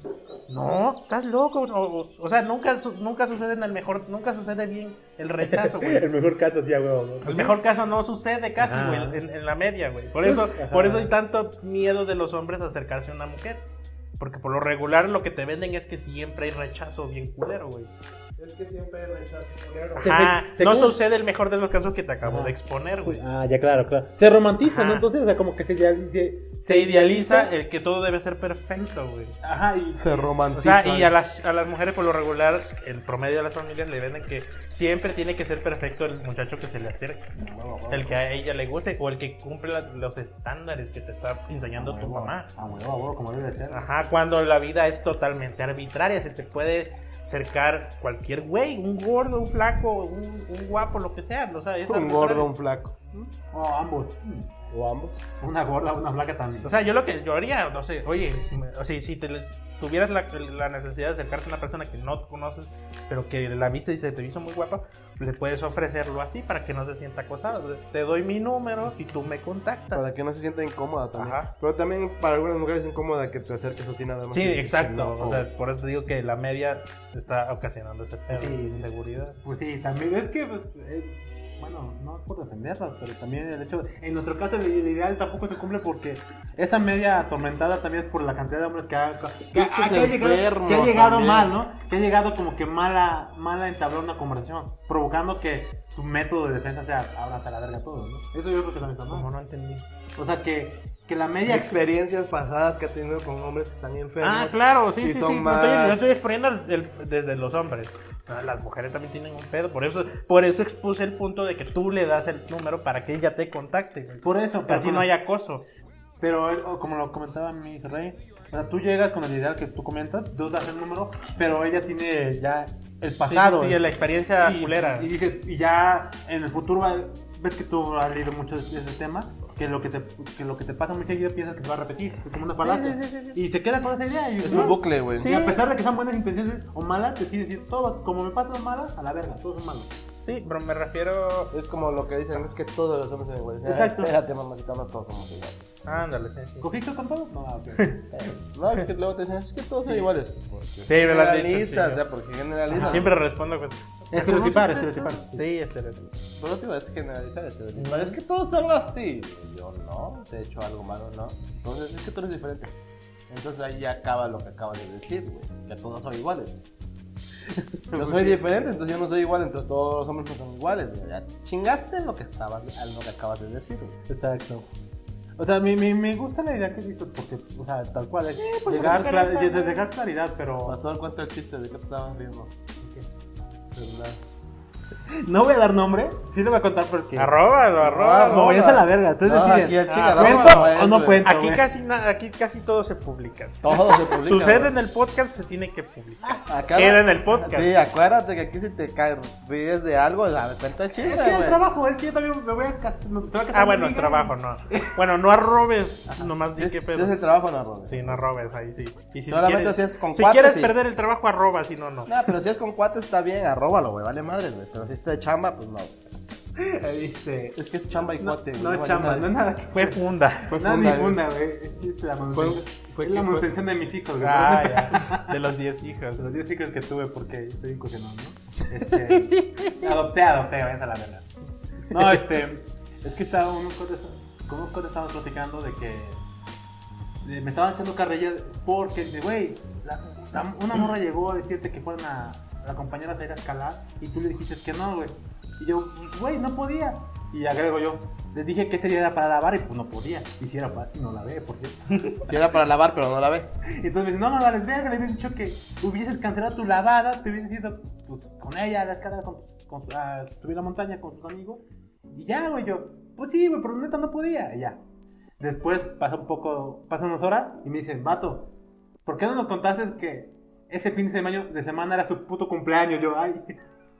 no, estás loco. O, o- o sea, nunca, su- nunca sucede en el mejor, nunca sucede bien el rechazo, güey.
el mejor caso, sí, a huevo. ¿no?
El mejor caso no sucede casi,
Ajá.
güey, en, en la media, güey. Por eso,
Ajá.
por eso hay tanto miedo de los hombres a acercarse a una mujer. Porque por lo regular lo que te venden es que siempre hay rechazo bien culero, güey.
Es que siempre rechazo culero.
Se-
Ajá,
se-
no
según-
sucede el mejor de los casos que te acabo
Ajá.
de exponer, güey.
Ah, ya, claro, claro. Se romantiza,
Ajá.
¿no? Entonces, o sea, como que se, ideal- se-
Se idealiza el que todo debe ser perfecto, güey.
Ajá, y.
Se
O
romantiza.
sea, y a las, a las mujeres por lo regular, el promedio de las familias le venden que siempre tiene que ser perfecto el muchacho que se le acerque. El que a ella le guste o el que cumple la- los estándares que te está
Ah,
enseñando tu mamá.
A huevo, a huevo, como debe de ser.
Ajá, cuando la vida es totalmente arbitraria, se te puede cercar cualquier güey, un gordo, un flaco, un, un guapo, lo que sea. O sea, es
Un
arbitrario.
gordo, un flaco.
O Oh, ambos. Mm.
O ambos.
Una gorda, una flaca también.
O sea, yo lo que yo haría, no sé, oye, me- o sea, si te, le- tuvieras la, la necesidad de acercarte a una persona que no conoces, pero que la viste y se te hizo muy guapa, le puedes ofrecerlo así para que no se sienta acosado. Te doy mi número y tú me contactas.
Para que no se sienta incómoda también.
Ah. Ajá.
Pero también para algunas mujeres es incómoda que te acerques así nada más.
Sí,
Y-
exacto.
no,
O sea, por eso te digo que la media está ocasionando ese pedo
Sí.
de inseguridad.
Pues sí, también. Es que, pues. eh, bueno, no es por defenderlas, pero también el hecho. En nuestro caso, el, el ideal tampoco se cumple porque esa media atormentada también es por la cantidad de hombres que ha, que, ha-
Pinches
que ha llegado,
enfermos
que ha llegado
también.
mal, ¿no? Que ha llegado como que mala, mala entablar una conversación, provocando que tu método de defensa sea abrazar a la verga todo, ¿no? Eso yo creo que también está
Como
mal.
no entendí.
O sea, que, que la
Y
media.
experiencias pasadas que ha tenido con hombres que están enfermos.
Ah, claro, sí,
y
sí, sí.
son
No
más-
estoy, no estoy exponiendo el- el- desde los hombres. Ah, Las mujeres también tienen un pedo. Por eso, por eso expuse el punto de que tú le das el número para que ella te contacte. güey.
Por eso, pero
Así
con-
no hay acoso.
Pero él, o como lo comentaba mi rey, o sea, tú llegas con el ideal que tú comentas, tú das el número, pero ella tiene ya el
Sí,
pasado. eh.
sí, sí, la experiencia
y,
culera.
y dice- y ya en el futuro va- ves que tú has leído mucho de ese tema, que lo que te, que lo que te pasa muy seguido piensas que te va a repetir, es como una falacia.
sí, sí, sí, sí.
Y te queda con esa idea. Y,
Es
dices,
un
"No".
bucle, ¿eh? güey.
Y a pesar de que sean buenas intenciones o malas, decides decir, todo, como me pasan malas, a la verga, todos son malos.
Sí, pero me refiero.
Es como lo que dicen, es que todos los hombres son iguales. Ah,
Exacto.
Espérate, mamacita, no todos somos iguales.
Ándale. sí, sí.
¿Cogiste con todos? No, ah, ok.
No, es que luego te dicen, es que todos son iguales. Sí,
me lo han dicho,
Generaliza,
sí,
o sea, porque generaliza.
Siempre respondo cosas.
Estereotipar,
¿Te conoces
estereotipar.
esto? Sí, estereotipar.
Pero te vas a generalizar, te vas a decir, es que todos son así. Yo no, te he hecho algo malo, no. Entonces, es que tú eres diferente. Entonces ahí ya acaba lo que acabas de decir, güey. Que todos son iguales. Yo soy diferente, entonces yo no soy igual, entonces todos los hombres no son iguales, güey. Ya chingaste lo que estabas, a lo que acabas de decir, güey.
Exacto. O O sea, me, me, me gusta la idea que dices porque, o sea, tal cual
Eh,
es.
pues,
dejar,
ojalá
cla-
esa-
de- de- dejar claridad, pero.
Pastor, cuenta el chiste de que te estabas riendo. Celular.
No voy a dar nombre, sí le voy a contar porque.
Arróbalo,
Ah,
arróbalo.
no, ya es a la verga. Entonces
No,
deciden,
aquí el
Ah,
chingadazo
¿Cuento
no es,
o no
güey.
cuento?
Aquí
güey?
casi, na- aquí casi todo se publica.
Todo se publica.
Sucede
güey.
en el podcast, se tiene que publicar.
Acá-
Queda en el podcast.
Sí, acuérdate que aquí si te caes, ríes de algo, la cuenta el chiste,
Es que el
güey.
trabajo, es que yo también me voy a casar. me- te voy a casar
Ah, bueno,
conmigo.
el trabajo, no. Bueno, no arrobes, nomás
Si
di
es,
qué
si es
pedo.
el trabajo, no, Robert.
Sí, no arrobes, ahí sí. Y si
Solamente
quieres,
si es con
si
cuates,
quieres
sí.
perder el trabajo, arroba, si no, no.
No, pero si es con cuates está bien, arróbalo, güey, vale madre, güey. Pero si es de chamba, pues no.
Este,
Es que es chamba y cuate, güey.
no
vale
chamba,
madre.
no es nada que.
Fue funda.
Fue
Nada
funda,
ni
güey.
funda, güey. Es la manutención,
fue
es
que
la
fue-
manutención de mis hijos, güey.
Ah, ya. De los 10 hijos.
Los 10 hijos que tuve porque estoy incursionando, ¿no? Este, adopté, adopté, váyanse a la verdad. No, este, es que estaba un corte, con un corte estábamos platicando de que de- me estaban echando carrilla porque, de, güey, la- la- una morra llegó a decirte que fueran a la compañera a ir a escalar y tú le dijiste que no, güey. Y yo, güey, no podía. Y agrego yo, les dije que este día era para lavar y pues no podía. Y si era para, y no la ve, por cierto.
Si era para lavar, pero no la ve.
Y entonces me dice, no, no, vale, verga, le hubieras dicho que hubieses cancelado tu lavada, te hubieses ido pues, con ella a la escala, con, con, a subir la montaña con tus amigos. Y ya, güey, yo, pues sí, güey, pero neta no podía. Y ya. Después pasa un poco, pasan unas horas y me dicen, vato, ¿por qué no nos contaste que ese fin de semana, de semana era su puto cumpleaños? Yo, ay.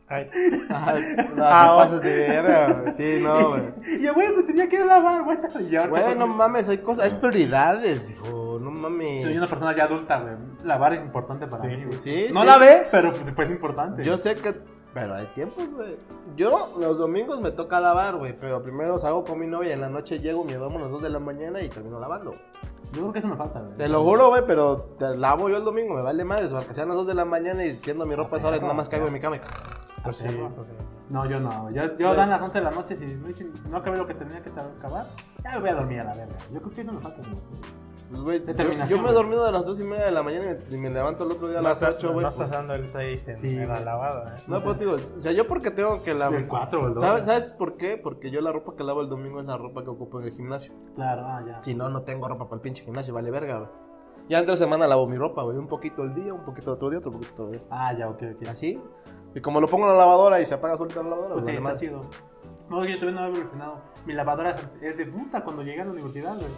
Ay.
Ay, no,
Ah,
te pasas de verga, güey. Sí, no, güey.
Y yo, güey, pues tenía que ir a lavar, güey. Y ahorita,
Güey,
pues,
no mames, hay cosas, hay prioridades, hijo. No mames.
soy una persona ya adulta, güey. Lavar es importante para
Sí,
mí,
sí,
güey.
sí,
no
sí.
la ve, pero pues, pues, es importante.
Yo sé que. Pero hay tiempos, güey. Yo los domingos me toca lavar, güey. Pero primero salgo con mi novia y en la noche llego, me duermo a las 2 de la mañana y termino lavando.
Yo creo que eso me falta, güey.
Te lo juro, güey, pero te lavo yo el domingo, me vale madre. Porque sean las 2 de la mañana y tiendo mi ropa a esa hora y nada más caigo en mi cama. y-
Pues sí, pues sí.
No, yo no. Yo, yo dan las 11 de la noche y no, hice- no acabé lo que tenía que acabar. Ya me voy a dormir a la verga. Yo creo que eso me falta. güey.
Pues, güey, yo,
Determinación,
yo me he
güey.
dormido a las 2 y media de la mañana y me levanto el otro día a las 8, güey. pues.
Vas pasando el 6 en,
Sí,
en la
güey.
lavada. ¿eh?
No, pues digo, o sea, yo porque tengo que lavar.
Del 4 o el 2.
Ah, ¿Sabes, ¿Sabes por qué? Porque yo la ropa que lavo el domingo es la ropa que ocupo en el gimnasio.
Claro, ah, ya.
Si no, no tengo ropa para el pinche gimnasio, vale verga, güey. Ya entre semana lavo mi ropa, güey. Un poquito el día, un poquito otro día, otro poquito otro día.
Ah, ya, ok, ok.
Así. Y como lo pongo en la lavadora y se apaga solita la lavadora,
Pues sí,
güey,
está
vale madre.
chido. No, yo todavía no había evolucionado. Mi lavadora es de puta cuando llegué a la universidad, güey.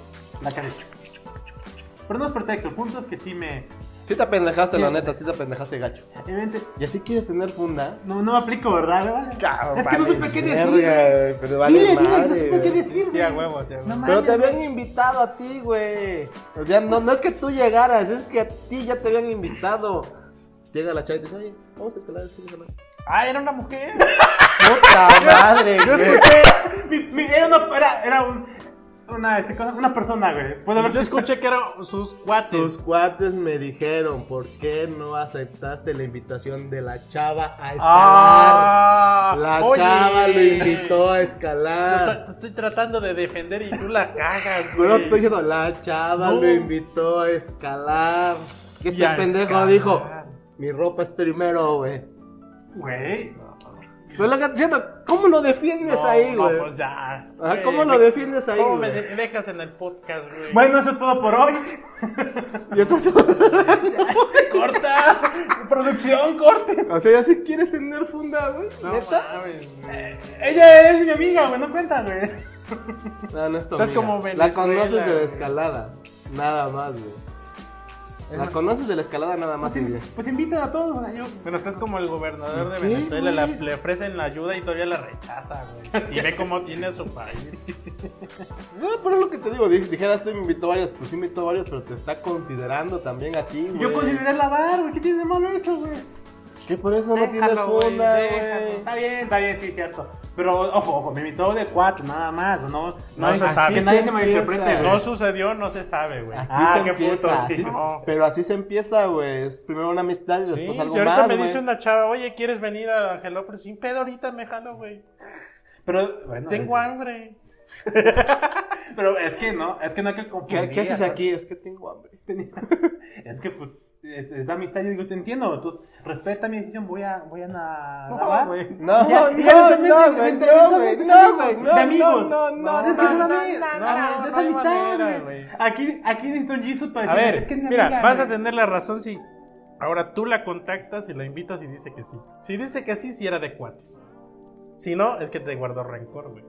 La cara de chuc, chuc, chuc, chuc. Pero no es pretexto. El punto es que sí me.
Sí te apendejaste, la
Sí.
neta, sí te apendejaste gacho.
Evidente,
Y así quieres tener funda.
no, no me aplico, ¿verdad? güey?
Cabrón,
Es que no
vale
supe qué
verga,
decir.
güey, Pero vale
Dile, dile,
madre,
no supe
güey.
qué decir.
Sí,
güey.
a huevo, sí, a
No
huevo.
Pero
mames,
te habían
güey.
invitado a ti, güey. O sea, no, no es que tú llegaras, es que a ti ya te habían invitado. Llega la chava y te dice, oye, vamos a escalar el fin de semana.
Ah, era una mujer.
¡Puta madre,
Yo
güey!
escuché,
Mi- mi- era una, era, era un- una, este, cosa- una persona, güey. Puede haber
yo escuché que eran sus cuates.
Sus cuates me dijeron, ¿por qué no aceptaste la invitación de la chava a escalar?
Ah,
la
oye.
chava lo invitó a
Yo ta-
escalar.
te estoy tratando de defender y tú la cagas,
No,
güey.
no estoy diciendo, la chava
No.
lo invitó a escalar. Y
Y
este
a
pendejo
escalar.
dijo, mi ropa es primero, güey.
Güey.
Pero lo que te diciendo, ¿cómo lo defiendes
No,
ahí, güey?
No, pues ya.
Ajá,
güey,
¿Cómo lo
me-
defiendes ahí,
¿Cómo me
güey?
de- dejas en el podcast, güey?
Bueno, eso es todo por hoy.
Y estás...
corta. Producción, corte.
o sea, ya si quieres tener funda, güey. ¿Neta?
mames, güey.
Ella es mi amiga, güey, no cuenta, güey.
Ah, No, no es tu
Estás
amiga.
como
La
Venezuela,
conoces de la
güey.
escalada. Nada más, güey. La conoces de la escalada nada más, güey.
Pues invítala a todos, güey. Yo,
Bueno, estás como el gobernador de
¿Qué,
Venezuela, la-
güey?
le ofrecen la ayuda y todavía la rechaza, güey. Y ve cómo tiene su país.
No, pero es lo que te digo. dij- Dijeras tú me invitó varios. Pues sí, me invitó varios, pero te está considerando también a ti, güey.
yo consideré lavar, güey. ¿Qué tiene de malo eso, güey?
Que por eso no tienes
Déjalo, güey,
funda,
déjalo.
güey.
Está bien, está bien, sí, cierto. Pero, ojo, ojo, me invitó de cuatro, nada más. No,
No se
así
sabe.
Que nadie
se
se malinterprete,
empieza,
güey.
No sucedió, no se sabe, güey.
Así
Ah,
se
qué
empieza,
puto,
así
sí,
se-
no.
pero así se empieza, güey. Es primero una amistad y
Sí,
después
si
algo
ahorita
más,
me
güey.
dice una chava, oye, ¿quieres venir a Angelópolis? Sin pedo, ahorita me jalo, güey.
Pero, bueno,
Tengo
es,
hambre.
pero es que no, es que no hay que confundir.
¿Qué, qué haces
o sea,
aquí? Es que tengo hambre.
Es que, pues, eh, es la amistad, yo digo, te entiendo, tú respeta mi decisión, voy a, voy a na-
No,
nadar.
güey.
Ya-
No,
ya
no,
eventualmente-
no, güey,
eventualmente-
no, güey, no,
de amigos.
no, no,
Es que es una
no,
amistad,
no, no,
es
no hay
amistad,
manera,
güey.
güey.
Aquí, aquí necesito un Jesus para
A
decirme,
ver,
es que es mi
mira,
amiga,
vas a
güey.
tener la razón si ahora tú la contactas y la invitas y dice que sí. Si dice que sí, si era de cuates. Si no, es que te guardó rencor, güey.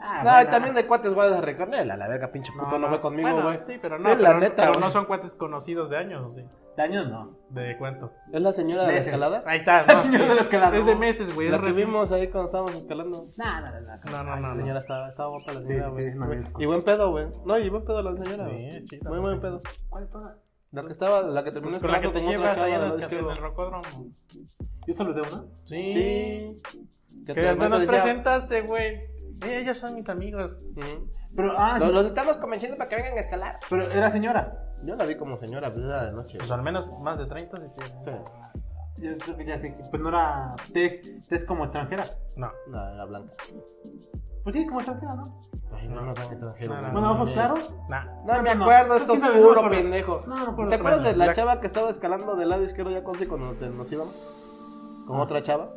Ah,
No, y
bueno.
también de cuates guardas a recorrer, a la verga, pinche puto, no, va conmigo,
Bueno,
güey.
sí, pero no,
Sí, la
pero,
neta,
pero
güey.
no son cuates conocidos de años, ¿o sí?
Daños no.
¿De cuánto?
¿Es la señora de la escalada?
Ahí está, no, sí.
señora de la escalada,
Es de
no.
meses, güey. es
La que
recién-
vimos ahí cuando estábamos escalando.
No, no, no, no.
No, no,
La
no. no.
señora estaba, estaba guapa la señora,
Sí,
güey.
sí, no, bien.
y buen pedo, güey. No, y buen pedo la señora,
Sí,
güey.
chida,
muy
güey.
buen pedo. La que estaba, la que terminó
Pues con la que
escalando
te
con otra
llevas ahí
chava
en
de
los
la
cafés
izquierda.
del rocódromo.
Yo saludé a una.
Sí.
Sí.
Que después
hermano
nos
decía,
presentaste, güey. Eh, ellos son mis amigos.
"Mm,
Pero, ah,
Los, los estamos convenciendo para que vengan a escalar.
pero era señora.
Yo la vi como señora, pues era de noche.
Pues al menos más de 30 si tienen.
Sí.
Yo creo que ya sé. que- Pues no era Tess, Tess como extranjera.
No.
No, era blanca.
Pues sí, como extranjera, ¿no?
Ay, no,
No.
no tan extranjero.
No,
güey,
no,
Bueno, ojos
mames.
claros.
Nah.
No,
No,
me
no,
acuerdo,
no.
está
Es que no me
oscuro,
acuerdo.
pendejo.
No, no me acuerdo.
¿Te acuerdas de la
La-
chava que estaba escalando del lado izquierdo ya con cuando te- nos íbamos? Con otra chava.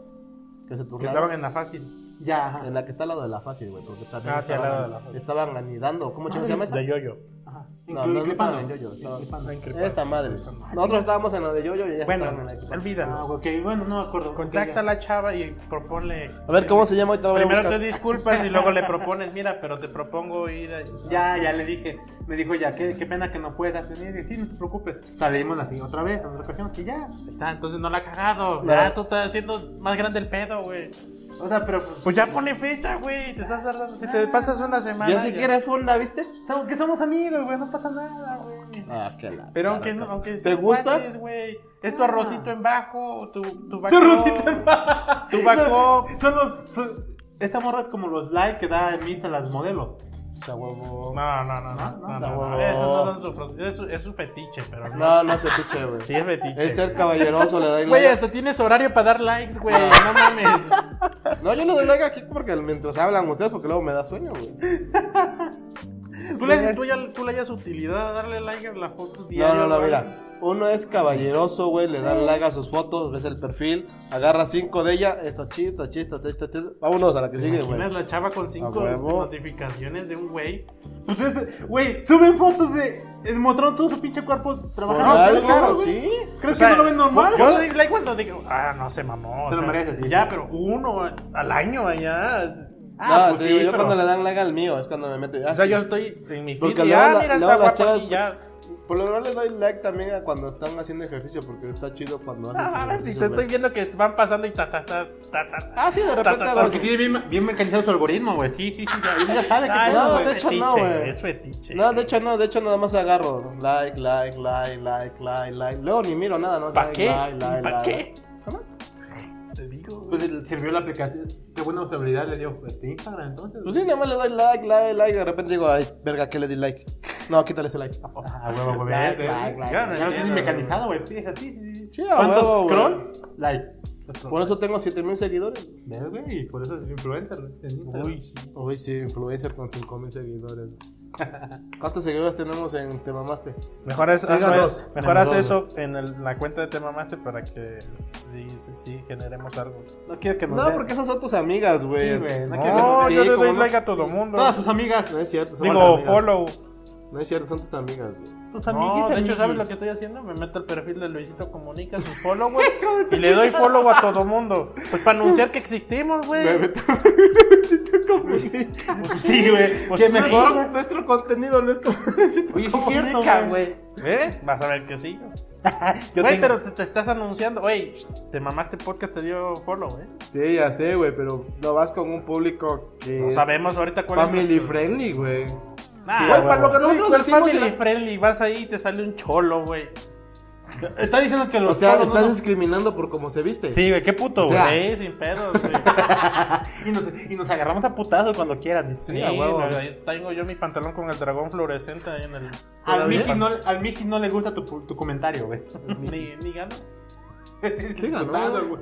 Que se
Que
turnaron.
estaban en la fácil.
Ya, ajá.
En la que está al lado de la fácil, güey. Porque también
Ah, sí, al
estaban,
lado de la fácil.
estaban anidando. ¿Cómo chingados se llama esa?
De yoyo.
Ajá.
No, no, no
Inclipando.
estaba en yo-yo, estaba-
Inclipando.
Esa madre. Nosotros estábamos en la de Yoyo y ya
Bueno,
estaban en la de-
Ah,
olvídalo.
ok, bueno, no me acuerdo.
Contacta a la chava y proponle.
A ver, ¿cómo se llama? Ahorita lo voy a
Primero te
buscar.
disculpas y luego le propones, mira, pero te propongo ir a...
Ya, ya le dije. Me dijo ya, qué, qué pena que no puedas venir. Y sí, no te preocupes. Salimos así otra vez, en otra ocasión, y ya.
Ahí Está, entonces no la ha cagado.
No.
Ya, tú estás haciendo más grande el pedo, güey.
O sea, pero pues,
Pues ya ponle fecha, güey. Te estás tardando. Si te pasas una semana.
Ya si quiere funda, ¿viste?
somos, que somos amigos, güey, no pasa nada, güey.
Ah, qué la.
Pero aunque no, aunque
¿Te
sean
gusta?
cuates, güey. Es tu arrocito en bajo, tu, tu bacó.
arrocito en
bajo. Tu bacó.
Son los. son- esta morra es como los likes que da en misa las modelos.
Esa huevo.
No, no, no, no. no, no, no,
huevo.
Esos no son su, pro- es, su- es su fetiche, pero no.
No, no es fetiche, güey.
Sí, es fetiche.
Es ser
güey.
caballeroso, le doy
Güey,
like.
hasta tienes horario para dar likes, güey. No mames.
No, yo le doy like aquí porque mientras hablan ustedes, porque luego me da sueño, güey.
Tú le, tú ya, tú le hayas utilidad a darle like a la foto
No,
diario.
no, no,
güey.
mira. Uno es caballeroso, güey, le dan like a sus fotos, ves el perfil, agarra cinco de ella, esta chida, chista, chista, chista. Vámonos a la que sigue, güey.
Imaginas la chava con cinco
A huevo.
notificaciones de un güey.
Pues es, güey, suben fotos de. eh, mostrando todo su pinche cuerpo trabajando.
Claro,
¿Crees que no, güey?
sí.
¿Crees
O sea,
que no lo ven normal?
Yo le like cuando digo, ah, no se mamó. o
Te lo
sea,
mereces, sí.
Ya, pero uno al año allá.
no,
Ah, pues
te
sí,
digo, yo
pero-
cuando le dan like al mío es cuando me meto. y, ah,
O sea,
sí.
yo estoy en mi feed
Porque
y,
luego
ah,
la- luego
mira, está
las
guapo
chavas-
aquí ya.
Por lo general le doy like también a cuando están haciendo ejercicio porque está chido cuando hacen sus
Ah, si
ejercicios,
te
güey.
estoy viendo que van pasando y ta, ta, ta, ta, ta, ta.
Ah, sí, de repente.
ta,
a ver,
Porque tiene bien, bien mecanizado su algoritmo, güey. Sí, sí, sí. Ya, ya sabe
Ah,
que
no,
eso
de
es
hecho,
fetiche,
no, güey.
güey, Es fetiche.
No, de hecho no, de hecho nada más agarro like, like, like, like, like, like. Luego ni miro nada, ¿no?
¿Pa'
Like,
qué?
like, like,
¿Pa'
like.
qué?
Nada más.
Te digo, güey.
Pues le sirvió la aplicación. Qué buena usabilidad le dio este Instagram entonces.
Pues sí, nada más le doy like, like, like. De repente digo, ay, verga, ¿qué le di like? No, quítale ese like.
Ah, huevo, güey.
Like,
este,
like, like.
Ya lo tiene
entiendo,
mecanizado, güey. Es así, sí, sí.
Sí, a
¿Cuántos
huevo, güey.
scroll? Like.
Por eso tengo 7000 seguidores.
¿Ves, güey? Y por eso es influencer en Instagram.
sí. Uy, sí, influencer con 5000 seguidores. ¿Cuántos seguidores tenemos en Te Mamaste?
Mejor haz, hazlo-
Síganos.
mejor haz
Síganos.
eso en el- la cuenta de Tema Master para que sí, sí, sí generemos algo.
No quiero que nos
No,
vean.
porque esas son tus amigas, güey.
Sí, güey, no
No,
quiero que nos-
sí,
yo le
cómo
doy
no.
like a todo mundo.
Todas sus amigas.
No es cierto, son
Digo,
tus amigas.
follow.
No es cierto, son tus amigas, güey.
Tus
No,
amiguis.
de hecho, ¿sabes lo que estoy haciendo? Me meto al perfil de Luisito Comunica, sus followers, y le doy follow a todo mundo. Pues para anunciar que existimos,
Me
güey.
meto Luisito Comunica.
Sí, güey.
Pues
que
sí.
mejor. güey.
Nuestro contenido no es como Luisito
Oye, sí es
Comunica.
cierto,
Comunica,
güey.
¿Eh? Vas a ver que sí.
Yo
Güey,
tengo-
pero te, te estás anunciando. Oye, te mamaste podcast, te dio follow, ¿eh?
Sí, ya sé, güey, pero no vas con un público que
No
es
sabemos ahorita cuál
family
es. nuestro-
friendly, güey.
Nah,
Güey,
güey,
para lo que
güey,
nosotros
¿cuál
decimos
family
en la-
friendly. Vas ahí y te sale un cholo, güey.
Está diciendo que los.
O sea,
foros no
estás
nos-
discriminando por cómo se viste.
Sí, güey, qué puto,
O
güey.
sea-
Sí, sin pedos, güey.
Y nos, y nos agarramos a putazos cuando quieran.
Sí,
a huevo.
güey, ahí tengo yo mi pantalón con el dragón fluorescente ahí en el.
Al Miji, no, al Miji no le gusta tu, pu- tu comentario, güey.
Ni, ni gano.
Sí, ganó. Pues
Diputado, güey.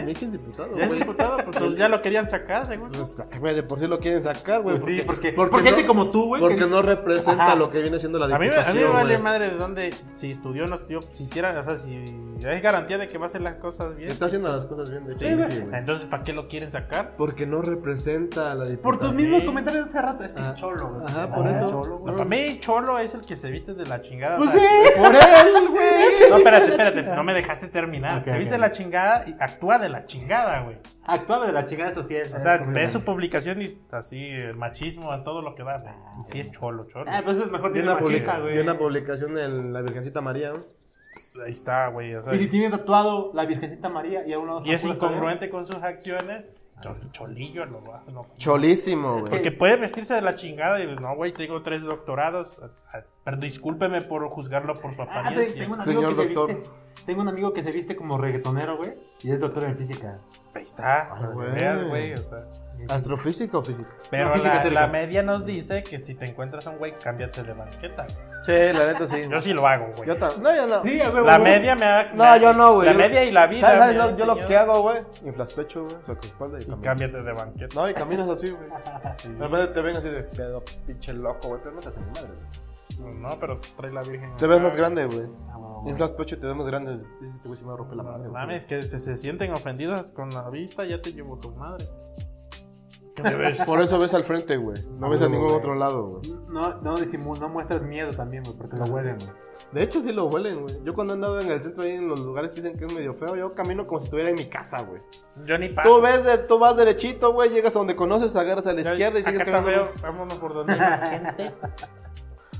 El Mickey es diputado,
Ya es
güey.
diputado, pues ya lo querían sacar, según.
Pues, güey, de por sí lo quieren sacar, güey.
Pues sí, porque,
porque
por gente
no-
como tú, güey.
Porque
que-
no representa
Ajá.
lo que viene siendo la
A mí, me- a mí
diputación,
me vale
güey.
madre de dónde, si estudió o no estudió, si hiciera, o sea, si hay garantía de que va a hacer las cosas bien.
Está haciendo las cosas bien, de hecho.
Sí, güey.
Mickey, güey.
Entonces, ¿para qué lo quieren sacar?
Porque no representa a la diputación.
Por tus mismos comentarios de hace rato.
este
Es que
Ah.
es cholo, güey.
Ajá, por eso.
Cholo, güey.
No, para mí, Cholo es el que se viste de la chingada.
Pues
o sea,
sí.
Por él, güey.
No, espérate, espérate, no me dejaste terminar.
Ok,
se viste
ok.
de la chingada y actúa de la chingada, güey.
Actuaba de la chingada social.
O sea, ves su publicación y así, el machismo a todo lo que da, güey. Y sí es cholo, cholo.
Ah, pues es mejor
Y
tiene
una,
una
publica-
chica, güey.
y una publicación en la Virgencita María. ¿no?
Ahí está, güey. o sea,
pues, Y si tiene tatuado la Virgencita María y a un lado.
y es
San Judas
incongruente con sus acciones, chol- cholillo lo va. lo-
Cholísimo, güey.
Porque puede vestirse de la chingada y no, güey, tengo tres doctorados. Ah, Pero discúlpeme por juzgarlo por su
Ah, te-
apariencia.
tengo un amigo
Señor
que se
doctor.
viste- tengo un amigo que se viste como reggaetonero, güey, y es doctor en física.
Ahí
Ah,
está,
Ay,
para que
güey.
veas, güey, o sea.
¿Astrofísico o físico?
Pero
No, física
la,
teórica.
la media nos dice que si te encuentras a un güey, cámbiate de banqueta. güey.
Sí, la neta sí.
Yo sí lo hago, güey.
Yo tam- No, yo no.
Sí, a huevo,
La
güey.
media me ha.
No, yo no, güey.
La
Yo-
media y la vida.
¿Sabes, sabes
me ha
lo- yo lo
enseñado.
que hago, güey? Inflas pecho, güey. Sacoespalda y
Y
caminas.
cámbiate de banqueta.
No, y caminas así, güey. De repente te ven así de pedo, pinche loco, güey. Pero no te hacen madre, güey.
No, pero trae la virgen.
Te ves más grande, güey.
Ah, huevo, güey.
Inflas pecho y te ves más grande. Dices, Este güey sí me rompe la madre,
No
güey.
Mames, que se, se sienten ofendidas con la vista, ya te llevo tu madre. ¿Qué me ves?
Por eso ves al frente, güey. No ves a ningún otro lado, güey.
No, no, disimula, no muestras miedo también, güey, porque lo huelen, güey.
De hecho, sí lo huelen, güey. Yo cuando he andado en el centro ahí en los lugares que dicen que es medio feo, yo camino como si estuviera en mi casa, güey.
Yo ni paso.
Tú ves, de- tú vas derechito, güey, llegas a donde conoces, agarras a la
Ya-
izquierda y sigues
acá está
caminando.
feo, Vámonos por donde hay más gente.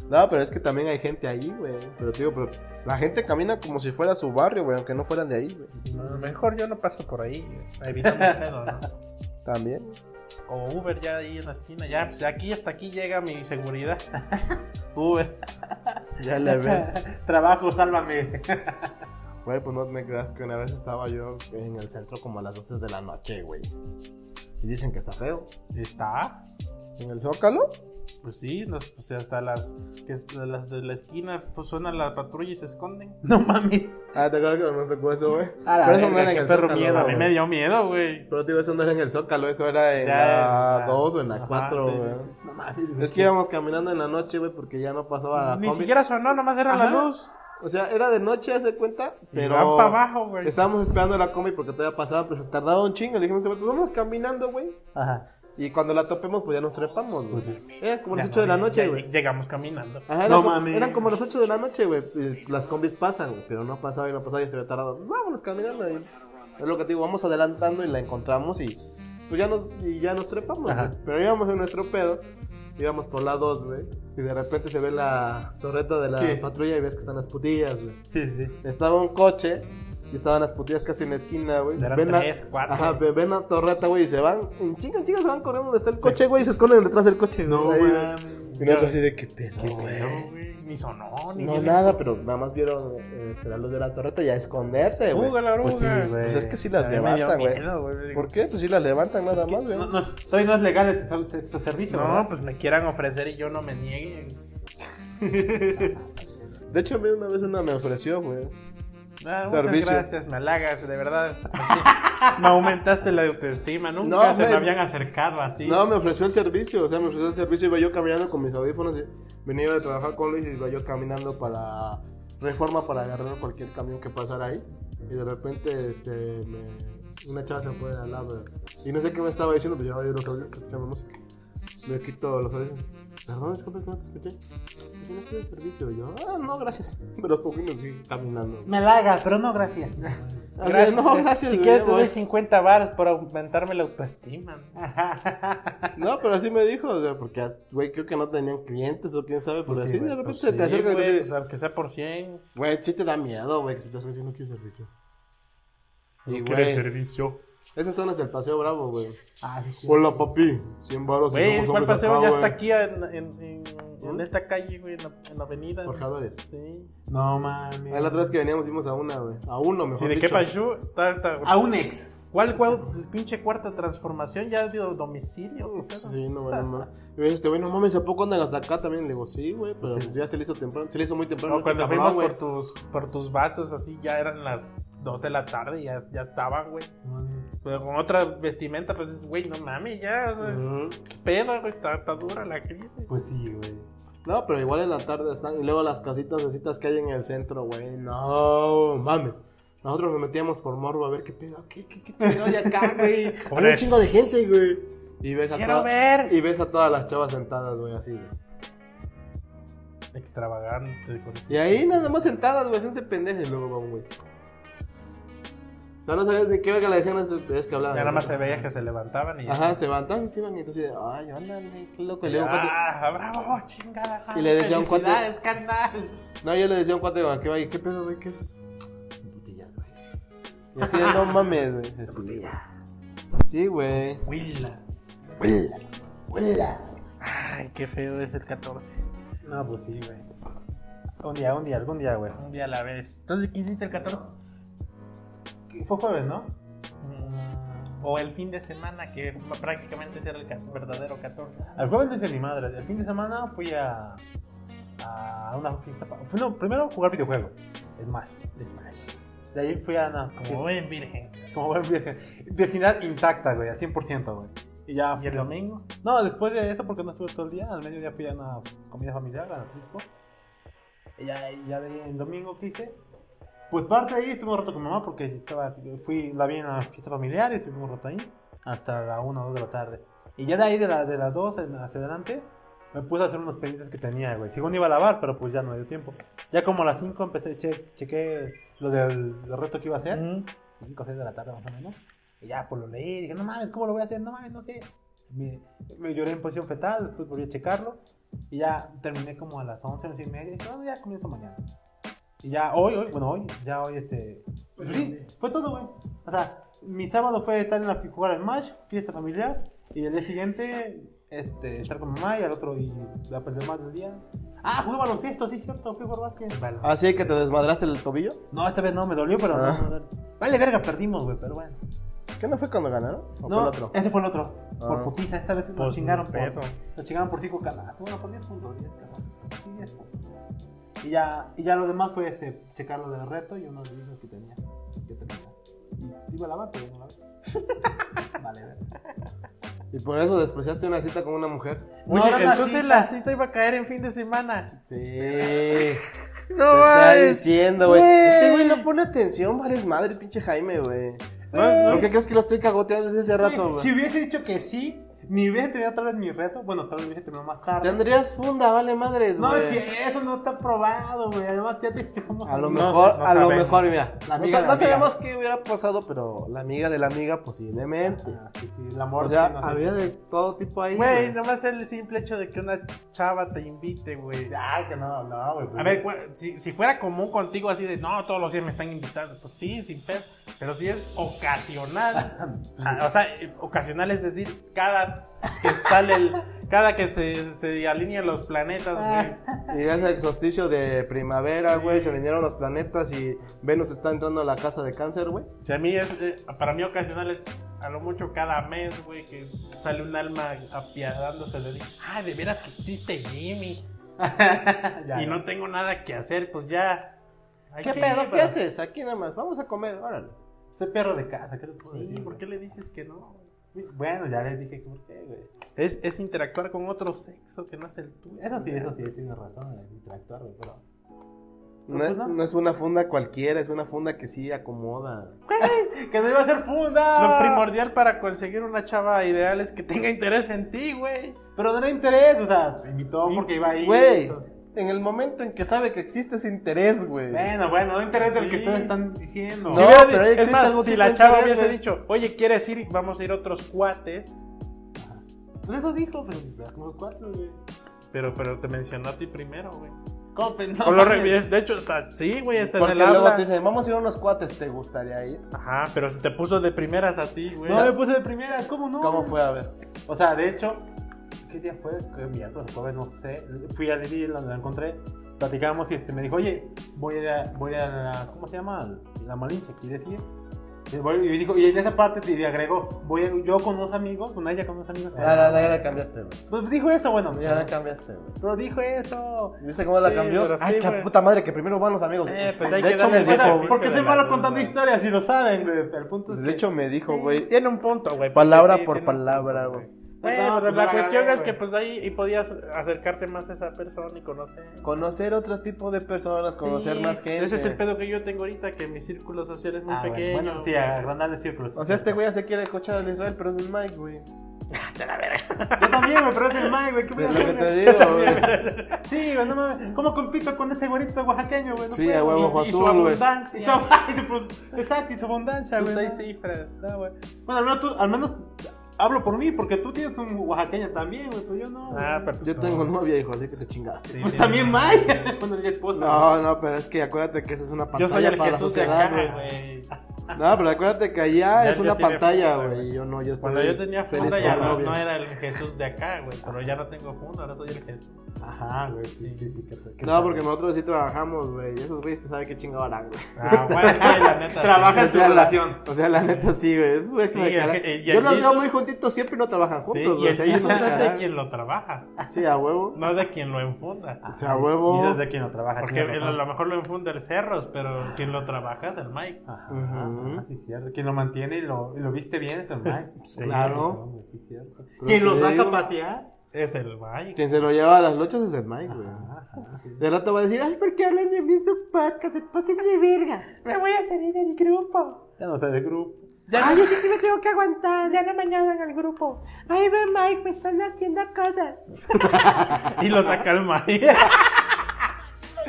No, pero es que también hay gente ahí, güey. Pero te digo, pero la gente camina como si fuera su barrio, güey, aunque no fueran de ahí, güey.
No, Mejor yo no paso por ahí. güey. Evitamos pedo, ¿no?
También.
O Uber ya ahí en la esquina. Ya, pues aquí hasta aquí llega mi seguridad. Uber.
Ya le ve.
Trabajo, sálvame.
Güey, pues no me creas que una vez estaba yo en el centro como a las 12 de la noche, güey. Y dicen que está feo.
Está.
¿En el Zócalo?
Pues sí, las- o sea, hasta las, que es- las de la esquina pues suena la patrulla y se esconden.
No mames.
Ah, te acuerdas que nos tocó eso, güey.
A la
Pero eso no
verga,
era en
qué
el
perro
Zócalo,
miedo,
A
güey.
mí me dio miedo, güey.
Pero te digo, eso no era en el Zócalo, eso era en
Ya,
la
en la-
2 o en la
Ajá,
4,
sí,
güey.
sí, sí.
No mames, güey.
Es que íbamos caminando en la noche, güey, porque ya no pasaba la
Ni
combi.
siquiera sonó, nomás era la
Ah, Ajá.
luz.
O sea, era de noche, haz de cuenta, pero...
Pero... Van para abajo, güey.
Estábamos esperando la combi porque todavía pasaba, pero se tardaba un chingo. Le dijimos, güey, pues vamos caminando, güey.
Ajá.
Y cuando la topemos, pues ya nos trepamos, güey. Era como
Ya
las
no,
8 de la
ya-
noche,
ya
güey.
Llegamos caminando.
Ajá, eran,
No
como,
mames.
eran como las 8 de la noche, güey. Y Las combis pasan, güey, pero no pasaba y no pasaba y se había tardado. Vámonos caminando. Y es lo que te digo, vamos adelantando y la encontramos y pues ya nos, y ya nos trepamos.
Ajá.
güey. Pero íbamos en nuestro pedo, íbamos por la 2, güey. Y de repente se ve la torreta de la
¿Qué?
patrulla y ves que están las putillas, güey.
Sí, sí.
Estaba un coche y estaban las putillas casi en la esquina, güey.
Eran
Ven la-
tres, cuatro.
Ajá, ve- ven la torreta, güey, y se van. En chinga, en chinga se van corriendo donde está el coche, güey, y se esconden detrás del coche.
No
güey. Ahí, güey.
mames.
Y nosotros así de qué pedo, güey.
Pero, güey, Ni sonó, ni
No,
ni-
nada, pero nada más vieron eh, este, la luz de la torreta y a esconderse, güey.
Fuga la
Pues sí,
oruga.
güey.
Pues es que sí las
A mí me dio
levantan, güey.
miedo, güey.
¿Por qué? Pues sí las levantan nada más, güey.
No, no, todavía no es legal ese, ese servicio,
No,
¿verdad?
pues me quieran ofrecer y yo no me niegue.
De hecho, a mí una vez una me ofreció, güey.
Ah, muchas
Servicio.
gracias, me halagas, de verdad. Así, me aumentaste la autoestima, nunca
No,
se me
me-
habían acercado así.
No, me ofreció el servicio, o sea, me ofreció el servicio. Iba yo caminando con mis audífonos. y Venía de trabajar con Luis y iba yo caminando para reforma para agarrar cualquier camión que pasara ahí. Y de repente se me... una chava se fue al lado. Y no sé qué me estaba diciendo, pero yo los audífonos, escuchaba música. Me quito los audífonos. Perdón, disculpe que no te escuché. Yo No quiero el servicio. Y yo, ah, no, gracias. Me los cogí y me fui caminando.
Me laga, pero no gracias.
O sea, no, gracias.
eh, Si
güey,
quieres
ya
te
voy.
doy 50 baros por aumentarme la autoestima.
Ah, No, pero así me dijo, o sea, porque, güey, creo que no tenían clientes o quién sabe, pero
Pues
así
sí, güey,
de repente
pues
se te acerca y te
güey,
dice,
pues, aunque sea por 100.
Güey, sí te da miedo, güey, que si te ofrecen no quieres servicio. Y, güey,
servicio.
esas son las del Paseo Bravo, güey.
Ah, sí, sí.
Hola, papi. 100 baros y
Güey,
somos
¿cuál
hombres
paseo
Pues acá,
ya
güey.
está aquí en, en- en- en
¿Mm?
esta calle, güey, en la, en la avenida?
Forjadores.
Sí.
No mames.
Ah, La otra vez que veníamos vimos a una, güey. A uno, mejor
Sí, de qué
dicho.
pasó? Está- está-
A un ex.
¿Cuál, cuál, pinche cuarta transformación ya de domicilio? ¿Qué pedo?
Sí, no, bueno, no. Y me dice este, güey, no mames, ¿a poco andan hasta acá también? Le digo, sí, güey, pero pues ya se le hizo temprano. Se le hizo muy temprano.
O
este
cuando
cabrón,
fuimos
güey.
por tus, por tus vasos, así ya eran las 2 de la tarde y ya, ya estaban, güey.
Mm.
Pero con otra vestimenta, pues es, güey, no mames, ya, o sea,
Mm.
qué pedo, güey, está, está dura la crisis.
Pues sí, güey.
No, pero igual en la tarde están. Y luego las casitas casitas que hay en el centro, güey. No, mames. Nosotros nos metíamos por morbo a ver qué pedo, qué, qué, qué chingado hay acá, güey.
¿Cómo
Hay un
es?
chingo de gente, güey. Y ves a
Quiero
toda-
ver.
Y ves a todas las chavas sentadas, güey, así, güey.
Extravagante, con
Y ahí nada más sentadas, güey, se pendejas y luego vamos, güey. O sea, no sabías de qué verga le decían a esas veces que hablaban.
Ya nada
güey.
más se veía que se levantaban y ya.
Ajá, se levantaban, se iban y entonces, ay, ándale, qué loco. Y luego un cuate-
Ah, bravo, chingada.
Y le decía a un cuate-
Ah, Felicidades, carnal.
No, yo le decía a un cuate, güey, que va, ¿y qué pedo, güey? ¿Qué es eso? Putillas, güey. Y así, no mames, güey. Dice, sí. Sí, güey.
Huila.
Huela, huela.
Ay, qué feo es el 14.
No, pues sí, güey. Un día, un día, algún día, güey.
Un día a la vez. Entonces, ¿qué hiciste el 14?
Fue jueves, ¿no?
Mm, O el fin de semana, que prácticamente ese era el ca- verdadero 14.
El jueves no hice ni madre. El fin de semana fui a. a una fiesta. pa- fui- No, primero jugar videojuego. Es más.
Smash.
De ahí fui a una.
Como ven, virgen.
Como buen virgen. Virginidad intacta, güey, al 100%, güey. Y ya.
¿Y el domingo?
No, después de eso, porque no estuve todo el día, al mediodía fui a una comida familiar, a Francisco. Y ya, y ya de ahí el domingo, ¿qué hice? Pues parte de ahí estuve un rato con mamá, porque estaba, fui, la vi en la fiesta familiar y estuvimos un rato ahí, hasta la 1 o 2 de la tarde. Y ya de ahí, de, la, de las 2 en- hacia adelante, me puse a hacer unos pendientes que tenía, güey. Según iba a lavar, pero pues ya no me dio tiempo. Ya como a las 5 empecé, che- chequé lo del lo reto que iba a hacer.
Mm,
5 o 6 de la tarde más o menos. Y ya, pues lo leí, dije, no mames, ¿cómo lo voy a hacer? No mames, no sé. Me, me lloré en posición fetal, después volví a checarlo. Y ya terminé como a las 11, 11 y media. Y dije, no, ya comienzo mañana. Y ya hoy, hoy, bueno, hoy, ya hoy este...
Pues,
sí, fue todo, güey. O sea, mi sábado fue estar en la fi- jugar al match, fiesta familiar. Y el día siguiente, este, estar con mamá y al otro, y la perder más del día. Ah, jugué baloncesto, sí, cierto, fui a jugar básquet.
Así Ah, que te desmadraste el tobillo.
No, esta vez no, me dolió, pero no,
Ah.
me dolió. Vale, verga, perdimos, güey, pero bueno.
¿Qué no fue cuando ganaron? ¿O fue el otro?
Ese fue el otro.
Ah.
Por putiza, esta vez nos
Pues,
chingaron por.
pedo.
Nos chingaron por 5 canas. Bueno, por 10 puntos, 10 canas. Sí, 10 puntos. Y ya, y ya lo demás fue este, checar lo del reto y unos libros que tenía. Que tenía. Y iba a lavar, pero no lavé. vale, ver.
Y por eso despreciaste una cita con una mujer.
No,
Oye,
era una
entonces
cita.
la cita iba a caer en fin de semana.
Sí. Te
No
está
mames.
diciendo, güey.
Güey.
Este güey no pone atención, vale, es madre, pinche Jaime, güey. ¿Por qué crees que lo estoy cagoteando desde hace rato,
si
güey?
hubiese dicho que sí, ni hubiese terminado tal vez mi reto. Bueno, tal vez hubiese terminado más tarde.
Tendrías funda, vale, madres,
No,
güey.
si eso no está probado, güey. Además, ya te explicamos.
A lo
No,
mejor,
no
a lo
sabemos.
mejor, mira.
La
No,
amiga
sa-
de
no
la
sabemos qué hubiera pasado, pero la amiga de la amiga posiblemente.
el amor.
O sea,
Ah, sí, no sé.
había de todo tipo ahí.
Güey, nomás el simple hecho de que una chava te invite, güey.
Ay, que no, no, güey. pues
A ver, cu- si, si fuera común contigo así de, no, todos los días me están invitando, pues sí, sin pedo. Pero si es ocasional, ah, o sea, eh, ocasional es decir, cada que sale el, cada que se, se alinean los planetas, güey.
Y ya es el solsticio de primavera, güey. Se alinearon los planetas y Venus está entrando a la casa de cáncer, güey.
Si a mí es, eh, para mí ocasional es a lo mucho cada mes, güey, que sale un alma apiadándose de mí. Ah, de veras que existe Jimmy.
Ya,
y
ya.
no tengo nada que hacer, pues ya. Hay
¿Qué
que ir,
pedo? ¿Qué
pero-
haces? Aquí nada más. Vamos a comer, órale.
Soy perro de casa, ¿qué le puedo
Pues Sí,
decir?
¿Por qué le dices que no?
güey? Bueno, ya les dije que por qué, güey.
Es, es interactuar con otro sexo que no es el tuyo.
Eso sí, eso sí, tiene razón de interactuar, güey, pero...
No,
Pues no.
no es una funda cualquiera, es una funda que sí acomoda.
¡Que no iba a ser
Lo
funda!
primordial para conseguir una chava ideal es que tenga interés en ti, güey.
Pero no era interés, o sea, me invitó porque iba ahí.
Güey, en el momento en que sabe que existe ese interés, güey.
Bueno, bueno, no interés del que
Sí.
ustedes están diciendo.
No,
Si hubiera-
pero ahí
es
existe
más,
algún
si
tipo
la
de
chava
interés,
hubiese
güey.
dicho, oye, ¿quieres ir? Vamos a ir otros cuates.
Pues eso dijo, pues, como cuatro, güey.
Pero, pero te mencionó a ti primero, güey.
¿Cómo pensó?
O lo revies- De hecho, está- sí, güey, está en
Porque
el
luego te
habla.
dicen, vamos a ir a unos cuates, ¿te gustaría ir?
Ajá, pero se te puso de primeras a ti, güey.
No, me puse de primera, ¿cómo no?
¿Cómo fue? A ver.
O sea, de hecho, ¿qué día fue? ¿Qué miércoles? Jueves, no sé. Fui a Lili, la, la encontré, platicamos y este, me dijo, oye, voy a, voy a, la- ¿cómo se llama? La Malinche, ¿quieres ir?
Y voy- Y dijo, y en esa parte te- le agregó, voy a- yo con unos amigos, con ella con unos amigos.
Ya la, ya la cambiaste, güey.
Pues dijo eso, bueno.
Ya la cambiaste, güey.
Pero dijo eso.
¿Viste cómo la
Sí,
cambió?
pero
Ay,
sí,
qué
güey.
puta madre, que primero van los amigos.
Eh, pues, hay
de
que
hecho, me
darle
O sea,
dijo,
vuelta.
güey,
¿Por qué
de
soy
la
malo
duda.
contando historias si lo saben, güey? El punto
Pues,
es
pues, De
que-
hecho, me dijo, güey,
Tiene un punto, güey. porque
palabra
sí,
por
tiene un punto,
palabra, güey.
Bueno,
No,
pero
no
la
la
cuestión
agarré,
es que
güey.
pues ahí y podías acercarte más a esa persona y conocer.
Conocer otro tipo de personas, conocer
Sí,
más gente.
Ese es el pedo que yo tengo ahorita, que mi círculo social es muy
Ah, bueno,
pequeño.
bueno, sí, agrandar el círculo.
O sea, este güey ya se quiere cochar al Israel, pero es el Mike, güey.
Yo también, güey, pero es el Mike, güey. ¿Qué voy a
Es lo que
hacer,
te
güey?
digo, güey.
Sí, güey, no mames. ¿Cómo compito con ese güerito oaxaqueño, güey? No
Sí,
puedo.
a huevo,
Y-
ojo
y su
azul, güey.
y
abundancia.
su- y su- pues, Exacto, y su abundancia,
Sus
güey.
seis
¿no?
cifras.
Ah, güey. Bueno, al menos tú, al menos hablo por mí, porque tú tienes un oaxaqueño también, güey, pero yo no.
Ah,
güey.
pero
yo tengo novia, hijo, así que te chingaste.
Pues también Mike. bueno, ya es puta,
No, no, pero es que acuérdate que esa es una
Yo
pantalla.
soy el
para la
Jesús de
sociedad,
acá, güey.
güey. No, pero acuérdate que allá
Ya
es
yo
una
tenía
pantalla,
funda, güey.
güey. y Yo no, yo estoy.
Cuando yo tenía
feliz
funda
con
ya
mi
no,
novia.
no era el Jesús de acá, güey. Pero ya no tengo funda, ahora soy el Jesús.
Ajá, güey. sí, sí, sí, que- que-
No, porque nosotros sí trabajamos, güey. y Esos güeyes te saben qué chingado harán, güey.
Ah, bueno, sí, la neta. sí.
Trabaja en
O
su
sea, la-
relación.
O sea, la neta sí, güey. Esos güeyes
Sí,
se
el
cagan.
que- y el
Yo los veo
Jesus-
muy juntitos siempre y no trabajan
Sí,
juntos,
y
güey.
el
O sea, ellos
Jesús es de
son-
quien lo trabaja,
Sí, a huevo.
no de quien lo enfunda.
O sea, a huevo.
Y desde quien lo trabaja.
Porque
tiene
él a
razón.
lo mejor lo enfunda el Cerros, pero quien lo trabaja es el Mike.
Ajá,
Ujú.
ajá, sí, cierto. Quien lo mantiene y lo, y lo viste bien es el Mike. Sí,
Claro.
no, sí, cierto.
Pero
Quien
te
los da
digo-
capacidad.
Es el Mike.
Quien se lo lleva a las luchas es el Mike, güey.
Ajá, sí.
De rato va a decir, ay, ¿por qué hablan de mí en su podcast? Se pasen de verga.
Me voy a salir del grupo.
Ya no sé de grupo.
Ya
yo sí que me tengo que aguantar.
Ah. no me añadan al grupo.
Ay, ve, Mike, me están haciendo cosas.
Y lo saca el Mike.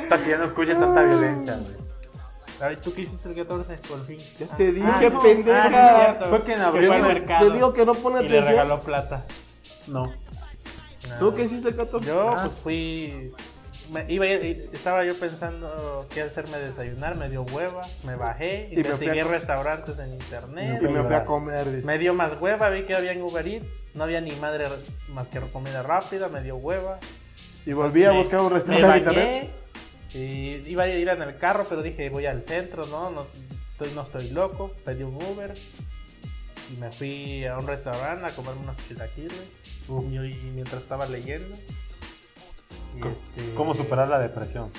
Hasta que ya no escuche tanta violencia, güey.
Ay, ¿tú qué hiciste el 14? Por fin.
Ya te
Ah,
dije,
no.
Ah, sí,
Ah,
pendeja.
cierto.
fue quien abrió.
Que fue al
Te
mercado.
Te digo que no pone
y le
atención.
regaló plata.
No.
¿Tú qué hiciste, Ah. Cato?
Ah. Yo pues fui... me iba a ir- estaba yo pensando qué hacerme desayunar, me dio hueva, me bajé,
Y me fui a
investigué
co-
restaurantes en
Y
internet,
me fui a comer. dice.
Me dio más hueva, vi que había en Uber Eats, no había ni madre más que comida rápida, me dio hueva.
Y volví a
Me-
buscar un
Me
restaurante en internet.
bañé y iba a ir en el carro, pero dije voy al centro, no, no estoy, no estoy loco, pedí un Uber y me fui a un restaurante a comerme unos chilaquiles y, y mientras estaba leyendo. y este,
¿Cómo superar la depresión?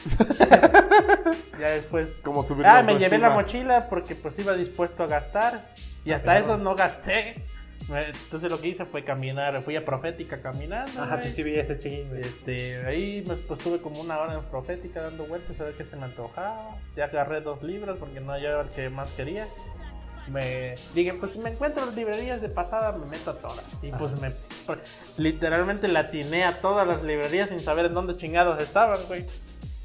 Ya después
Como subir
Ah,
la
me llevé la
autoestima.
mochila porque pues iba dispuesto a gastar y hasta eso no gasté. Me- Entonces lo que hice fue caminar, fui a Profética caminando. güey.
vi ese chiquín,
Este, ahí me- pues estuve como una hora en Profética dando vueltas a ver qué se me antojaba. Ya agarré dos libros porque no hallaba el que más quería. Me dije, pues si me encuentro en librerías de pasada, me meto a todas. Y pues me pues, literalmente latiné a todas las librerías sin saber en dónde chingados estaban, güey.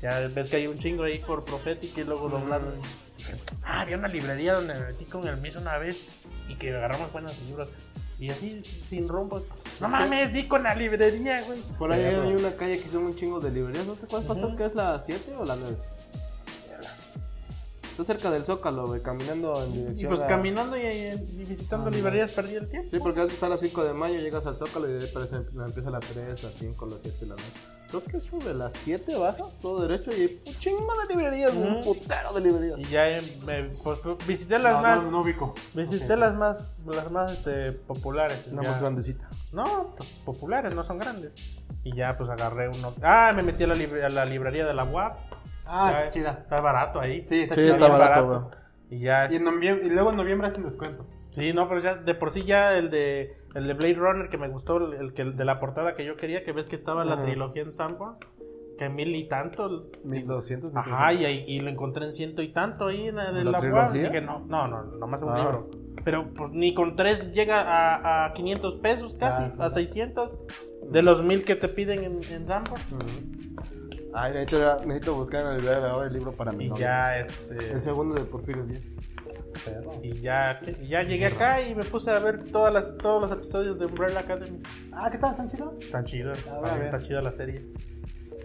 Ya ves que hay un chingo ahí por Profética y luego doblado.
Mm.
Ah, había una librería donde me metí con el Miss una vez y que agarramos buenos libros. Y así sin rumbo. No mames, di con la librería, güey.
Por ahí hay una calle que son un chingo de librerías. ¿No te acuerdas,
Ujú.
pastor, que es la 7 o la 9? Está cerca del Zócalo, güey, caminando en dirección
Y pues
a-
caminando y, y
Ah,
visitando librerías perdí el tiempo.
Sí, porque ves que está a las 5 de mayo, llegas al Zócalo y de ahí parece- empieza a las 3, las 5, las 7 de la noche. Creo que sobre las 7 bajas, todo derecho, y hay un chingo de librerías, un
Ujú.
putero de librerías.
Y ya eh, me, pues, visité las
No, no,
más
no ubico.
visité las más las más este, populares.
Una
Ya.
más grandecita.
No, pues populares, no son grandes. Y ya pues agarré uno. Ah, me metí a la, libra- a la librería de la UAP.
Ah,
Ya,
qué chida.
Está barato ahí.
Sí, está
Sí,
chida.
está
bien
barato,
barato.
güey.
Y ya
Y, en noviembre- y luego en noviembre hacen descuento.
Sí, no, pero ya de por sí ya el de el de Blade Runner que me gustó, el, el que el de la portada que yo quería, que ves que estaba la
Ajá.
trilogía en Sanborn, que mil y tanto.
1200,
Ajá, y, ahí- y lo encontré en ciento y tanto ahí en la, de
¿La
la
trilogía?
UAB. Dije, no, no, no, nomás un
Ah.
libro. Pero pues ni con tres llega a, a 500 pesos casi,
Ah,
a 600, de los mil que te piden en, en Sanborn.
Ay, necesito, ya- necesito buscar en la librería ahora el libro para mi
Y
novia.
ya, este.
El segundo de Porfirio Díaz.
Y ya, ¿qué? Y ya llegué acá y me puse a ver todas las, todos los episodios de Umbrella Academy.
Ah, ¿qué tal? ¿Tan chido?
Tan chido,
Ah,
A ver,
para
a
mí
ver.
está chida la serie.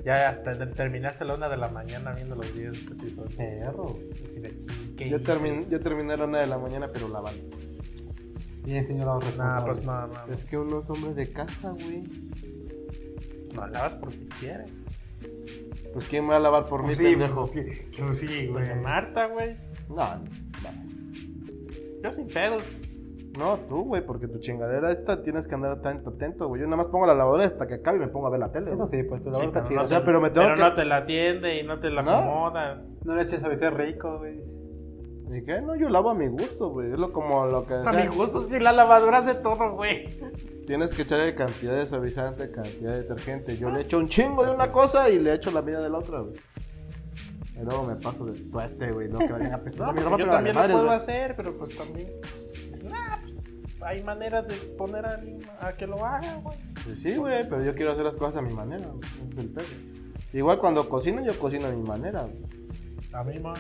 Ya hasta te- terminaste a la una de la mañana viendo los 10 episodios.
Perro.
Así de, "Chin, ¿qué
Yo
hice?".
terminé, yo terminé a la 1 de la mañana, pero la van.
Bien, señor.
Nah,
responsable.
pues no, no.
Ah, Es que uno es hombre de casa, güey.
No lavas porque quieres.
Pues quién me va a lavar por mí,
Pues sí,
pendejo.
pues, que- que- pues sí, güey.
Doña Marta, güey.
No, no, vamos.
Yo sin pedos.
No, tú, güey, porque tu chingadera esta tienes que andar tanto atento, güey. Yo nada más pongo la lavadora hasta que acabe y me pongo a ver la tele.
Eso
güey.
sí, pues tu
Sí,
labor está
pero
chida.
O sea, pero me tengo
Pero
que...
no te la atiende y no te la
¿No?
acomoda.
No le eches a vete rico, güey.
¿Y qué? No, yo lavo a mi gusto, güey. Es lo como lo que... o
A
sea, pues,
mi gusto, sí, la lavadora hace todo, güey.
Tienes que echarle cantidad de suavizante, cantidad de detergente. Yo le echo un chingo de una cosa y le echo la media de la otra, güey. Y luego me paso de tueste, güey. No, que vayan a
No,
pestar mi
porque
ropa,
yo
pero
también
vale
lo puedo
madres,
hacer, pero pues también. Dices, nah, pues hay maneras de poner a, alguien a que lo haga, güey.
güey. Pues sí, güey, pero yo quiero hacer las cosas a mi manera, güey. Ese es el pedo. Igual cuando cocino, yo cocino a mi manera, güey.
A mí, man.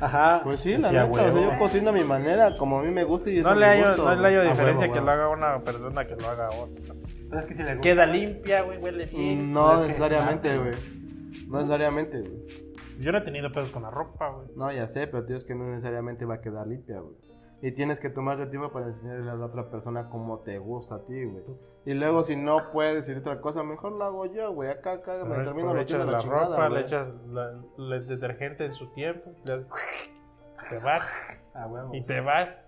Ajá.
Pues sí, la
Sí, a
neta, o sea,
huevo.
yo cocino a mi manera, como a mí me gusta y eso
No
es
le
mi
hallo,
gusto,
no le hallo
güey. A
diferencia
huevo,
que
a
lo haga una persona que lo haga otra.
Pues es que si le gusta.
Queda limpia, güey, huele
huevo.
bien.
No
es que-
necesariamente, güey. No necesariamente, güey.
Yo no he tenido pedos con la ropa, güey.
No, ya sé, pero tío, es que no necesariamente va a quedar limpia, güey. Y tienes que tomarte tiempo para enseñarle a la otra persona cómo te gusta a ti, güey. Y luego, si no puedes decir otra cosa, mejor lo hago yo, güey. Acá, acá, me termino
le
metiendo
echas la,
chingada,
ropa, le
güey.
echas la- la- el detergente en su tiempo, le haces- te vas
Ah,
A huevo.
y te vas.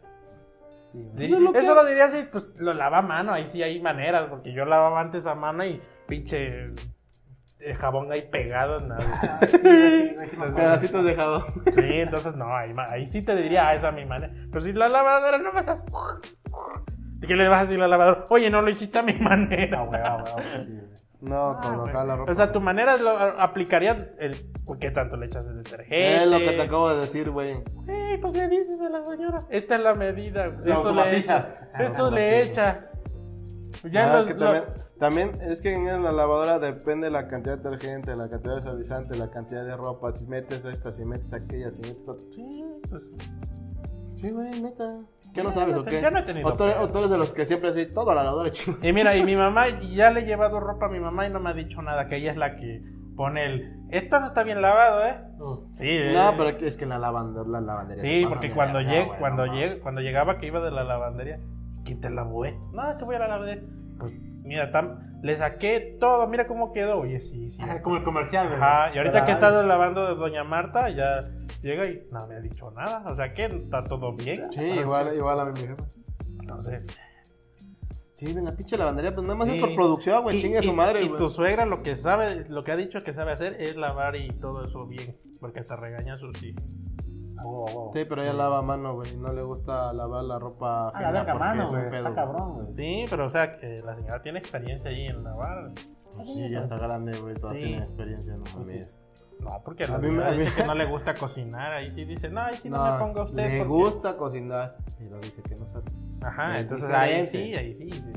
Di-
Eso es lo que-
Eso lo diría si pues, lo lava a mano, ahí sí hay maneras, porque yo lavaba antes a mano y pinche eh, jabón ahí pegado. en la-
Ah, sí, sí, güey, sí me acuerdo.
Pedacitos de jabón.
Sí, entonces no, ahí, ma- ahí sí te diría, ah, esa es mi manera. Pero si la lavadora no me estás... ¿Y qué le vas a decir a la lavadora? Oye, no lo hiciste a mi manera.
A huevo, a huevo, sí, güey.
No,
Ah,
con
güey.
acá la ropa.
O sea, tu manera es lo- aplicaría el qué tanto le echas de detergente.
Es Eh, lo que te acabo de decir, güey.
Eh, pues le dices a la señora, esta es la medida, güey.
Lo
esto le
automatizas.
echa, esto le echa. Ya
Ah,
los-
es que
lo-
también, también es que en la lavadora depende la cantidad de detergente, la cantidad de suavizante, la cantidad de ropa. Si metes esta, si metes aquella, si metes otra.
Sí, pues,
Sí, güey, neta. ¿Qué
Ya
no
no
sabes
Eh, te-
o qué?
ya no he tenido
O tú eres-
pedo.
o tú eres de los que siempre así, todo a la lavadora, chingos.
Y mira, y mi mamá, ya le he llevado ropa a mi mamá y no me ha dicho nada, que ella es la que pone el, esto no está bien lavado, ¿eh? Sí, eh.
No, pero es que la, lavandera, la lavandería.
Sí,
se pasan
porque
de
cuando,
verga,
lleg-
güey,
cuando,
no
lleg- cuando llegaba que iba de la lavandería, ¿quién te lavó esto? No, que voy a la lavandería. Pues mira, tam- le saqué todo, mira cómo quedó. Oye, sí, sí.
Ah,
Ajá, Como el comercial, güey.
Ajá, y ahorita que he
Claro.
estado lavando de Doña Marta, ya llega y no me ha dicho nada. O sea que está todo bien.
mames. Ah, Sí, igual, igual a mi jefa.
Entonces,
Sí, ven, la pinche lavandería, pues nada más
Sí.
es por producción, güey,
y-
Pues chingue a
y-
su madre,
Y
güey.
tu suegra lo que sabe, lo que ha dicho que sabe hacer es lavar y todo eso bien. Porque hasta regaña a sus hijos.
Ah,
A huevo, a huevo.
Sí, pero ella lava a mano, güey, y no le gusta lavar la
Ah,
ropa
A la verga,
porque
mano,
es un
güey.
pedo,
Está cabrón, güey.
Sí, pero o sea, que la señora tiene experiencia ahí en lavar.
Pues sí, ya está grande, güey, todavía
Sí.
tiene experiencia, no mames.
No, porque
A
la
mí me-
señora
a mí-
dice que no le gusta cocinar. Ahí sí dice, no, ahí sí no, me ponga usted.
le
porque-".
gusta cocinar. Y lo dice que no sabe.
Ajá,
Es
entonces ahí
diferente.
sí, ahí sí. sí.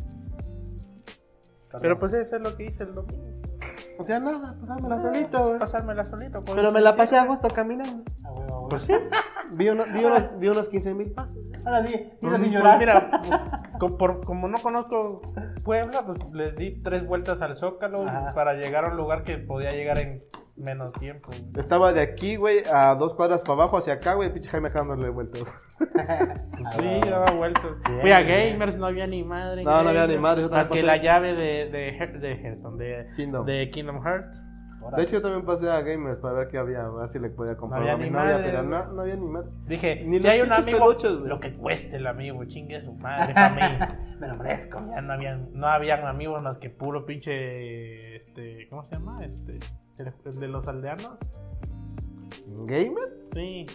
Pero pues eso es lo que hice el domingo. Pues,
O sea, nada,
pues,
pasármela solito, güey.
Pasármela solito. con Ah,
Pero
un
me la
sentido.
pasé a gusto caminando.
A huevo, a huevo.
Pues,
Vi, uno-
Ah.
vi unos, vi unos 15 mil pasos.
Ahora sí,
Pues,
dile sin
pues,
llorar.
mira, co- por- como no conozco Puebla, pues les di tres vueltas al Zócalo
Ajá.
para llegar a un lugar que podía llegar en menos tiempo.
Estaba de aquí, güey, a dos cuadras para abajo, hacia acá, güey, pinche Jaime dándole vueltas.
pues, Sí, daba vueltas. Fui a Gamers, no había ni madre. en
No, no había
Gamers,
ni madre, yo también
Más que
pasé.
la llave de, de, Her- de Hearthstone, de
Kingdom.
de Kingdom Hearts.
De hecho, yo también pasé a Gamers para ver qué había, a ver si le podía comprar
No había
a mi
ni
novia,
madres,
pero
güey.
no, no había ni madres.
Dije,
Ni
si
los
hay un
pinches
amigo,
peluches, güey.
lo que cueste el amigo, chingue su madre, pa' mí.
Me lo merezco.
Ya no habían, no habían amigos más que puro pinche, este, ¿cómo se llama? Este, el, el de los aldeanos.
¿Gamers?
Sí.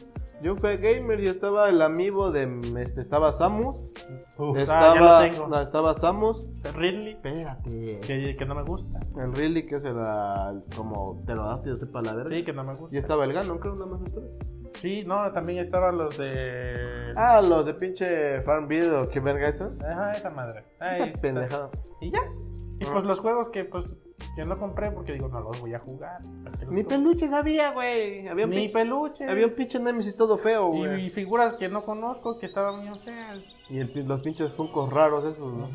Yo fui a Gamers y estaba el amigo de. Este, estaba Samus.
Uf,
estaba,
ah, ya lo tengo.
no, estaba Samus.
Ridley,
Espérate.
que, que no me gusta.
El Ridley, que es el. ah, como te lo das, yo sepa la verga.
Sí, que no me gusta.
Y este- estaba el Ganon, creo, nada más los tres.
Sí, no, también estaban los de.
Ah, los de pinche Farmville o qué verga eso.
Ajá, esa madre. Ay,
Esa Ah. pendejada.
Y ya. Y pues los juegos que pues yo no compré porque digo, no los voy a jugar. ¿Para qué los
Ni
compro?
peluches había, güey. Había un
Ni
pinche,
peluche.
había un pinche Nemesis todo feo,
y,
güey.
y figuras que no conozco que estaban bien feas.
Y el pin- los pinches funcos raros esos, ¿no?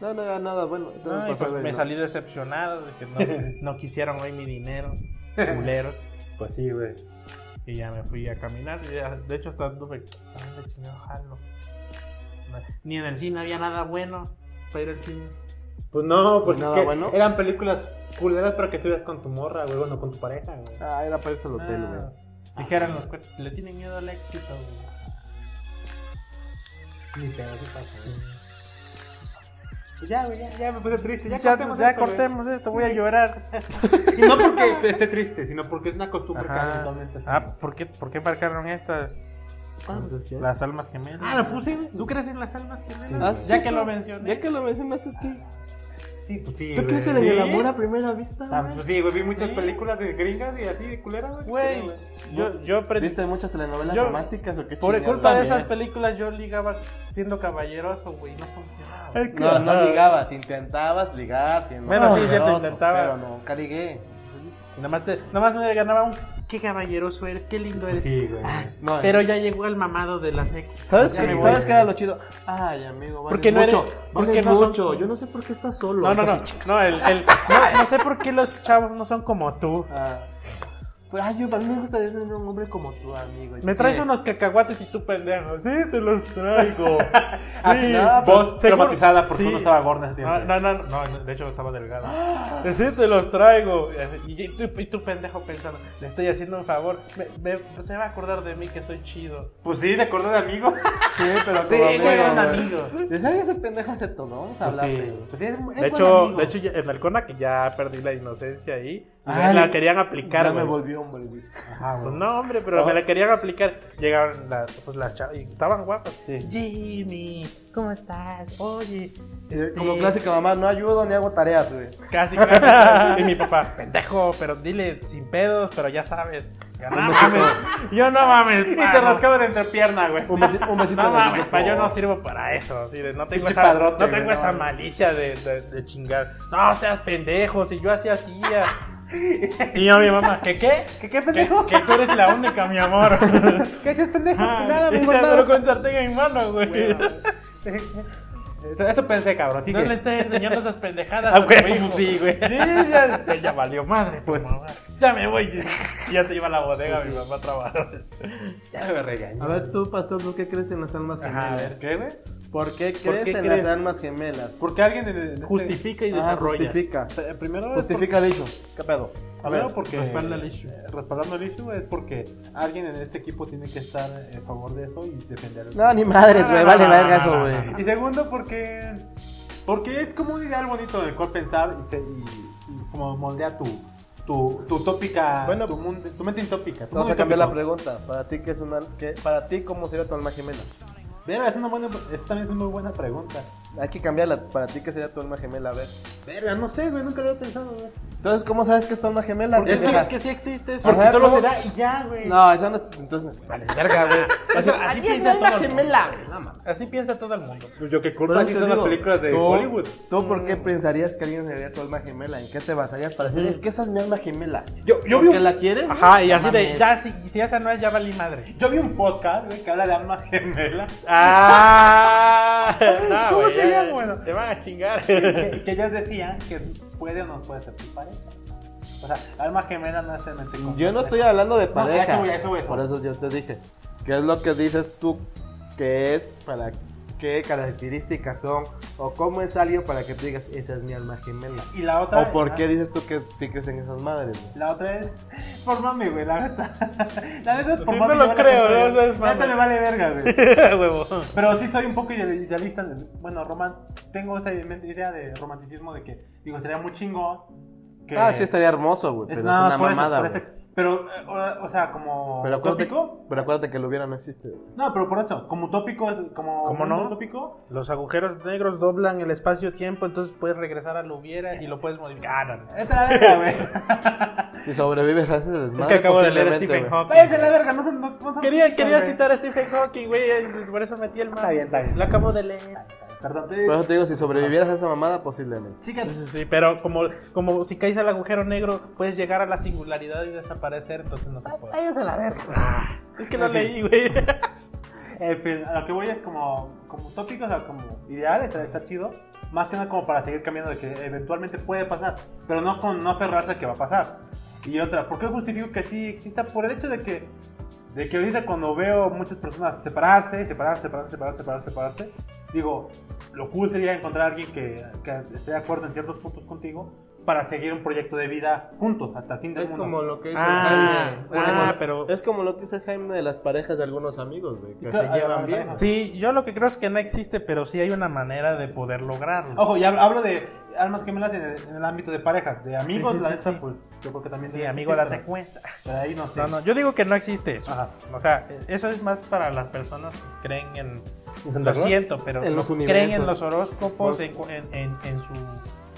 No, nada, nada, bueno. entonces
Ay,
pasé,
pues
güey,
me
¿no?
salí decepcionado de que no, no quisieron hoy mi dinero, culeros.
Pues sí, güey.
Y ya me fui a caminar. y ya- de hecho, hasta anduve. "¿A dónde chingado jalo?". No- Ni en el cine había nada bueno para ir al cine.
Pues no,
Pues
pues
nada
que
bueno.
Eran películas culeras para que estuvieras con tu morra, güey, bueno, con tu pareja, güey.
Ah, era para irse al hotel,
Ah,
güey.
Dijeran los cuates, le tienen miedo al éxito, güey.
Ni pedo, sí pasa. güey. Pues Ya, güey, ya, ya me puse triste. Ya,
Ya, "Ah, ya
cortemos
cortemos,
esto, güey.
esto, voy a llorar.
Y no porque esté triste, sino porque es una costumbre que pues.
Ajá.
hay actualmente.
Ah, ¿por qué, ¿por qué marcaron estas?
Ah, pues,
Entonces, ¿qué?
Las almas gemelas.
Ah, lo puse, güey. ¿Tú crees en las almas gemelas?
Sí,
Ah,
güey.
sí,
ya que
güey.
lo mencioné.
Ya que lo mencionaste tú.
Sí, pues sí.
¿Tú
güey.
crees en el
Sí.
amor a primera vista?
Ah,
güey?
pues sí, güey, vi muchas
Sí.
películas de gringas y así de culeras,
Güey, yo, yo aprendí.
¿Viste muchas telenovelas
Yo-
románticas o qué
Por
chingados?
culpa de
También.
esas películas yo ligaba siendo caballeroso, güey. No
No,
funcionaba.
no ligabas, intentabas ligar. siendo
Bueno, sí,
caballeroso,
cierto, intentaba.
Pero nunca ligué.
Nada más, te- nada más me ganaba un qué caballeroso eres, qué lindo eres.
Sí, güey.
Ah,
No,
Pero ya llegó el mamado de la secu.
¿Sabes,
Ya
qué,
me voy.
¿sabes qué era lo chido?
Ah,
Ay, amigo, vale
Porque no eres-
mucho.
porque
vales
no son-
mucho. Yo no sé por qué estás solo.
No, no, no.
Entonces, ch-
No, el, el- no, no sé por qué los chavos no son como tú.
ah. Pues, ay, yo, a mí me gustaría tener un hombre como tú, amigo.
Me
Sí.
traes unos cacahuates y tú pendejo. Sí, te los traigo.
Así,
Sí,
voz
seguro-
traumatizada porque
sí.
uno estaba gorda en ese
Ah,
tiempo.
No, no, no, no, no, de hecho estaba delgada. Sí, te los traigo. Y, y tú, y tú, pendejo pensando, le estoy haciendo un favor. Me- me- se va a acordar de mí que soy chido.
Pues sí, de acuerdo de amigo.
Sí, pero como
Sí, qué gran
güey.
amigo.
¿De sabes ese pendejo se tomó? Vamos a
Pues
hablar.
sí.
güey.
Pues es- es
De
buen
hecho,
amigo.
de hecho, ya- en Alcona que ya perdí la inocencia ahí, me
Ay,
la querían aplicar.
Ah, Ya me
güey.
volvió hombre, güey.
Ajá,
Pues
güey.
no, hombre, pero
Ah.
me la querían aplicar. Llegaron las, pues las chavas y estaban guapas.
Sí.
Jimmy, ¿cómo estás? Oye, este,
Como clásica mamá, no ayudo ni hago tareas, güey.
Casi, casi. y mi papá, pendejo, pero dile sin pedos, pero ya sabes. Ya no mames. Yo no mames.
Y
pa,
te
no.
rascaban entre pierna, güey.
Un besito, un besito
No
en el
mames,
hocico.
pa, yo no sirvo para eso. así de, no tengo,
Pinche
esa,
padrote, güey,
no
no
tengo esa
mames.
malicia de, de- de chingar. No seas pendejo, si yo así hacía. Y yo a mi mamá, ¿qué qué?
¿Qué, qué
Que,
pendejo?
que tú eres la única, mi amor.
¿Qué haces, pendejo?
Ah,
Nada,
y
me
te
importaba.
adoro con sartén en mi mano, güey.
Esto, esto pensé, cabrón.
No
Sigue.
le estés enseñando esas pendejadas
Ah,
a tu
güey,
hijo.
sí, güey.
Sí, ya, ya- ya valió madre, tu
Pues-
mamá. Ya me voy. Y Ya se iba a la bodega, mi mamá a trabajar.
Ya me regañó.
A ver, tú, pastor, ¿por qué crees en las almas
Ajá, a
gemelas?
ver.
¿Qué, güey?
¿Por qué crees
qué
en
crees?
las almas gemelas?
Porque alguien en- en este-
Justifica y
Ah,
desarrolla.
justifica.
Eh, Primero es
Justifica el hecho. ¿Qué pedo?
A ver, porque
respalda el issue.
eh, respaldando el issue es porque alguien en este equipo tiene que estar eh, a favor de eso y defender el
No, ni madres, güey. Vale,
No, no,
verga
no,
eso,
no,
güey.
no,
Y segundo porque porque es como un ideal bonito en el cual pensar y, se- y- y como moldea tu tu, tu tópica,
Bueno,
tu, mundo- tu mente intópica. tu
Vamos a
mundo
cambiar la
intópico.
pregunta. Para ti, ¿qué es una, qué- para ti ¿cómo sería tu alma gemela?
Verga, es una buena, esta también es una muy buena pregunta.
Hay que cambiarla. Para ti, ¿qué sería tu alma gemela? A ver.
Verga, no sé, güey, nunca lo había pensado, güey.
Entonces, ¿cómo sabes que Ah, es tu alma gemela?
Porque
pendeja?
sí, es que sí existe eso.
Ajá,
Porque solo
¿cómo?
se da y ya, güey.
No, eso no es... Entonces, vale, verga, güey.
Eso- así piensa todo el mundo.
No, mames.
Así piensa todo el mundo.
Pues yo qué
Por
culpa
eso
si
te
son las
digo,
películas de
¿tú-
Hollywood.
¿Tú por
Mm.
qué pensarías que alguien sería tu alma gemela? ¿En qué te basarías para decir, es que esa es mi alma gemela?
Yo, yo vi
¿Porque
un,
la quieres?
Ajá, y
No
así de,
mames.
ya, si, si esa no es, ya valí madre.
yo vi un podcast, güey, que habla de alma gemela.
¡Ah! No,
¿Cómo
güey,
se
ya-
llama, bueno?
Te van a chingar.
que, que ellos decían que puede o no puede ser tu pareja. O sea, alma gemela no es realmente como-
Yo no estoy hablando de
No, a eso
pareja.
voy, a eso voy, a eso
Por
voy.
eso yo te dije. ¿Qué es lo que dices tú que es para qué características son o cómo es alguien para que tú digas esa es mi alma gemela?
Y la otra.
¿O por
ah,
qué dices tú que sí crecen esas madres? güey?
La otra es. Por mami, güey, la neta. La neta es por
Sí,
mami,
no lo
yo la
creo,
gente,
no,
güey.
no es
La neta
mami.
me vale verga, güey.
Huevo.
Pero sí soy un poco ideal- idealista. Bueno, roman... tengo esta idea de romanticismo de que, digo, sería muy chingón. Que...
Ah, sí, estaría hermoso, güey.
Es
Pero es
nada
una
más por eso,
mamada,
por
güey.
eso. Pero, eh, o, o sea, como.
Pero acuérdate,
tópico.
pero acuérdate que lo hubiera no existe. güey.
No, pero por eso. Como tópico, como.
¿Cómo
mundo
no?
tópico.
Los agujeros negros doblan el espacio-tiempo, entonces puedes regresar a lo hubiera y lo puedes modificar. Ah, no, no.
Esta es la verga, güey.
Si sobrevives a ese
Es
desmadre,
que acabo de leer a
posiblemente,
Stephen
güey.
Hawking.
Váyanse a la verga, no se. No, no se-
Quería, quería
güey.
citar a Stephen Hawking, güey, eh, por eso metí el mal.
Está bien, está bien.
Lo acabo de leer.
Perdón, te-
Por eso te digo, si sobrevivieras a esa mamada, posiblemente.
Chicas,
Sí, sí, pero como, como si caes al agujero negro, puedes llegar a la singularidad y desaparecer, entonces no se puede.
Váyase a la verga.
Es que no leí, güey.
en fin, a lo que voy es como, como tópicos, o sea, como ideal, está, está chido. Más que nada como para seguir cambiando de que eventualmente puede pasar, pero no con no aferrarse a que va a pasar. Y otra, ¿por qué justifico que sí exista? Por el hecho de que, de que ahorita cuando veo muchas personas separarse, separarse, separarse, separarse, separarse, separarse, digo, lo cool sería encontrar a alguien que, que esté de acuerdo en ciertos puntos contigo para seguir un proyecto de vida juntos hasta el fin del
Es
mundo.
como lo que hizo
Ah,
Jaime.
ah,
es como-
pero-
Es como lo que hizo Jaime de las parejas de algunos amigos, güey. Que
Claro,
se
ahí
llevan
ah,
va,
bien.
ahí
Sí, yo lo que creo es que no existe, pero sí hay una manera de poder lograrlo.
Ojo, y hab- hablo de almas gemelas en el, en el ámbito de parejas, de amigos,
Sí, sí,
la
sí,
neta,
sí.
pues yo creo que también
sí,
debe
amigo,
existir,
date
pero-
cuenta.
Pero ahí no sé.
No, no, yo digo que no existe eso.
Ajá.
O sea, eso es más para las personas que creen en... Lo
Claus?
siento, pero
En
no
los
creen
universos.
en los horóscopos,
Los-
en, cu- en, en- en su...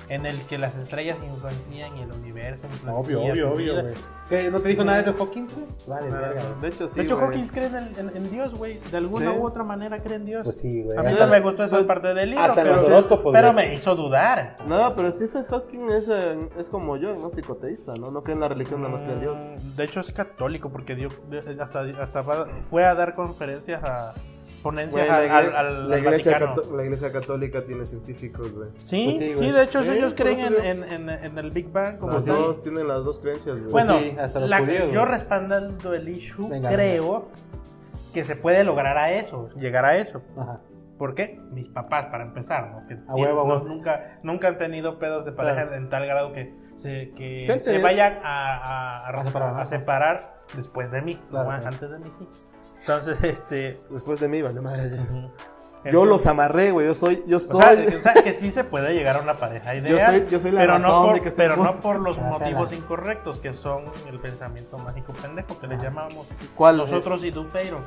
En el que las estrellas influencian y el universo influencia.
Obvio, obvio,
tu vida.
obvio, güey. ¿Qué, ¿No te dijo nada de Hawkins, güey?
Vale,
No,
verga.
no.
De hecho, sí.
Ah. de hecho,
güey.
Hawkins cree en, el- en- en Dios, güey. De alguna
Sí.
u otra manera cree en Dios.
Pues sí, güey.
A mí
Hasta-
no me gustó esa
pues,
parte del libro,
hasta en
pero,
los horóscopos,
pero
güey.
me hizo dudar.
No, pero Stephen Hawking es, eh, es como yo, ¿no? Psicoteísta, ¿no? No cree en la religión, no más cree en Dios.
Mm, De hecho es católico porque dio, de- hasta, hasta va- fue a dar conferencias a ponencias
Güey,
al,
la,
al,
igre-
al-
la
al
iglesia
Vaticano.
cató- la iglesia católica tiene científicos, güey.
Sí,
Pues sí,
sí,
güey.
de hecho
Sí,
ellos
por
creen
eso
en,
digo.
en, en- en el Big Bang como
Los
tal.
dos tienen las dos creencias, güey.
Bueno,
pues sí, hasta los
la-
judíos, güey.
yo respaldando el issue
Venga,
creo que se puede lograr a eso, llegar a eso.
Ajá.
¿Por qué? Mis papás, para empezar, ¿no? Que
A huevo, a
no-
huevo.
Nunca, nunca han tenido pedos de pareja en tal grado que se, que
Sí han
se
tenido.
vayan a, a- a-
separar,
a separar después de mí.
Claro,
¿no?
claro.
Antes de mí, sí. Entonces, este...
Después de mí, vale, madre. Yo
entonces,
los amarré, güey. Yo soy. Yo soy.
o sea, que- o sea, que sí se puede llegar a una pareja ideal,
soy- yo soy la
pero, no
razón
por,
de que
pero
estemos-
no por los
Sácala.
motivos incorrectos que son el pensamiento mágico pendejo que les llamamos
¿Cuál?
nosotros y Dupeiro.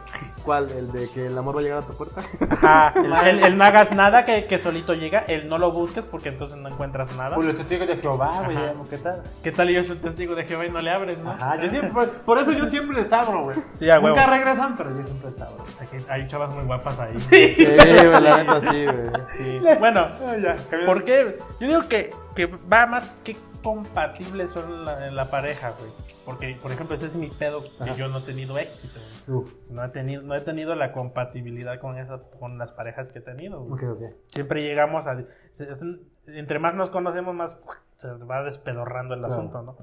¿Cuál? ¿El de que el amor va a llegar a tu puerta?
Ajá, el, el no hagas nada que, que solito llega, el no lo busques porque entonces no encuentras nada.
Pues los testigos de Jehová, güey,
Ajá.
¿qué tal?
¿Qué tal yo soy testigo de Jehová y no le abres, no?
Ajá, yo siempre, por, por eso yo siempre les abro, güey.
Sí, a huevo.
Nunca regresan, pero yo siempre les abro.
Aquí Hay chavas muy guapas ahí.
Sí, güey, la neta sí, güey.
Sí. Bueno,
Ah,
¿por qué? Yo digo que, que va más que compatibles son la, en la pareja, güey. Porque, por ejemplo, ese es mi pedo, que yo no he tenido éxito. güey. No he tenido, no he tenido la compatibilidad con, esa, con las parejas que he tenido, güey.
Ok, ok.
Siempre llegamos a... se- se- entre más nos conocemos, más se va despedorrando el asunto, ¿no?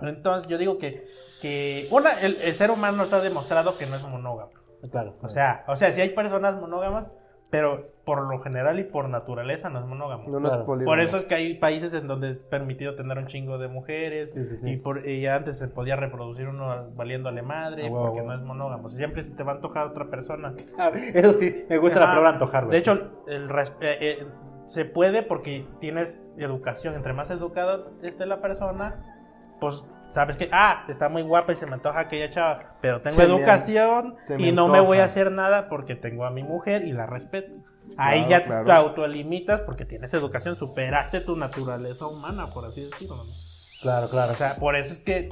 Entonces, yo digo que... que una, el, el ser humano está demostrado que no es monógamo.
Claro.
O sea, o sea, sí hay personas monógamas, pero por lo general y por naturaleza no es monógamo.
No, no es
Claro.
polígono.
Por eso es que hay países en donde es permitido tener un chingo de mujeres
Sí, sí, sí.
Y, por, y antes se podía reproducir uno valiéndole madre
Ah, huevo,
porque
huevo.
no es monógamo. Siempre se te va a antojar otra persona.
Ah, Eso sí, me gusta la
Ajá.
palabra antojar, güey.
De hecho, el res- eh, eh, se puede porque tienes educación. Entre más educada esté la persona, pues sabes que, ah, está muy guapa y se me antoja aquella chava, pero tengo
Se me an-
educación
se me
y no me
antoja.
voy a hacer nada porque tengo a mi mujer y la respeto. Ahí
Claro,
ya
claro.
te autolimitas porque tienes educación, superaste tu naturaleza humana, por así decirlo. ¿no?
Claro, claro.
O sea, por eso es que,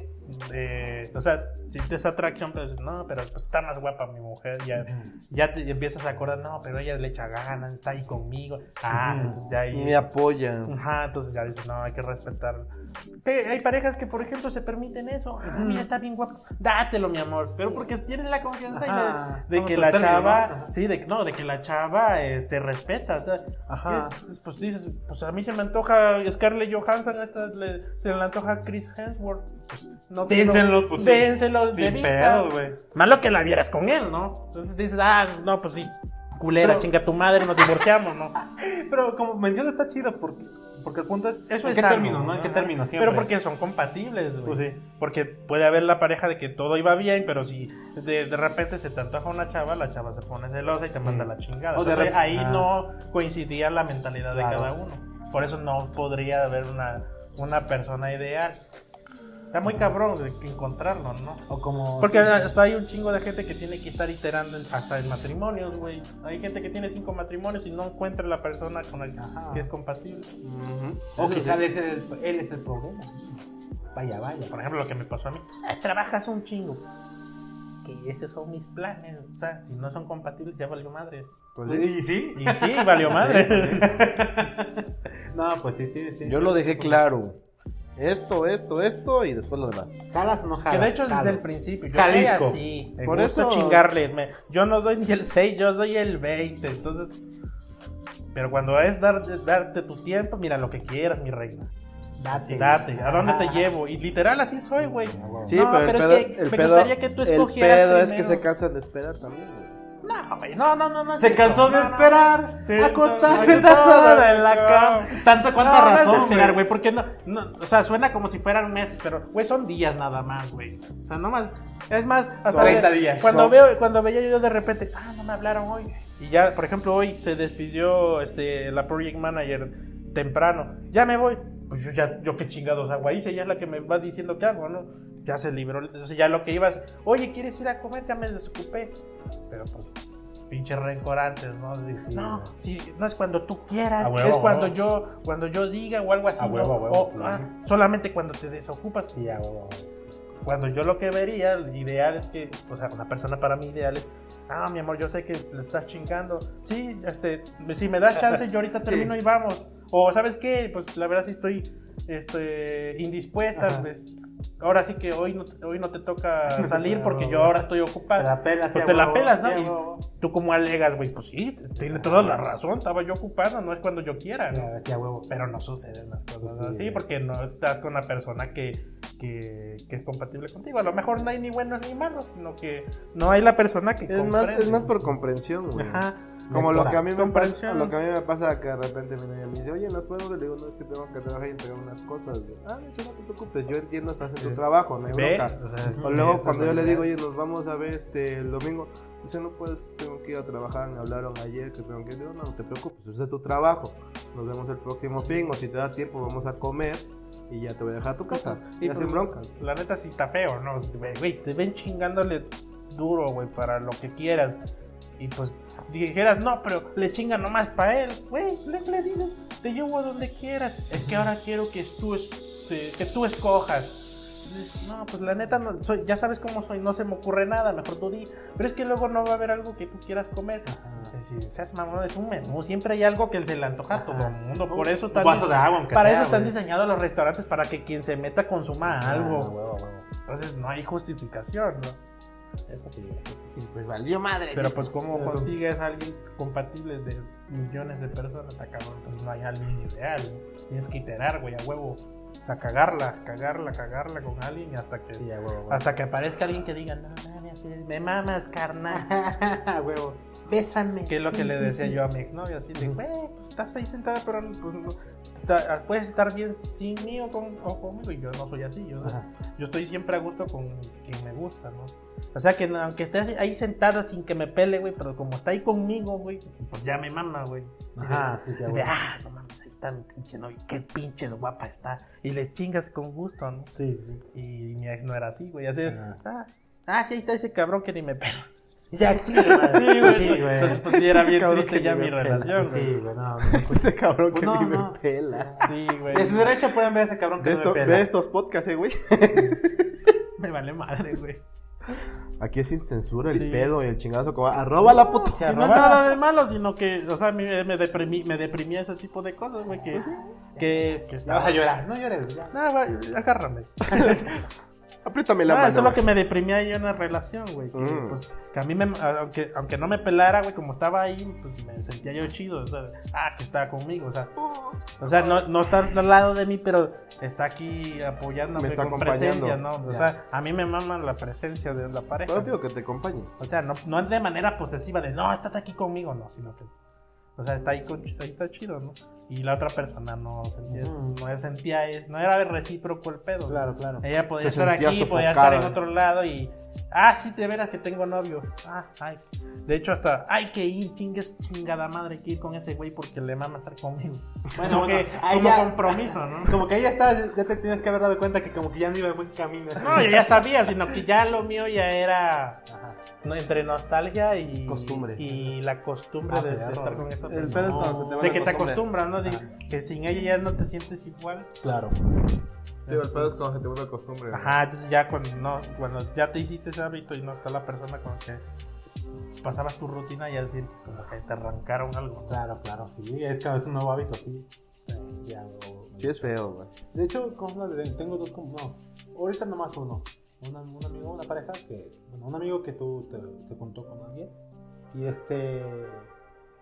eh, o sea, sientes atracción, pero dices, no, pero pues está más guapa mi mujer. Ya, ya te empiezas a acordar, no, pero ella le echa ganas, está ahí conmigo. Ah, entonces ya ahí.
Me apoya.
Ajá, entonces ya dices, no, hay que respetar. Que Hay parejas que, por ejemplo, se permiten eso. Ah, mira, está bien guapo. Dátelo, mi amor. Pero porque tienen la confianza y
Ajá.
de, de
Vamos
que
a
la
tratarlo,
chava.
¿no?
Sí, de, no, de que la chava eh, te respeta. O sea,
Ajá.
que, pues, pues dices, pues a mí se me antoja Scarlett Johansson, a esta le- se le antoja Chris Hemsworth. Pues no
Dénselo, pues, sí.
dénselo de
Sin
vista.
pedos, güey.
Malo que la vieras con él, ¿no? Entonces dices, ah, no, pues sí, culera,
Pero-
chinga tu madre, nos divorciamos, ¿no?
Pero como mencionas, está chido porque, porque el punto es.
Eso
¿En
es
qué
sano,
término, no? ¿En qué
Ajá.
término? Siempre.
Pero porque son compatibles, güey.
Pues sí.
Porque puede haber la pareja de que todo iba bien, pero si de, de repente se te antoja una chava, la chava se pone celosa y te manda la chingada.
O de
Entonces,
rep-
ahí
Ah.
no coincidía la mentalidad de
Claro.
cada uno. Por eso no podría haber una, una persona ideal. Está muy cabrón de que encontrarlo, ¿no?
O como.
Porque hasta hay un chingo de gente que tiene que estar iterando en- hasta en matrimonios, güey. Hay gente que tiene cinco matrimonios y no encuentra la persona con la
Ajá.
que es compatible.
Ujú.
O quizás él es el, él es el problema. Vaya, vaya.
Por ejemplo, lo que me pasó a mí. "Ah, Trabajas un chingo. Que esos son mis planes. O sea, si no son compatibles, ya valió madre.
Pues sí.
¿Y sí?
Y sí, valió madre.
No, pues sí, sí, sí.
Yo lo dejé claro. Esto, esto, esto y después lo demás.
¿Jalas o no jalas?
que de hecho desde
Jalo.
el principio. Yo
Jalisco.
soy así. Me
Por
gusta
eso-
chingarle. Me- yo no doy ni el 6, yo doy el 20. Entonces. Pero cuando es dar- darte tu tiempo, mira lo que quieras, mi reina.
Date.
Date, ¿a dónde te
Ajá.
llevo? Y literal, así soy, güey.
Ah, huevo.
Sí,
No,
pero, el
pero es
pedo,
que
el
me
pedo-
gustaría que tú escogieras
El pedo es que
primero.
se cansan de esperar también, güey.
No, güey, no, no, no, no. es
Se
eso.
cansó de
No, no,
esperar,
Sí,
acostarse
no, no,
toda
no,
en la
no.
cama. Tanta cuánta
no, no es
razón,
esperar,
güey.
güey, porque no, no, o sea, suena como si fueran meses, pero, güey, son días nada más, güey. O sea, no más, es más, hasta
Son 30 días.
Cuando
Son-
veo, cuando veía yo de repente, ah, no me hablaron hoy. Y ya, por ejemplo, hoy se despidió, este, la project manager temprano. Ya me voy. Pues yo ya, yo qué chingados hago ahí, si ella es la que me va diciendo qué hago, ¿no? Ya se libró, entonces ya lo que ibas, oye, ¿quieres ir a comer? Ya me desocupé. Pero pues, pinches rencorantes, ¿no? Dije, no, sí, no es cuando tú quieras,
A huevo,
es
a
cuando
huevo.
yo cuando yo diga o algo así.
A
¿no?
huevo, a huevo,
O,
claro.
ah, solamente cuando te desocupas.
Sí, ya, güey, güey.
Cuando yo lo que vería, el ideal es que, o sea, una persona para mí ideal es, ah, mi amor, yo sé que le estás chingando. Sí, este, si me das chance, yo ahorita termino y vamos. O, ¿sabes qué? Pues la verdad sí estoy este, indispuesta.
Ajá.
pues, ahora sí que hoy no, hoy no te toca salir
Ya,
porque
huevo.
yo ahora estoy
Te
ocupada.
la pelas,
Pues
sí,
te
a
la
huevo,
pelas,
sí,
¿no?
a
Y-
huevo.
¿Tú cómo alegas, güey? Pues sí, tiene toda la razón, estaba yo ocupada, no es cuando yo quiera, ¿no?
Ya, sí, a huevo.
Pero no suceden las cosas
Pues sí,
así
güey.
porque no estás con la persona que, que, que es compatible contigo. A lo mejor no hay ni buenos ni malos, sino que no hay la persona que
Es más,
comprende.
es más por comprensión, güey.
Ajá.
Como lo que, a mí me pasa,
Comprensión.
lo que a mí me pasa que de repente mi novia me dice, oye, ¿nos podemos? Le digo, no, es que tengo que trabajar y entregar unas cosas. güey. Ah, no, no te preocupes, yo entiendo, estás en tu trabajo, no hay
Ve,
bronca.
o sea,
O luego
esa
cuando yo le digo,
realidad.
oye, nos vamos a ver este el domingo, dice, no puedes, tengo que ir a trabajar, me hablaron ayer que tengo que ir, Le digo, no, no te preocupes, ese es tu trabajo, nos vemos el próximo fin, o si te da tiempo vamos a comer y ya te voy a dejar a tu casa,
Y
y hacen
pues,
broncas.
La neta sí está feo, ¿no? Güey, Güey, te ven chingándole duro, güey, para lo que quieras. Y pues dijeras, no, pero le chinga nomás para él. Güey, le, le dices, te llevo a donde quieras. Es que ahora quiero que tú, es- te- que tú escojas. Dices, No, pues la neta, no, soy- ya sabes cómo soy, no se me ocurre nada, mejor tú di. Pero es que luego no va a haber algo que tú quieras comer. Es decir, seas mamón, es un menú, siempre hay algo que se le antoja a todo el mundo. Por eso
Un
están,
vaso de agua, aunque
para
sea,
eso están
güey.
diseñados los restaurantes, para que quien se meta consuma algo.
Ah, huevo, huevo.
Entonces no hay justificación, ¿no?
Eso sí, güey.
Y pues valió madre.
Pero pues cómo consigues a alguien compatible de millones de personas, Ah, cabrón, pues no hay alguien ideal. ¿no? Tienes que iterar, güey, a huevo. O sea, cagarla, cagarla, cagarla con alguien y hasta que
Sí, ya, huevo, huevo.
hasta que aparezca alguien que diga, "No mames, me mamas, carnal."
A huevo.
Que es lo que le decía yo a mi exnovia, así de, güey, pues estás ahí sentada, pero pues, no- ta- ah, puedes estar bien sin mí o, con- o conmigo, y yo no soy así, yo,
Ajá.
yo estoy siempre a gusto con quien me gusta, ¿no? O sea, que no- aunque estés ahí sentada sin que me pele, güey, pero como está ahí conmigo, güey, pues ya me mama, güey. Así de-
Ajá, sí, sí, a
de,
huevo.
ah, no mames, ahí está mi pinche novia, qué pinches guapa está, y les chingas con gusto, ¿no?
Sí, sí.
Y mi ex no era así, güey, así,
Ajá.
ah, ah, sí, ahí está ese cabrón que ni me pela.
Ya, chingue su madre.
Sí, güey.
Sí, güey.
Entonces, pues sí, era bien
Cabrón
triste
que
ya
ni
mi
me pela.
relación, güey.
Sí, güey, no.
Ese cabrón
Pues
que
no,
ni me
no.
pela.
Sí,
De su
güey.
derecha pueden ver a ese cabrón que
De,
no me
esto-
pela.
de estos podcasts, eh, güey.
Me vale madre, güey.
Aquí es sin censura el
Sí.
pedo y el chingazo como arroba la puta.
Y no es nada de malo, sino que, o sea, a mí me, deprimí, me deprimía ese tipo de cosas, güey, que, que, que
Ya
estaba...
vas a llorar. No llores, ya.
Nah, güey, agárrame.
Apriétame la
Ah,
mano.
eso es lo
güey.
que me deprimía yo en la relación, güey. Que,
Mm.
pues, que a mí, me, aunque, aunque no me pelara, güey, como estaba ahí, pues me sentía yo chido. O sea, ah, que estaba conmigo, o sea. O sea, no, no está al lado de mí, pero está aquí apoyándome
Me está
con
acompañando.
presencia, ¿no? O sea, a mí me mama la presencia de la pareja.
Bueno, digo que te acompañe.
O sea, no, no es de manera posesiva de, no, estás aquí conmigo, no, sino que... O sea, está ahí, con- ahí está chido, ¿no? Y la otra persona no sentía eso,
Mm.
no sentía eso, no era recíproco el pedo. ¿no?
Claro, claro.
Ella podía
Se
estar aquí,
sentía
podía estar
sofocada.
en otro lado y. Ah, sí, de veras que tengo novio. Ah, ay. De hecho, hasta hay que ir, chingues, chingada madre, hay que ir con ese güey porque le mama estar conmigo.
Bueno,
Bueno,
bueno,
que,
ahí
como
ya-
compromiso, ¿no?
Como que ahí ya está, ya te tienes que haber dado cuenta que como que ya no iba en buen camino.
No, yo ya sabía, sino que ya lo mío ya era
Ajá.
no, entre nostalgia y.
Costumbre.
Y la costumbre
Ah,
de, de
perro.
estar con esa
El
persona.
pedo es
No.
cuando se te va
De
la
que te
costumbre.
acostumbras, ¿no? De que sin ella ya no te sientes igual.
Claro.
Digo, el pedo es cuando se te vuelve costumbre. güey.
Ajá, entonces ya cuando, no, cuando ya te hiciste ese hábito y no está la persona con la que pasabas tu rutina, ya sientes como que te arrancaron algo.
Claro, claro, sí. Es cada vez un nuevo hábito, sí. Ya, o-
Sí, es feo, güey.
De hecho, con la de- tengo dos como. No, ahorita nomás uno. Un, am- un amigo, una pareja que. Bueno, un amigo que tú te, te contó con alguien. Y este.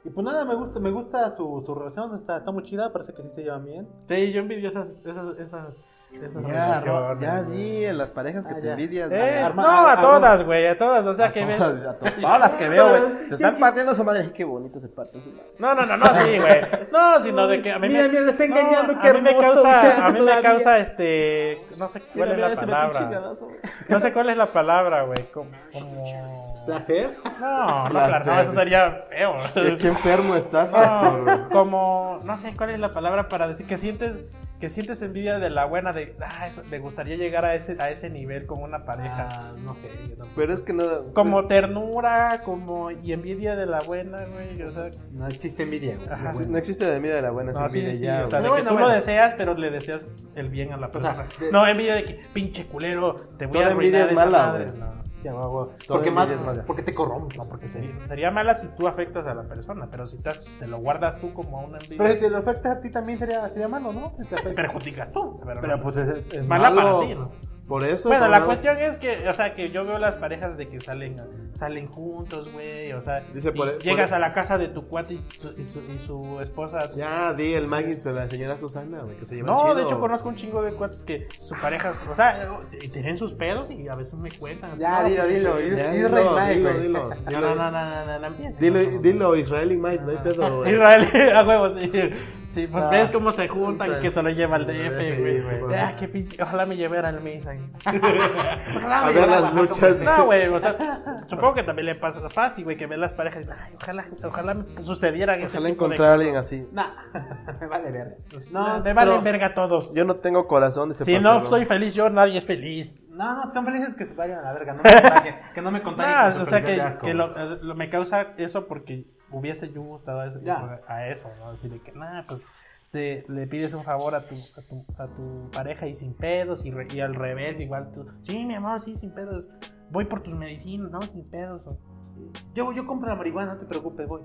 Y pues nada, me gusta, me gusta su, su relación, está, está muy chida, parece que sí te llevan bien.
Sí, yo envidio esas, esas, esas, Esa es
Ya, Ro-
relación,
ya
güey.
di en las parejas que
Ah,
te
ya.
envidias.
Eh,
güey.
Arma-
no, a
arma-
todas, güey, a todas, o sea que ves.
Todas, a todas las que veo, güey. Se están partiendo su madre. Qué bonito se parte su madre.
No, no, no, no, sí, güey. No, sino de que a mí
Mira,
me.
mira, le está
No,
engañando,
a
qué
mí me
hermoso,
causa,
mira,
a mí me
todavía.
causa este, no sé cuál
Mira,
es
mira,
la
se metió un
palabra.
chingadazo, güey.
No sé cuál es la palabra, güey. Como, como-
¿Placer?
No, no, claro, no, eso sería feo.
Qué- Qué enfermo estás,
Ah.
pastor, güey.
No, como, no sé cuál es la palabra para decir que sientes, que sientes envidia de la buena, de, ah, eso, te gustaría llegar a ese, a ese nivel con una pareja.
Ah, no sé, yo tampoco.
Pero es que no.
Como ternura, como, y envidia de la buena, güey, o sea,
No existe envidia, güey.
Ajá,
Bueno.
No existe de miedo de la buena,
No,
sin
sí,
vida
sí,
ya,
o sea,
güey.
de
Bueno,
que tú
bueno.
lo deseas, pero le deseas el bien a la persona.
de-
no envidia de que, pinche culero, te voy
Toda
a
envidia
arruinar
es
esa
mala,
madre.
güey.
No.
Sí, a huevo.
Todo
Porque,
envidia
más,
es mala.
porque te corrompe, no, porque se...
Sería, sería mala si tú afectas a la persona, pero si te, has- te lo guardas tú como una envidia,
Pero si te lo afectas a ti también sería, sería malo, ¿no? Si te
te
afecta.
perjudicas tú. Pero,
Pero
no.
pues es, Ah, es
mala
malo.
para ti, ¿no?
Por eso.
Bueno,
por
la
nada-
cuestión es que, o sea, que yo veo las parejas de que salen, salen juntos, güey, o sea,
Dice,
y
por- e-,
llegas
por-
a la casa de tu cuate y su, y su- y su esposa.
Ya di el Magis de la señora Susana, güey, que se lleva
No, de hecho conozco un chingo de cuates que su pareja, o sea, eh, tienen sus pedos y a veces me cuentan. así,
Ya,
"No,
dilo,
pues,
dilo.
sí,
Es
Ya,
es Rey
dilo,
Mike,
dilo,
güey.
dilo.
No, no, no, no, no, no empieces.
Dilo,
No, no, no.
dilo Israeli Mike, no hay pedo, güey.
Israel, a huevo, sí. Sí, pues
Ah.
ves cómo se juntan y que se lo lleva al
Sí,
DF,
sí,
güey.
sí, güey.
Ah, qué pinche. Ojalá me llevara al Mesa.
A ver las luchas.
Pues No, güey, o sea, supongo que también le pasa a Fasti, güey, que ve las parejas y dice, ay, ojalá, ojalá me sucediera ese
Ojalá
tipo de
encontrar a alguien así.
Nah, me vale ver.
cosas.
No,
No, me
pero-
valen verga todos.
Yo no tengo corazón, dice
Si
pastor,
no soy feliz yo, nadie es feliz.
No, no, son felices que se vayan a la verga. No me contagien. que no me contagien. con
No, o
su
sea
felicidad de
que,
asco,
que
güey.
lo, lo- me causa eso porque hubiese yo gustado a, ese-
Ya.
a eso, ¿no? Así de que, nada, pues este, le pides un favor a tu, a tu, a tu pareja y sin pedos y, re- y al revés, igual tú, sí, mi amor, sí, sin pedos, voy por tus medicinas, ¿no? Sin pedos. o-
Yo, yo compro la marihuana, no te preocupes, voy.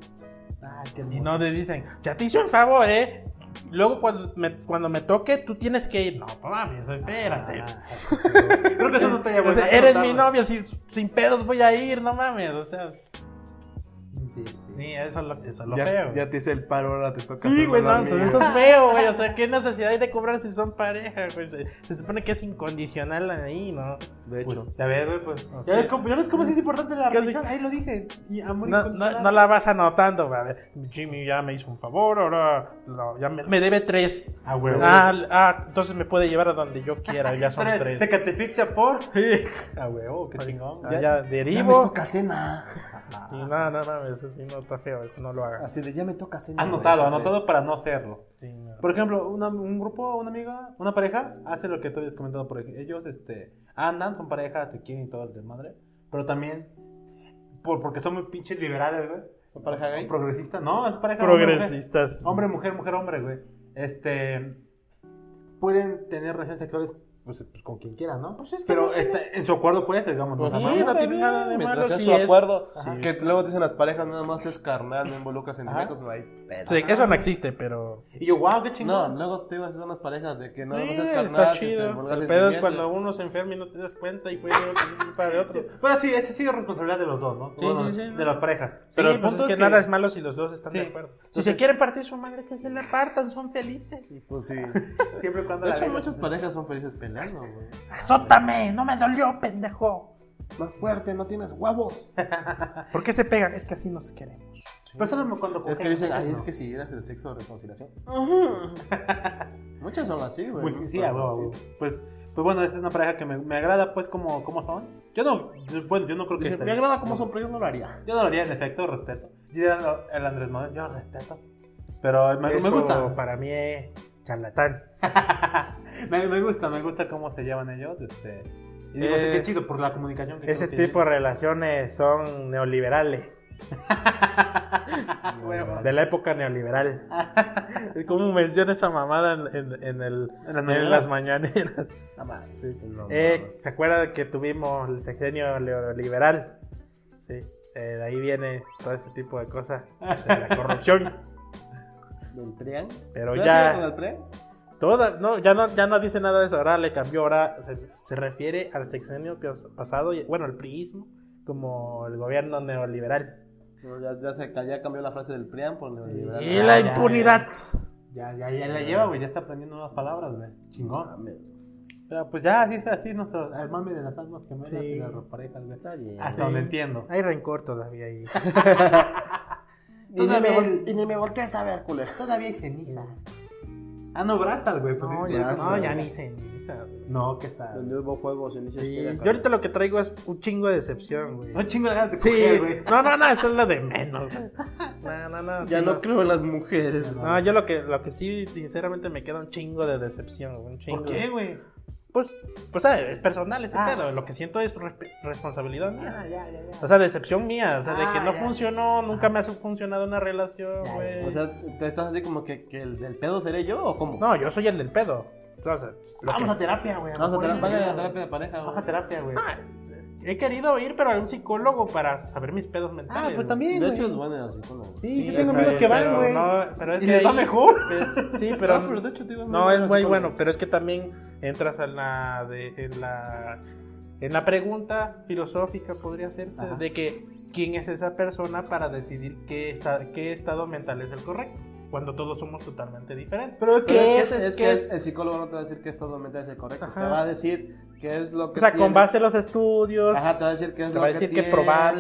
Ah, qué
Y
lindo.
no te dicen, ya te hice un favor, ¿eh? Luego cuando me, cuando me toque, tú tienes que ir. No, mames,
Ah,
espérate.
Creo que eso no te llevó
Ah. O sea, eres mi novio, sin, sin pedos voy a ir, no mames. O sea, sí, eso es lo, eso es lo
Ya,
feo.
ya te hice el paro, ahora te toca.
Sí,
hacerlo
güey,
a
no,
mí,
eso
güey.
eso es feo, güey. O sea, ¿qué necesidad hay de cobrar si son pareja, güey? Se, se supone que es incondicional ahí, ¿no?
De hecho.
Ya ves, güey, pues.
O
Ya
sea,
ves cómo, ya ves cómo sí es importante la
¿Qué hace?
religión. Ahí lo dije. Y amor
No, no,
incondicional.
no la vas anotando, güey. A ver, Jimmy ya me hizo un favor, ahora lo- ya me, me debe tres.
Ah, güey.
Ah, ah, entonces me puede llevar a donde yo quiera, ya son
Tres. ah,
tres.
Te catefixia por.
Sí.
Ah, huevo, qué chingón. Ah,
Ya, ya
Ya me
derivo.
toca cena.
Y no, no mames, eso sí no está feo, eso no lo hagas.
Así de ya me toca cena.
Anotado,
güey.
anotado para no hacerlo.
Sí, no.
Por ejemplo, una- un grupo, una amiga, una pareja hace lo que tú habías comentado. Por ejemplo, ellos este, andan, son pareja, te quieren y todo el desmadre. Pero también, por, porque son muy pinches liberales, güey.
¿Son pareja gay?
Progresistas. No, es pareja
Progresistas.
Hombre, mujer, mujer, hombre, güey. Este. Pueden tener relaciones sexuales pues, pues, con quien quieran, ¿no? Pero este, en su acuerdo fue ese, digamos. ¿no?
Pues
Sí,
sí,
no
está
tiene
bien,
nada de
mientras
malo,
sea
sí
su
es.
acuerdo.
Ajá.
Que luego dicen las parejas, nada más es carnal, no involucras sentimientos, no hay pedo.
Sí, eso no existe, pero.
Y yo, wow, qué
No,
chingón.
luego te ibas a hacer unas parejas de que no,
Sí,
no seas
está
carnal, si se
chido.
involucras
El pedo es
sentimientos.
cuando uno se enferma y no te das cuenta y fue culpa de otro.
Bueno, sí, esa sí es responsabilidad de los dos, ¿no?
Sí, sí, sí,
de
no.
las parejas.
Pero el punto pues es que, nada es malo si los dos están de
Sí.
acuerdo. Si
Entonces-
se quieren partir su madre, que se la partan, son felices.
Pues sí.
siempre y cuando
De
la
hecho,
reglas-
muchas parejas son felices peleando, güey.
¡Azótame! ¡No me dolió, pendejo!
Más fuerte, no tienes huevos.
¿Por qué se pegan? Es que así nos queremos.
Pero eso no me cuando
Es que
cogen,
dicen,
¿no?
ay, es que si eras el sexo de reconciliación. Muchas son así, güey.
Pues
¿no?
sí, sí, a huevo, a huevo. Pues, pues bueno, esa es una pareja que me, me agrada, pues, como, como son. Yo no, yo- bueno, yo no creo que.
Dice,
esté
me
bien.
agrada cómo son, pero yo no lo haría.
Yo no lo haría en efecto, respeto. Diría el- el Andrés Manuel, yo respeto. Pero me, me
Eso
gusta.
Para mí es charlatán.
Me, me gusta, me gusta cómo se llevan ellos. Este. Y digo,
Eh,
sí, qué chido por la comunicación que
Ese
creo que
tipo de relaciones son neoliberales.
hay. Ah, Huevo.
De la época neoliberal. ¿Cómo menciona esa mamada en, en- en el,
En las
en
mañaneras.
las mañaneras?
Nada más. Sí, no,
Eh, ¿Se acuerda que tuvimos el sexenio neoliberal? Sí. eh, de ahí viene todo ese tipo de cosas. De la corrupción.
¿Del PRIAN?
Pero
¿Tú has
ya-
ido con el PRIAN?
Toda, no, ya no, ya no dice nada de eso. Ahora le cambió, ahora se, se refiere al sexenio pas- pasado, y- bueno, el priismo, como el gobierno neoliberal.
No, ya, ya, se, ya cambió la frase del PRIAN por neoliberal.
Y la
ya,
impunidad.
Ah,
Ya, ya, ya la lleva, güey. Ya está aprendiendo nuevas palabras, güey. Chingón.
Mames.
Pero pues ya, así es, así es nuestro, el mame de las almas gemelas
Sí.
y las parejas, güey.
Está bien.
Ah,
Hasta donde entiendo.
Hay rencor todavía ahí. y, ni
Todavía-
me, vol- y ni me volteas a ver, culero.
Todavía hay ceniza. Ah, no, brasas, güey. Pues
No,
sí,
ya,
brasas,
no,
güey.
ya ni ceniza, güey.
No, ¿qué tal?
Donde hubo fuego, cenizas.
Sí,
queda
yo ahorita lo que traigo es un chingo de decepción, güey.
No chingo de ganas de
Sí,
coger, güey.
no, no, no, eso es lo de menos. güey. No, no, no.
Ya
sí,
no creo en las mujeres. Ah, güey.
No, yo lo que, lo que sí, sinceramente, me queda un chingo de decepción, güey, un chingo.
¿Por qué, güey?
Pues, pues, ¿sabes? es personal ese
Ah.
pedo. Lo que siento es resp- responsabilidad mía.
ya, ya, ya.
O sea, decepción mía. O sea, de que
Ah,
no
ya.
funcionó, nunca me ha funcionado una
Ya,
relación,
ya.
güey.
O sea, ¿te estás así como que, que el del pedo seré yo o cómo?
no, yo soy el del pedo. Entonces, lo
Vamos
que-
a terapia, güey.
Vamos a
mejor
terapia,
ya,
vayan a
güey.
terapia de pareja. güey.
Vamos a terapia, güey.
Ah, He querido ir, pero a un psicólogo para saber mis pedos mentales.
Ah, pues
güey.
también,
De
güey.
hecho, es bueno así como.
Sí,
Sí,
yo tengo
o sea,
amigos que van,
pero
güey.
no, pero es
y
que
les va
ahí-
mejor.
pe- Sí,
No, pero de hecho te iba
No, es
pues,
muy bueno, pero es que también entras a la de- en la en la pregunta filosófica podría hacerse
Ajá.
de que quién es esa persona para decidir qué esta- qué estado mental es el correcto, cuando todos somos totalmente diferentes.
Pero es
¿Qué
que,
es?
es,
Es
es
que
que
es-
el psicólogo no te va a decir que estado mental es el correcto.
Ajá.
Te va a decir que es lo que.
O sea, con
tienes.
base a los estudios,
Ajá, te va a decir que es
te
lo
va a
que.
decir que
tienes.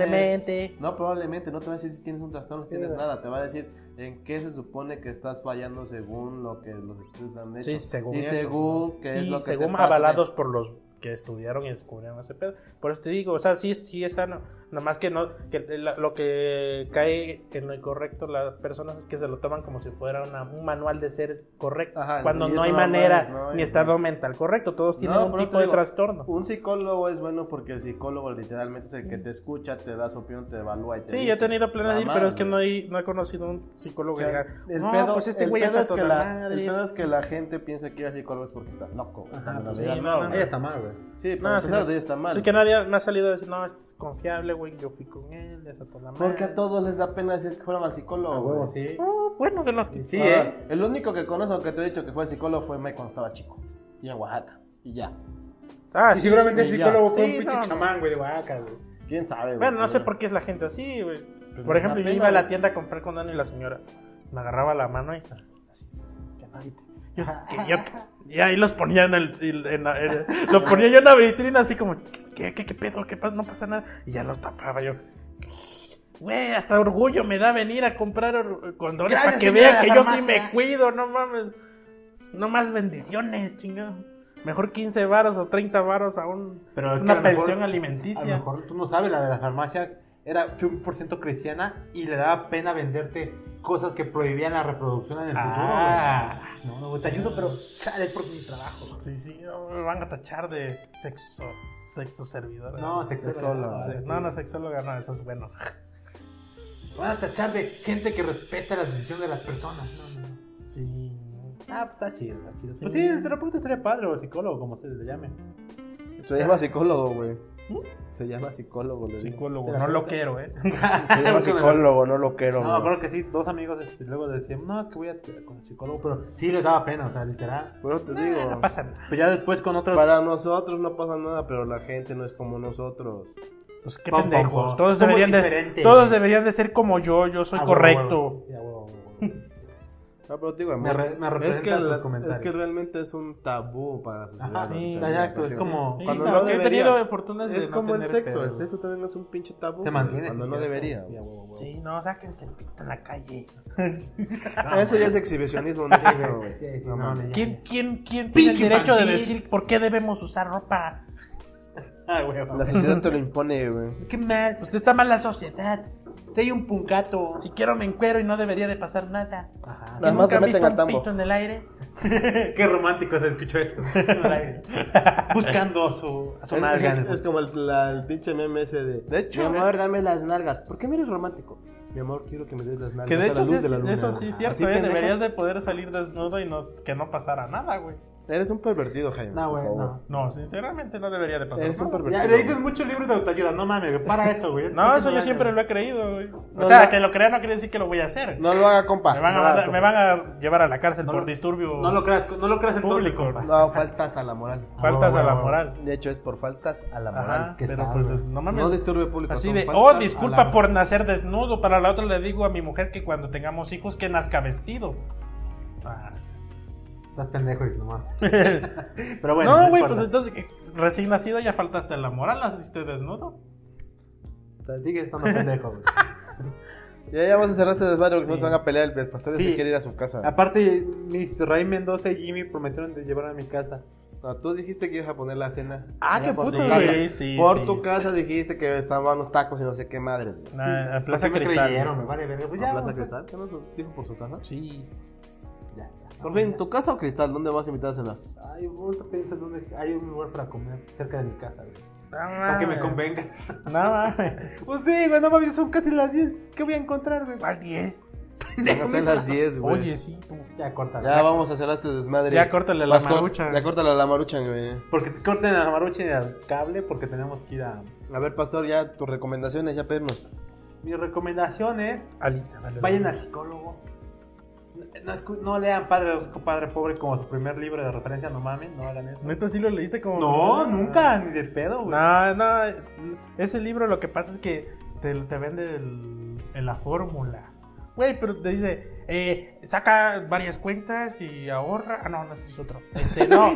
probablemente
No, probablemente, no te va a decir si tienes un trastorno, si tienes
Sí.
nada, te va a decir en qué se supone que estás fallando según lo que los estudios han hecho.
Sí, según
Pues, y
eso.
según que es
y
lo que te
según
pasa,
avalados por los que estudiaron y descubrieron ese pedo. Por eso te digo, o sea, sí, sí es sano. Nada más que no, que la- lo que cae en lo incorrecto las personas es que se lo toman como si fuera una- un manual de ser correcto.
Ajá,
cuando
y
no
eso
hay
no
manera
mames, no,
ni
y-
estado mental correcto. Todos tienen
No,
un
pero te
tipo de
digo, uh,
trastorno.
Un psicólogo es bueno porque el psicólogo literalmente es el que te escucha, te da su opinión, te evalúa y te
Sí,
dice.
yo he tenido planes de ir,
Nada
pero
más,
es que
güey.
no he, no he conocido un psicólogo
O
que
sea,
diga,
el
no,
pedo,
pues este
el
güey es
pedo es que la, el
atotonadre".
pedo es que la gente piensa que ir al psicólogo es porque estás loco. güey,
Ajá,
cuando en
pues
realidad
sí,
no,
no,
güey.
Ella está mal, güey.
Sí, pero
No,
a
sí,
pesar
no.
de ello está mal.
Es que nadie me ha salido a decir, no, este es confiable, güey, yo fui con él, es a toda madre".
Porque a todos les da pena decir que fueron al psicólogo.
A huevo,
güey.
sí.
Oh, bueno, de los que
Sí,
Ahora,
eh.
El único que conozco que te he dicho que fue al psicólogo fue Mike cuando estaba chico. Y en Oaxaca. Y ya.
Ah,
Y
sí,
seguramente el
sí, ya.
psicólogo fue
Sí,
un pinche
no.
chamán, güey, de Oaxaca, güey.
¿Quién sabe, güey?
Bueno, no sé
Pero-
por qué es la gente así, güey.
Pues
por
les da
ejemplo, yo
pena,
iba a la
güey.
tienda a comprar con Dani y la señora. Me agarraba la mano y así, ya nadie te- yo, que yo- y ahí los ponía en el, el- en la- en- los ponía yo en la vitrina así como ¿qué, qué, qué pedo? ¿qué pasa? no pasa nada y ya los tapaba yo güey hasta orgullo me da venir a comprar or- condones
Gracias,
para que
señora de
vean que yo sí
farmacia.
me cuido no mames no más bendiciones chingado mejor 15 varos o 30 varos a un-
Pero es que a
una
lo mejor-
pensión
A
alimenticia
lo mejor tú no sabes, la de la farmacia era 100% cristiana y le daba pena venderte cosas que prohibían la reproducción en el
Ah.
futuro, güey. No, no, güey, te ayudo, pero chale, es por mi trabajo. güey.
Sí, sí, no, me van a tachar de sexo, sexo servidor.
No, te
Sexóloga.
solo.
Se- no, no, sexóloga, no, eso es bueno.
Van a tachar de gente que respeta la decisión de las personas. No, no, no.
Sí.
Ah, pues está chido, está chido. Pues
Sí.
sí, el terapeuta estaría padre o el psicólogo, como ustedes le llamen.
Se llama psicólogo, güey. Se llama psicólogo, le digo.
Psicólogo, no lo quiero, ¿eh?
Se llama psicólogo, no lo quiero.
No, me
güey.
acuerdo que sí, dos amigos este, luego decían, no, es que voy a con el psicólogo, pero sí les daba pena, o sea, literal.
Pero te digo,
Eh, No pasa nada.
Pero ya después con otros...
para nosotros no pasa nada, pero la gente no es como nosotros.
Pues qué
Pom, pom,
pendejos.
pom.
Todos,
Somos
deberían de,
diferentes.
todos deberían de ser como yo, yo soy
Ah, huevo,
correcto.
huevo, ya, huevo, huevo, huevo.
No, pero te digo,
Me
amor,
re- me representan
es que,
tus
la-
comentarios.
es que realmente es un tabú para la sociedad.
Ajá,
sí,
ahorita,
ya, ya,
güey,
es como-
Sí,
cuando
no,
no
que he
debería.
tenido fortunas de
Es
no
como el
tener
sexo,
pedos.
el sexo también es un pinche tabú.
Te
güey,
mantiene.
Cuando no
sí,
debería.
sí,
güey.
a huevo, a huevo.
Sí, no, sáquense el pito en la calle.
Ah,
Ah, Eso ya es exhibicionismo, no es sexo, güey.
Sí, sí,
No
no,
mames.
ya,
¿Quién, quién, quién tiene el
Pinche
derecho de
infantil.
decir por qué debemos usar ropa?
Ah, huevo.
La sociedad te lo impone, güey.
Qué mal, pues está mal la sociedad.
Soy un puncato.
Si quiero me encuero y no debería de pasar nada.
Ajá.
Nada
¿Y
más
nunca
te
han
meten
visto
al
un
tambo.
pito en el aire?
Qué romántico se escuchó eso. Buscando a su, a su
Es-
nalga.
Es, es como el, la- el pinche meme ese de. De hecho, mi amor, dame las nalgas. ¿Por qué no eres romántico? Mi amor, quiero que me des las nalgas.
Que de
a la
hecho,
luz
sí,
de la luna.
eso sí es
Así,
cierto, ¿eh?
pendejo.
Deberías de poder salir desnudo y no, que no pasara nada, güey.
Eres un pervertido, Jaime.
No,
por
güey,
favor.
no.
No, sinceramente no debería de pasar
Ah, Eres un
nada.
pervertido.
Ya, le dices
güey.
muchos libros de autoayuda, no mames, güey, para eso, güey.
No, eso yo siempre lo he creído, güey. O
No,
sea,
no.
que lo crea no quiere decir que lo voy a hacer.
No lo haga, compa.
me, van a
No lo haga,
mandar-
compa.
me van a llevar a la cárcel
No
por
lo-
disturbio.
No lo creas, no lo creas en
Público.
todo, compa.
No, faltas a la moral.
Faltas
Ah,
a la
bueno,
moral.
De hecho, es por faltas a la moral.
Ajá,
qué
pero
sad,
pues
güey.
no mames.
No disturbe público.
Así
son
de,
faltas
oh,
a Pues la
disculpa
moral.
por nacer desnudo. Para la otra le digo a mi mujer que cuando tengamos hijos que nazca vestido. Ah, sí.
Estás pendejo y nomás.
Pero bueno.
no, güey, pues
importa.
entonces, eh, recién nacido ya faltaste a la moral, naciste desnudo.
Te Sigue estando pendejo, güey.
Ya, ya vamos a cerrar este desmadre porque si no se van a pelear. El pastor
Sí.
se quiere ir a su casa.
Aparte, mis Ray Mendoza y Jimmy prometieron de llevarme a mi casa.
No, tú dijiste que ibas a poner la cena.
Ah,
Allá
qué
por tu
puto,
casa.
güey. Sí,
Por
sí.
tu casa dijiste que estaban los tacos y no sé qué madres. güey.
Nah, Ah, a
¿Por qué
Plaza
me
Cristal.
creyeron? Me vale verga. Pues ya,
¿A Plaza
vamos,
Cristal? ¿Qué nos dijo por su casa?
Sí.
Ya, ya.
Por fin, ¿tu casa o Cristal? ¿Dónde vas a invitar a cenar?
Ay, ahorita pienso en dónde hay un lugar para comer cerca de mi casa, güey. Ah.
No
Para que me
mames.
convenga.
No mames.
Pues sí, güey, no mames, son casi las 10. ¿Qué voy a encontrar, güey?
Más 10.
Van a ser las 10, Pues, güey.
Oye, sí. tú.
Ya, corta.
Ya vamos a cerrar este desmadre.
Ya córtale la
Vas con-
marucha.
Ya córtale la marucha, güey.
Porque te corten a la marucha y al cable porque tenemos que ir a...
A ver, pastor, ya tus recomendaciones, ya pedirnos.
Mi recomendación es,
Alita, dale.
vayan al psicólogo. No, escu- no lean Padre Rico, Padre Pobre como su primer libro de referencia, no mames, no hagan eso.
Neta, sí lo leíste como.
No, nunca, ni de pedo, güey.
No, no. Ese libro lo que pasa es que te, te vende el- el- la fórmula. Güey, pero te dice, eh, saca varias cuentas y ahorra. Ah, no, no, ese es otro. Este, no.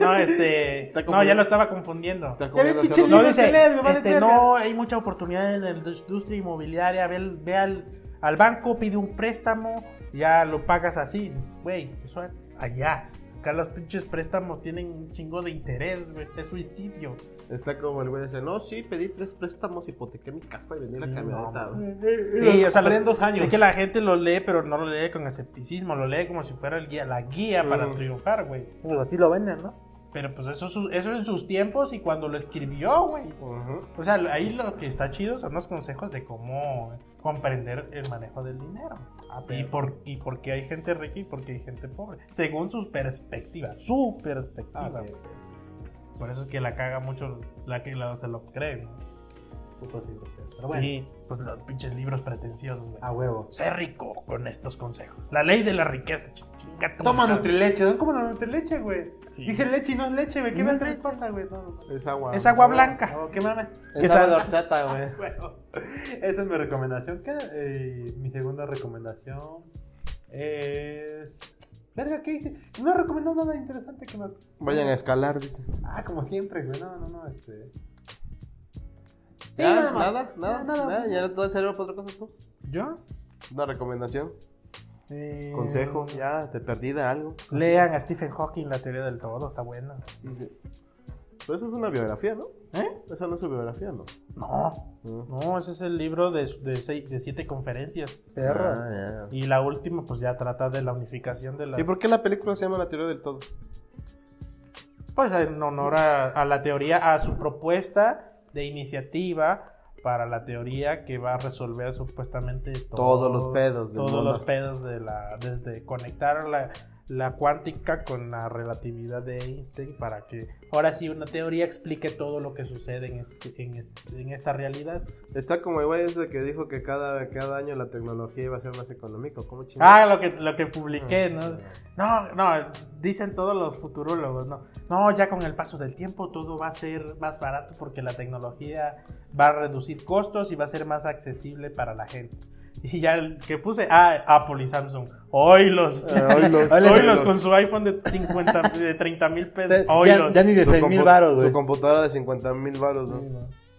No, este.
Está
No,
confundido.
ya lo estaba confundiendo.
Te
Ya vi
recomiendo
pinche
hacerlo-
No
libro que
dice,
lees, me vale
este,
verga.
no, hay mucha oportunidad en la industria inmobiliaria. Ve, al- ve al, al banco, pide un préstamo, ya lo pagas así. Dices, Güey, eso es allá. Acá los pinches préstamos tienen un chingo de interés, güey. Es suicidio.
Está como el güey dice, no, sí, pedí tres préstamos, hipotequé mi casa y vendí la
Sí,
camioneta,
Eh,
no,
güey.
Sí, o sea,
compré
los-
en dos años.
Es que la gente lo lee, pero no lo lee con escepticismo. Lo lee como si fuera el guía, la guía para
Mm.
triunfar, güey.
Pues así lo venden, ¿no?
Pero pues eso, su- eso en sus tiempos y cuando lo escribió, güey.
Ujú.
O sea, ahí lo que está chido son los consejos de cómo comprender el manejo del dinero.
Ah,
y, por, y por qué hay gente rica y por qué hay gente pobre. Según sus perspectivas. Su perspectiva.
ah,
güey.
pues,
Por eso es que la caga mucho la que la- se lo cree. ¿no?
Puto sí, güey. Pero bueno,
Sí, pues los pinches libros pretenciosos, güey.
a huevo.
Sé rico con estos consejos. La ley de la riqueza. ch- Chinga tu
Toma
madre.
Nutrileche, ¿no? ¿Cómo la Nutrileche, güey?
Sí.
Dice leche y no es leche, güey. ¿Qué
No
me
es
traes
leche.
pata, güey? No, no, no.
Es agua.
Es agua blanca.
No, Oh, ¿Qué mames?
Es agua de horchata, güey.
Esta es mi recomendación. ¿Qué? Eh, mi segunda recomendación es. Verga, ¿qué hice? No he recomendado nada interesante que me.
Vayan a escalar, dice.
Ah, como siempre, güey. No, no, no. Este... Sí,
Ya,
nada más.
nada, nada,
Ya, nada.
nada, Ya no te va a servir para otra cosa tú.
¿Yo?
Una recomendación,
Eh,
consejo, ya, te perdida algo.
Lean a Stephen Hawking la teoría del todo, está buena.
Pero eso es una biografía, ¿no?
¿Eh?
Esa no es su biografía, ¿no?
No,
Mm.
no, ese es el libro de, de, seis- de siete conferencias.
Ah, ya,
Y la última, pues ya trata de la unificación de la.
ya. ¿Y por qué la película se llama La teoría del todo?
Pues en honor a, a la teoría, a su propuesta de iniciativa para la teoría que va a resolver supuestamente todo-
Todos los pedos del
todos
mundo.
los pedos de la desde conectar la, la cuántica con la relatividad de Einstein para que ahora sí una teoría explique todo lo que sucede en, este- en, este- en esta realidad.
Está como el güey ese que dijo que cada, cada año la tecnología iba a ser más económica. ¿Cómo
Ah,
chingados? Ah,
lo que lo que publiqué,
Mm.
¿no? No, no, dicen todos los futurólogos, ¿no? No, ya con el paso del tiempo todo va a ser más barato porque la tecnología va a reducir costos y va a ser más accesible para la gente. Y ya el que puse, ah, Apple y Samsung. Hoy los,
Eh, hoy los-
hoy
hoy
los
los.
con su iPhone de 50, de 30 mil pesos.
Ya-
Hoy
ya,
los.
ya ni de
Su
6 mil
compu-
baros,
Su
güey.
computadora de 50 mil baros, ¿no?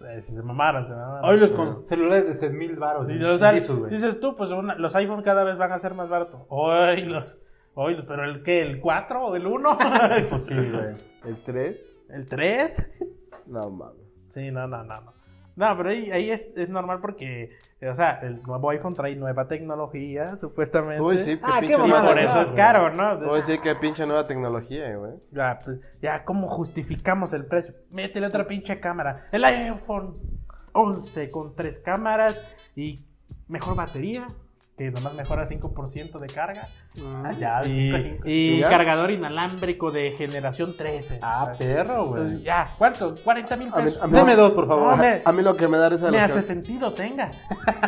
Eh, Se mamaron, se mamaron.
Hoy los con celulares de 6 mil baros.
Sí,
güey.
o sea,
Jesus, güey.
dices tú, pues una- los iPhone cada vez van a ser más baratos. Hoy los, hoy los, pero el qué, el 4 o el 1?
Pues sí, güey.
¿El 3?
¿El 3?
No mames.
Sí, no, no, no. No, no pero ahí, ahí es, es normal porque, eh, o sea, el nuevo iPhone trae nueva tecnología, supuestamente.
Uy, sí, qué
Ah, qué
pinche
Y
mamada,
por
nueva-
eso es
güey.
caro, ¿no? Entonces,
Uy, sí, qué pinche nueva tecnología, eh, güey.
ya, pues, ya, ¿cómo justificamos el precio? Métele otra pinche cámara. El iPhone 11 con tres cámaras y mejor batería, que nomás mejora 5% de carga.
Ah, ya,
y,
cinco, cinco.
y
¿Ya?
cargador inalámbrico de generación 13.
Ah, perro, güey.
ya, ¿cuánto? 40 mil
pues, A mí-
pesos.
a mí-
Deme dos, por favor.
No, me-
A mí lo que me da risa de
me
los
hace
car-
sentido, tenga.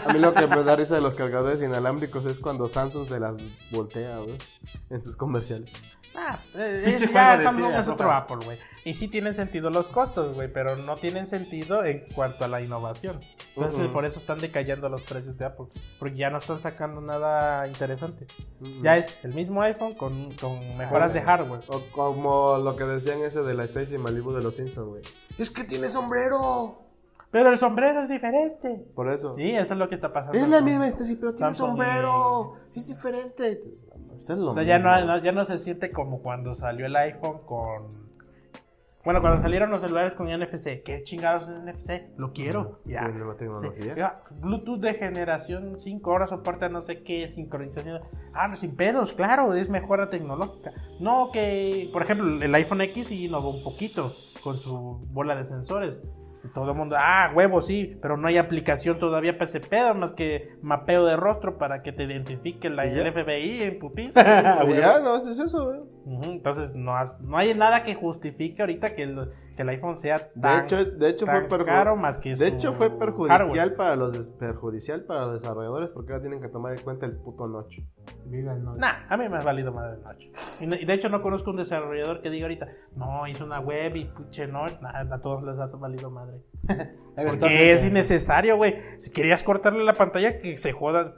A mí lo que me da risa de los cargadores inalámbricos es cuando Samsung se las voltea, güey, en sus comerciales.
Ah, eh,
Pinche
es- ya
juego de
Samsung
tía,
es
no
otro
mames.
Apple, güey. Y sí tienen sentido los costos, güey, pero no tienen sentido en cuanto a la innovación. Entonces,
Ujú.
por eso están decayendo los precios de Apple. Porque ya no están sacando nada interesante.
Mm.
Ya es el mismo iPhone con, con mejoras de hardware.
O como lo que decían ese de la Stacy Malibu de los Simpsons, güey.
Es que tiene sombrero.
Pero el sombrero es diferente.
Por eso.
Sí, eso es lo que está pasando.
Es la
con-
misma Stacy, pero tiene
Samsung
sombrero. Es diferente. Pues es lo
O sea, ya no,
mismo.
no- ya no se siente como cuando salió el iPhone con... Bueno, cuando salieron los celulares con NFC. ¿Qué chingados es NFC? Lo quiero.
Sí,
Ya.
nueva
Sí.
tecnología.
Ya, Bluetooth de generación 5 horas soporta no sé qué sincronización. Ah, no, sin pedos, claro, es mejora tecnológica. No que, por ejemplo, el iPhone X innovó un poquito con su bola de sensores. Y Todo el mundo, ah, huevo, sí, pero no hay aplicación todavía para ese pedo más que mapeo de rostro para que te identifique la,
¿Y ya?
el FBI en putiza.
Ah, ya, no, eso es eso, güey.
Ujú, Entonces, no, has- no hay nada que justifique ahorita que el, que el iPhone sea
De
tan,
hecho, es- de hecho fue
tan
perju-
caro más que
De hecho
su
fue perjudicial
hardware.
para los des- perjudicial para los desarrolladores porque ahora tienen que tomar en cuenta el puto noche.
Viva el norte.
Nah, a mí me ha valido madre el Notch. Y, no- y de hecho no conozco un desarrollador que diga ahorita, no, hizo una web y puche Notch, nada, a todos les ha valido madre. Porque
eh,
es innecesario, güey. Si querías cortarle la pantalla, que se jodan.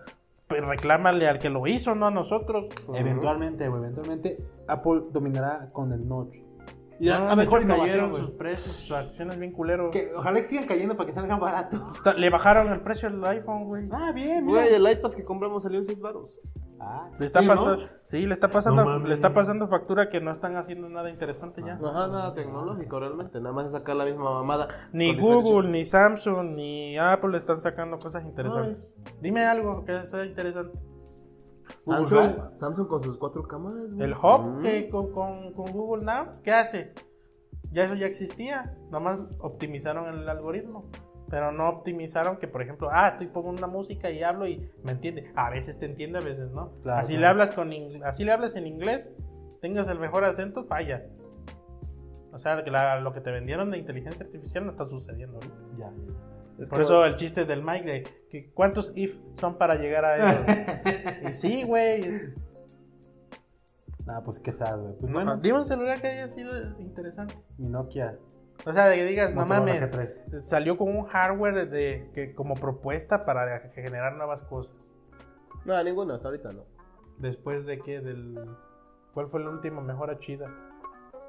Pues reclámale al que lo hizo, no a nosotros.
Eventualmente, güey, eventualmente Apple dominará con el notch. Y a-
No,
a lo
de
mejor
hecho, cayeron
innovación,
sus
güey.
precios, sus acciones bien culero.
Que Ojalá que sigan cayendo para que salgan baratos.
Está- Le bajaron el precio al iPhone, güey.
Ah, bien, mira.
Güey, el iPad que compramos salió en 6 baros.
Ah,
Le está
sí, ¿no?
pasando, sí, le está pasando,
No mames.
le está pasando factura que no están haciendo nada interesante ya.
Ajá, nada tecnológico realmente, nada más es sacar la misma mamada.
Ni
Con
Google, ni Samsung, ni Apple están sacando cosas interesantes. Dime algo que sea interesante.
diferencia.
Google
Samsung, Samsung con sus cuatro cámaras. güey.
El Hub
Mm.
que con, con- con Google Now, ¿qué hace? Ya eso ya existía. Nomás optimizaron el algoritmo. Pero no optimizaron que, por ejemplo, ah, estoy pongo una música y hablo y me entiende. A veces te entiende, a veces no.
Claro,
así,
claro.
Le hablas con ing- así le hablas en inglés, tengas el mejor acento, falla. O sea, que la- lo que te vendieron de inteligencia artificial no está sucediendo ahorita.
Ya, ya.
Es Por eso el chiste del Mike de que cuántos if son para llegar a eso. y sí, güey.
Nah, pues qué sad, güey. Pues
Bueno,
bueno,
Ah, dime un celular que haya sido interesante.
mi Nokia.
O sea, de que digas, no
Motorola
mames,
G3.
salió con un hardware de, de- que, como propuesta para generar nuevas cosas.
Mm. No, ninguna, hasta ahorita no.
Después de que del. ¿Cuál fue la última mejora chida?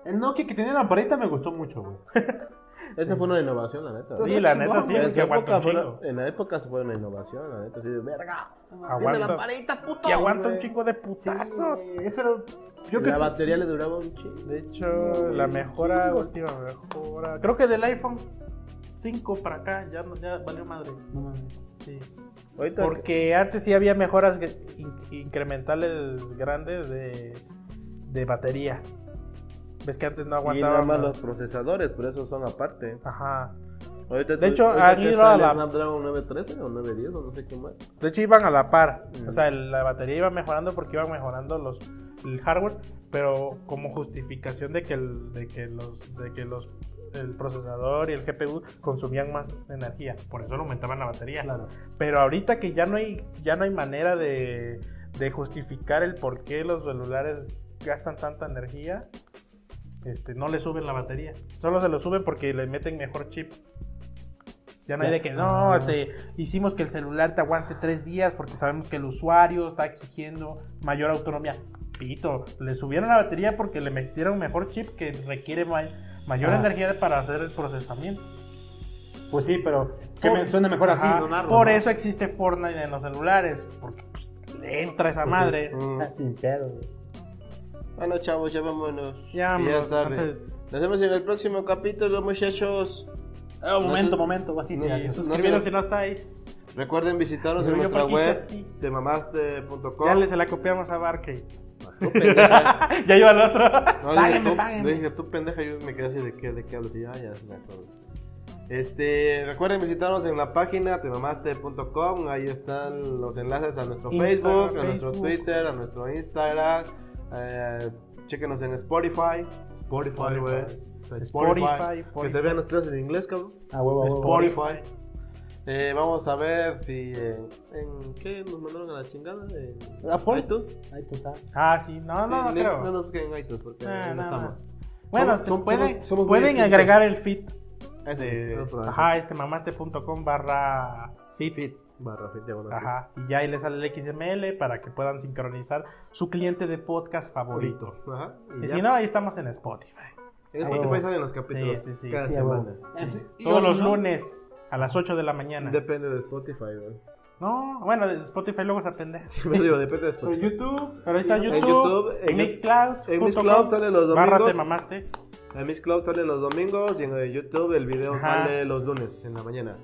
El Nokia que tenía la lamparita me gustó mucho, güey.
Esa fue una innovación, la neta.
Sí, la neta sí,
En
que
esa
aguanta
época
un
fue
chingo.
una- en la época se fue una innovación, la neta, así de verga. Tiene
Aguanta.
la parita, puto.
Que aguanta un
güey.
chingo de
Sí,
putazos.
güey, ese era- Yo que
La batería le duraba un chingo.
De hecho, la mejora, última mejora. Creo que del iPhone 5 para acá ya, no- ya valió madre.
No mames.
Sí.
Ahorita
Porque antes sí había mejoras gr- in- incrementales grandes de, de batería. Ves que antes no
y nada
aguantaban.
más
la-
los procesadores, pero esos son aparte.
Ajá.
Ahorita
De
tú-
hecho,
ahorita
han
que
ido
sale
a la-
Snapdragon 913 o 910 o no sé qué más.
De hecho iban a la par.
Mm.
O sea, el- la batería iba mejorando porque iban mejorando los el hardware, pero como justificación de que el, de que los de que los el procesador y el GPU consumían más energía, por eso le aumentaban la batería.
Claro.
Pero ahorita que ya no hay, ya no hay manera de, de justificar el por qué los celulares gastan tanta energía, este, no le suben la batería. Solo se lo suben porque le meten mejor chip. Ya no hay de que, no, este, hicimos que el celular te aguante tres días porque sabemos que el usuario está exigiendo mayor autonomía. Pito, le subieron la batería porque le metieron mejor chip que requiere ma- mayor
Ah.
energía para hacer el procesamiento.
Pues sí, pero que
Por-
me suena mejor así,
Ajá,
donarlo,
Por
¿no?
eso existe Fortnite en los celulares. Porque pues, le entra esa madre.
pues,
Ah,
Mm.
Sin pedo, güey.
Bueno, chavos, ya vámonos.
Ya,
Que
vamos,
es tarde.
antes-
Nos vemos en el próximo capítulo, muchachos.
Ah, un
No
momento,
sé-
momento, así
no,
mira,
y
no
suscribiros
sé.
si no estáis.
Recuerden visitarnos
Pero
en
yo
nuestra
porque hice
web
así.
temamaste.com.
Ya le se la copiamos a Barkey.
Tú, pendeja.
ya iba el otro.
No, dije,
Páguenme,
tú-
páguenme.
dije, tú, pendeja, yo me quedé así de qué, de qué hablas. Y ya, ya, me acuerdo. Este, recuerden visitarnos en la página temamaste.com. Ahí están los enlaces a nuestro
Instagram,
Facebook, a nuestro
Facebook.
Twitter, a nuestro Instagram. Eh, chéquenos en Spotify. Spotify, güey. O sea,
Spotify,
Que
Spotify.
se vean las clases de inglés, cabrón.
A huevo, a huevo.
Spotify. Eh, vamos a ver si. eh, ¿En qué nos mandaron a la chingada? ¿En
¿Apple?
iTunes?
Ahí tú estás.
Ah, sí, no, no, no
Sí, ni-
creo.
no nos busquen en iTunes porque
Ah,
ahí no
no, no.
estamos.
Bueno,
somos-
se
somos-
pueden,
somos- somos muy
pueden
exquisitos.
agregar el feed
Este,
de.
otro,
Ajá, este mamaste.com barra feed.
Barra fit, diagonal fit.
Ajá. Y ya ahí le sale el XML para que puedan sincronizar su cliente de podcast favorito.
Ajá.
Y si no, ahí estamos en Spotify.
En
Ah,
Spotify
bueno.
salen los capítulos
Sí, sí, sí,
cada
sí,
semana.
Y- o
Todos
si
los
no,
lunes a las 8 de la mañana.
Depende de Spotify, güey.
No, bueno, de Spotify luego se aprende.
Siempre digo, depende de
En
Spotify.
YouTube.
Pero ahí está
En
YouTube,
YouTube, en-
en Mixcloud.
en Mixcloud sale los
Barra
domingos.
te mamaste.
En Miss Cloud salen los domingos y en eh, YouTube el video
Ajá.
sale los lunes en la mañana.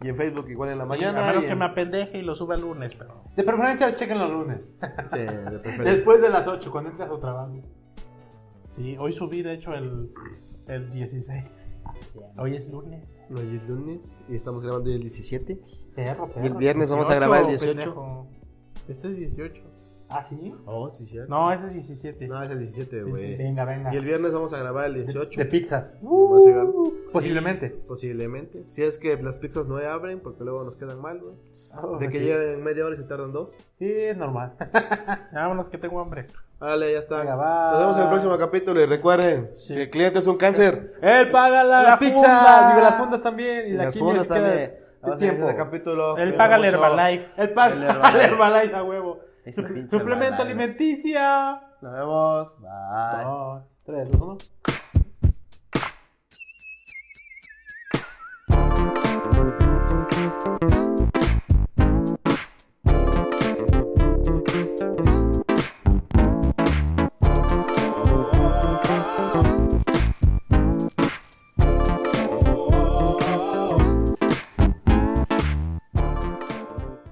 Y en Facebook igual en la mañana.
a menos
y
que
en-
me apendeje y lo suba el lunes, pero.
De preferencia, chequen los lunes.
Sí, de preferencia.
Después de las 8, cuando entras a tu trabajo.
Sí, hoy subí de hecho el, el 16.
Ah,
Hoy es lunes.
Hoy es lunes y estamos grabando el 17.
Perro,
Y el
perro.
viernes vamos a grabar el 18.
18, pendejo. Este es 18.
¿Ah, sí?
Oh, sí, sí. No,
No, ese es 17.
no es el 17, güey.
Venga, venga.
Y el viernes vamos a grabar el 18.
De pizzas.
Vamos a llegar.
Posiblemente.
Posiblemente. Si es que las pizzas no abren porque luego nos quedan mal, güey.
Oh,
De que
sí.
lleguen media hora y se tardan dos.
Sí, es normal.
Vámonos que tengo hambre.
Vale, ya está.
Venga, va.
Nos vemos en el próximo capítulo y recuerden, si el cliente es un cáncer.
Él paga Eh, la,
La
pizza.
funda.
Digo, las fundas también. Y,
Y
la
las
quilla
fundas
que queda
también.
de
Vamos a
tiempo.
ese capítulo.
Él
Cuídense
paga el
mucho.
Herbalife.
Él paga
El
el
Herbalife.
Herbalife. a huevo.
Ese
Suple-
pinche
suplemento
Herbalife.
alimenticia.
Nos vemos. Bye.
Dos, tres, dos, uno.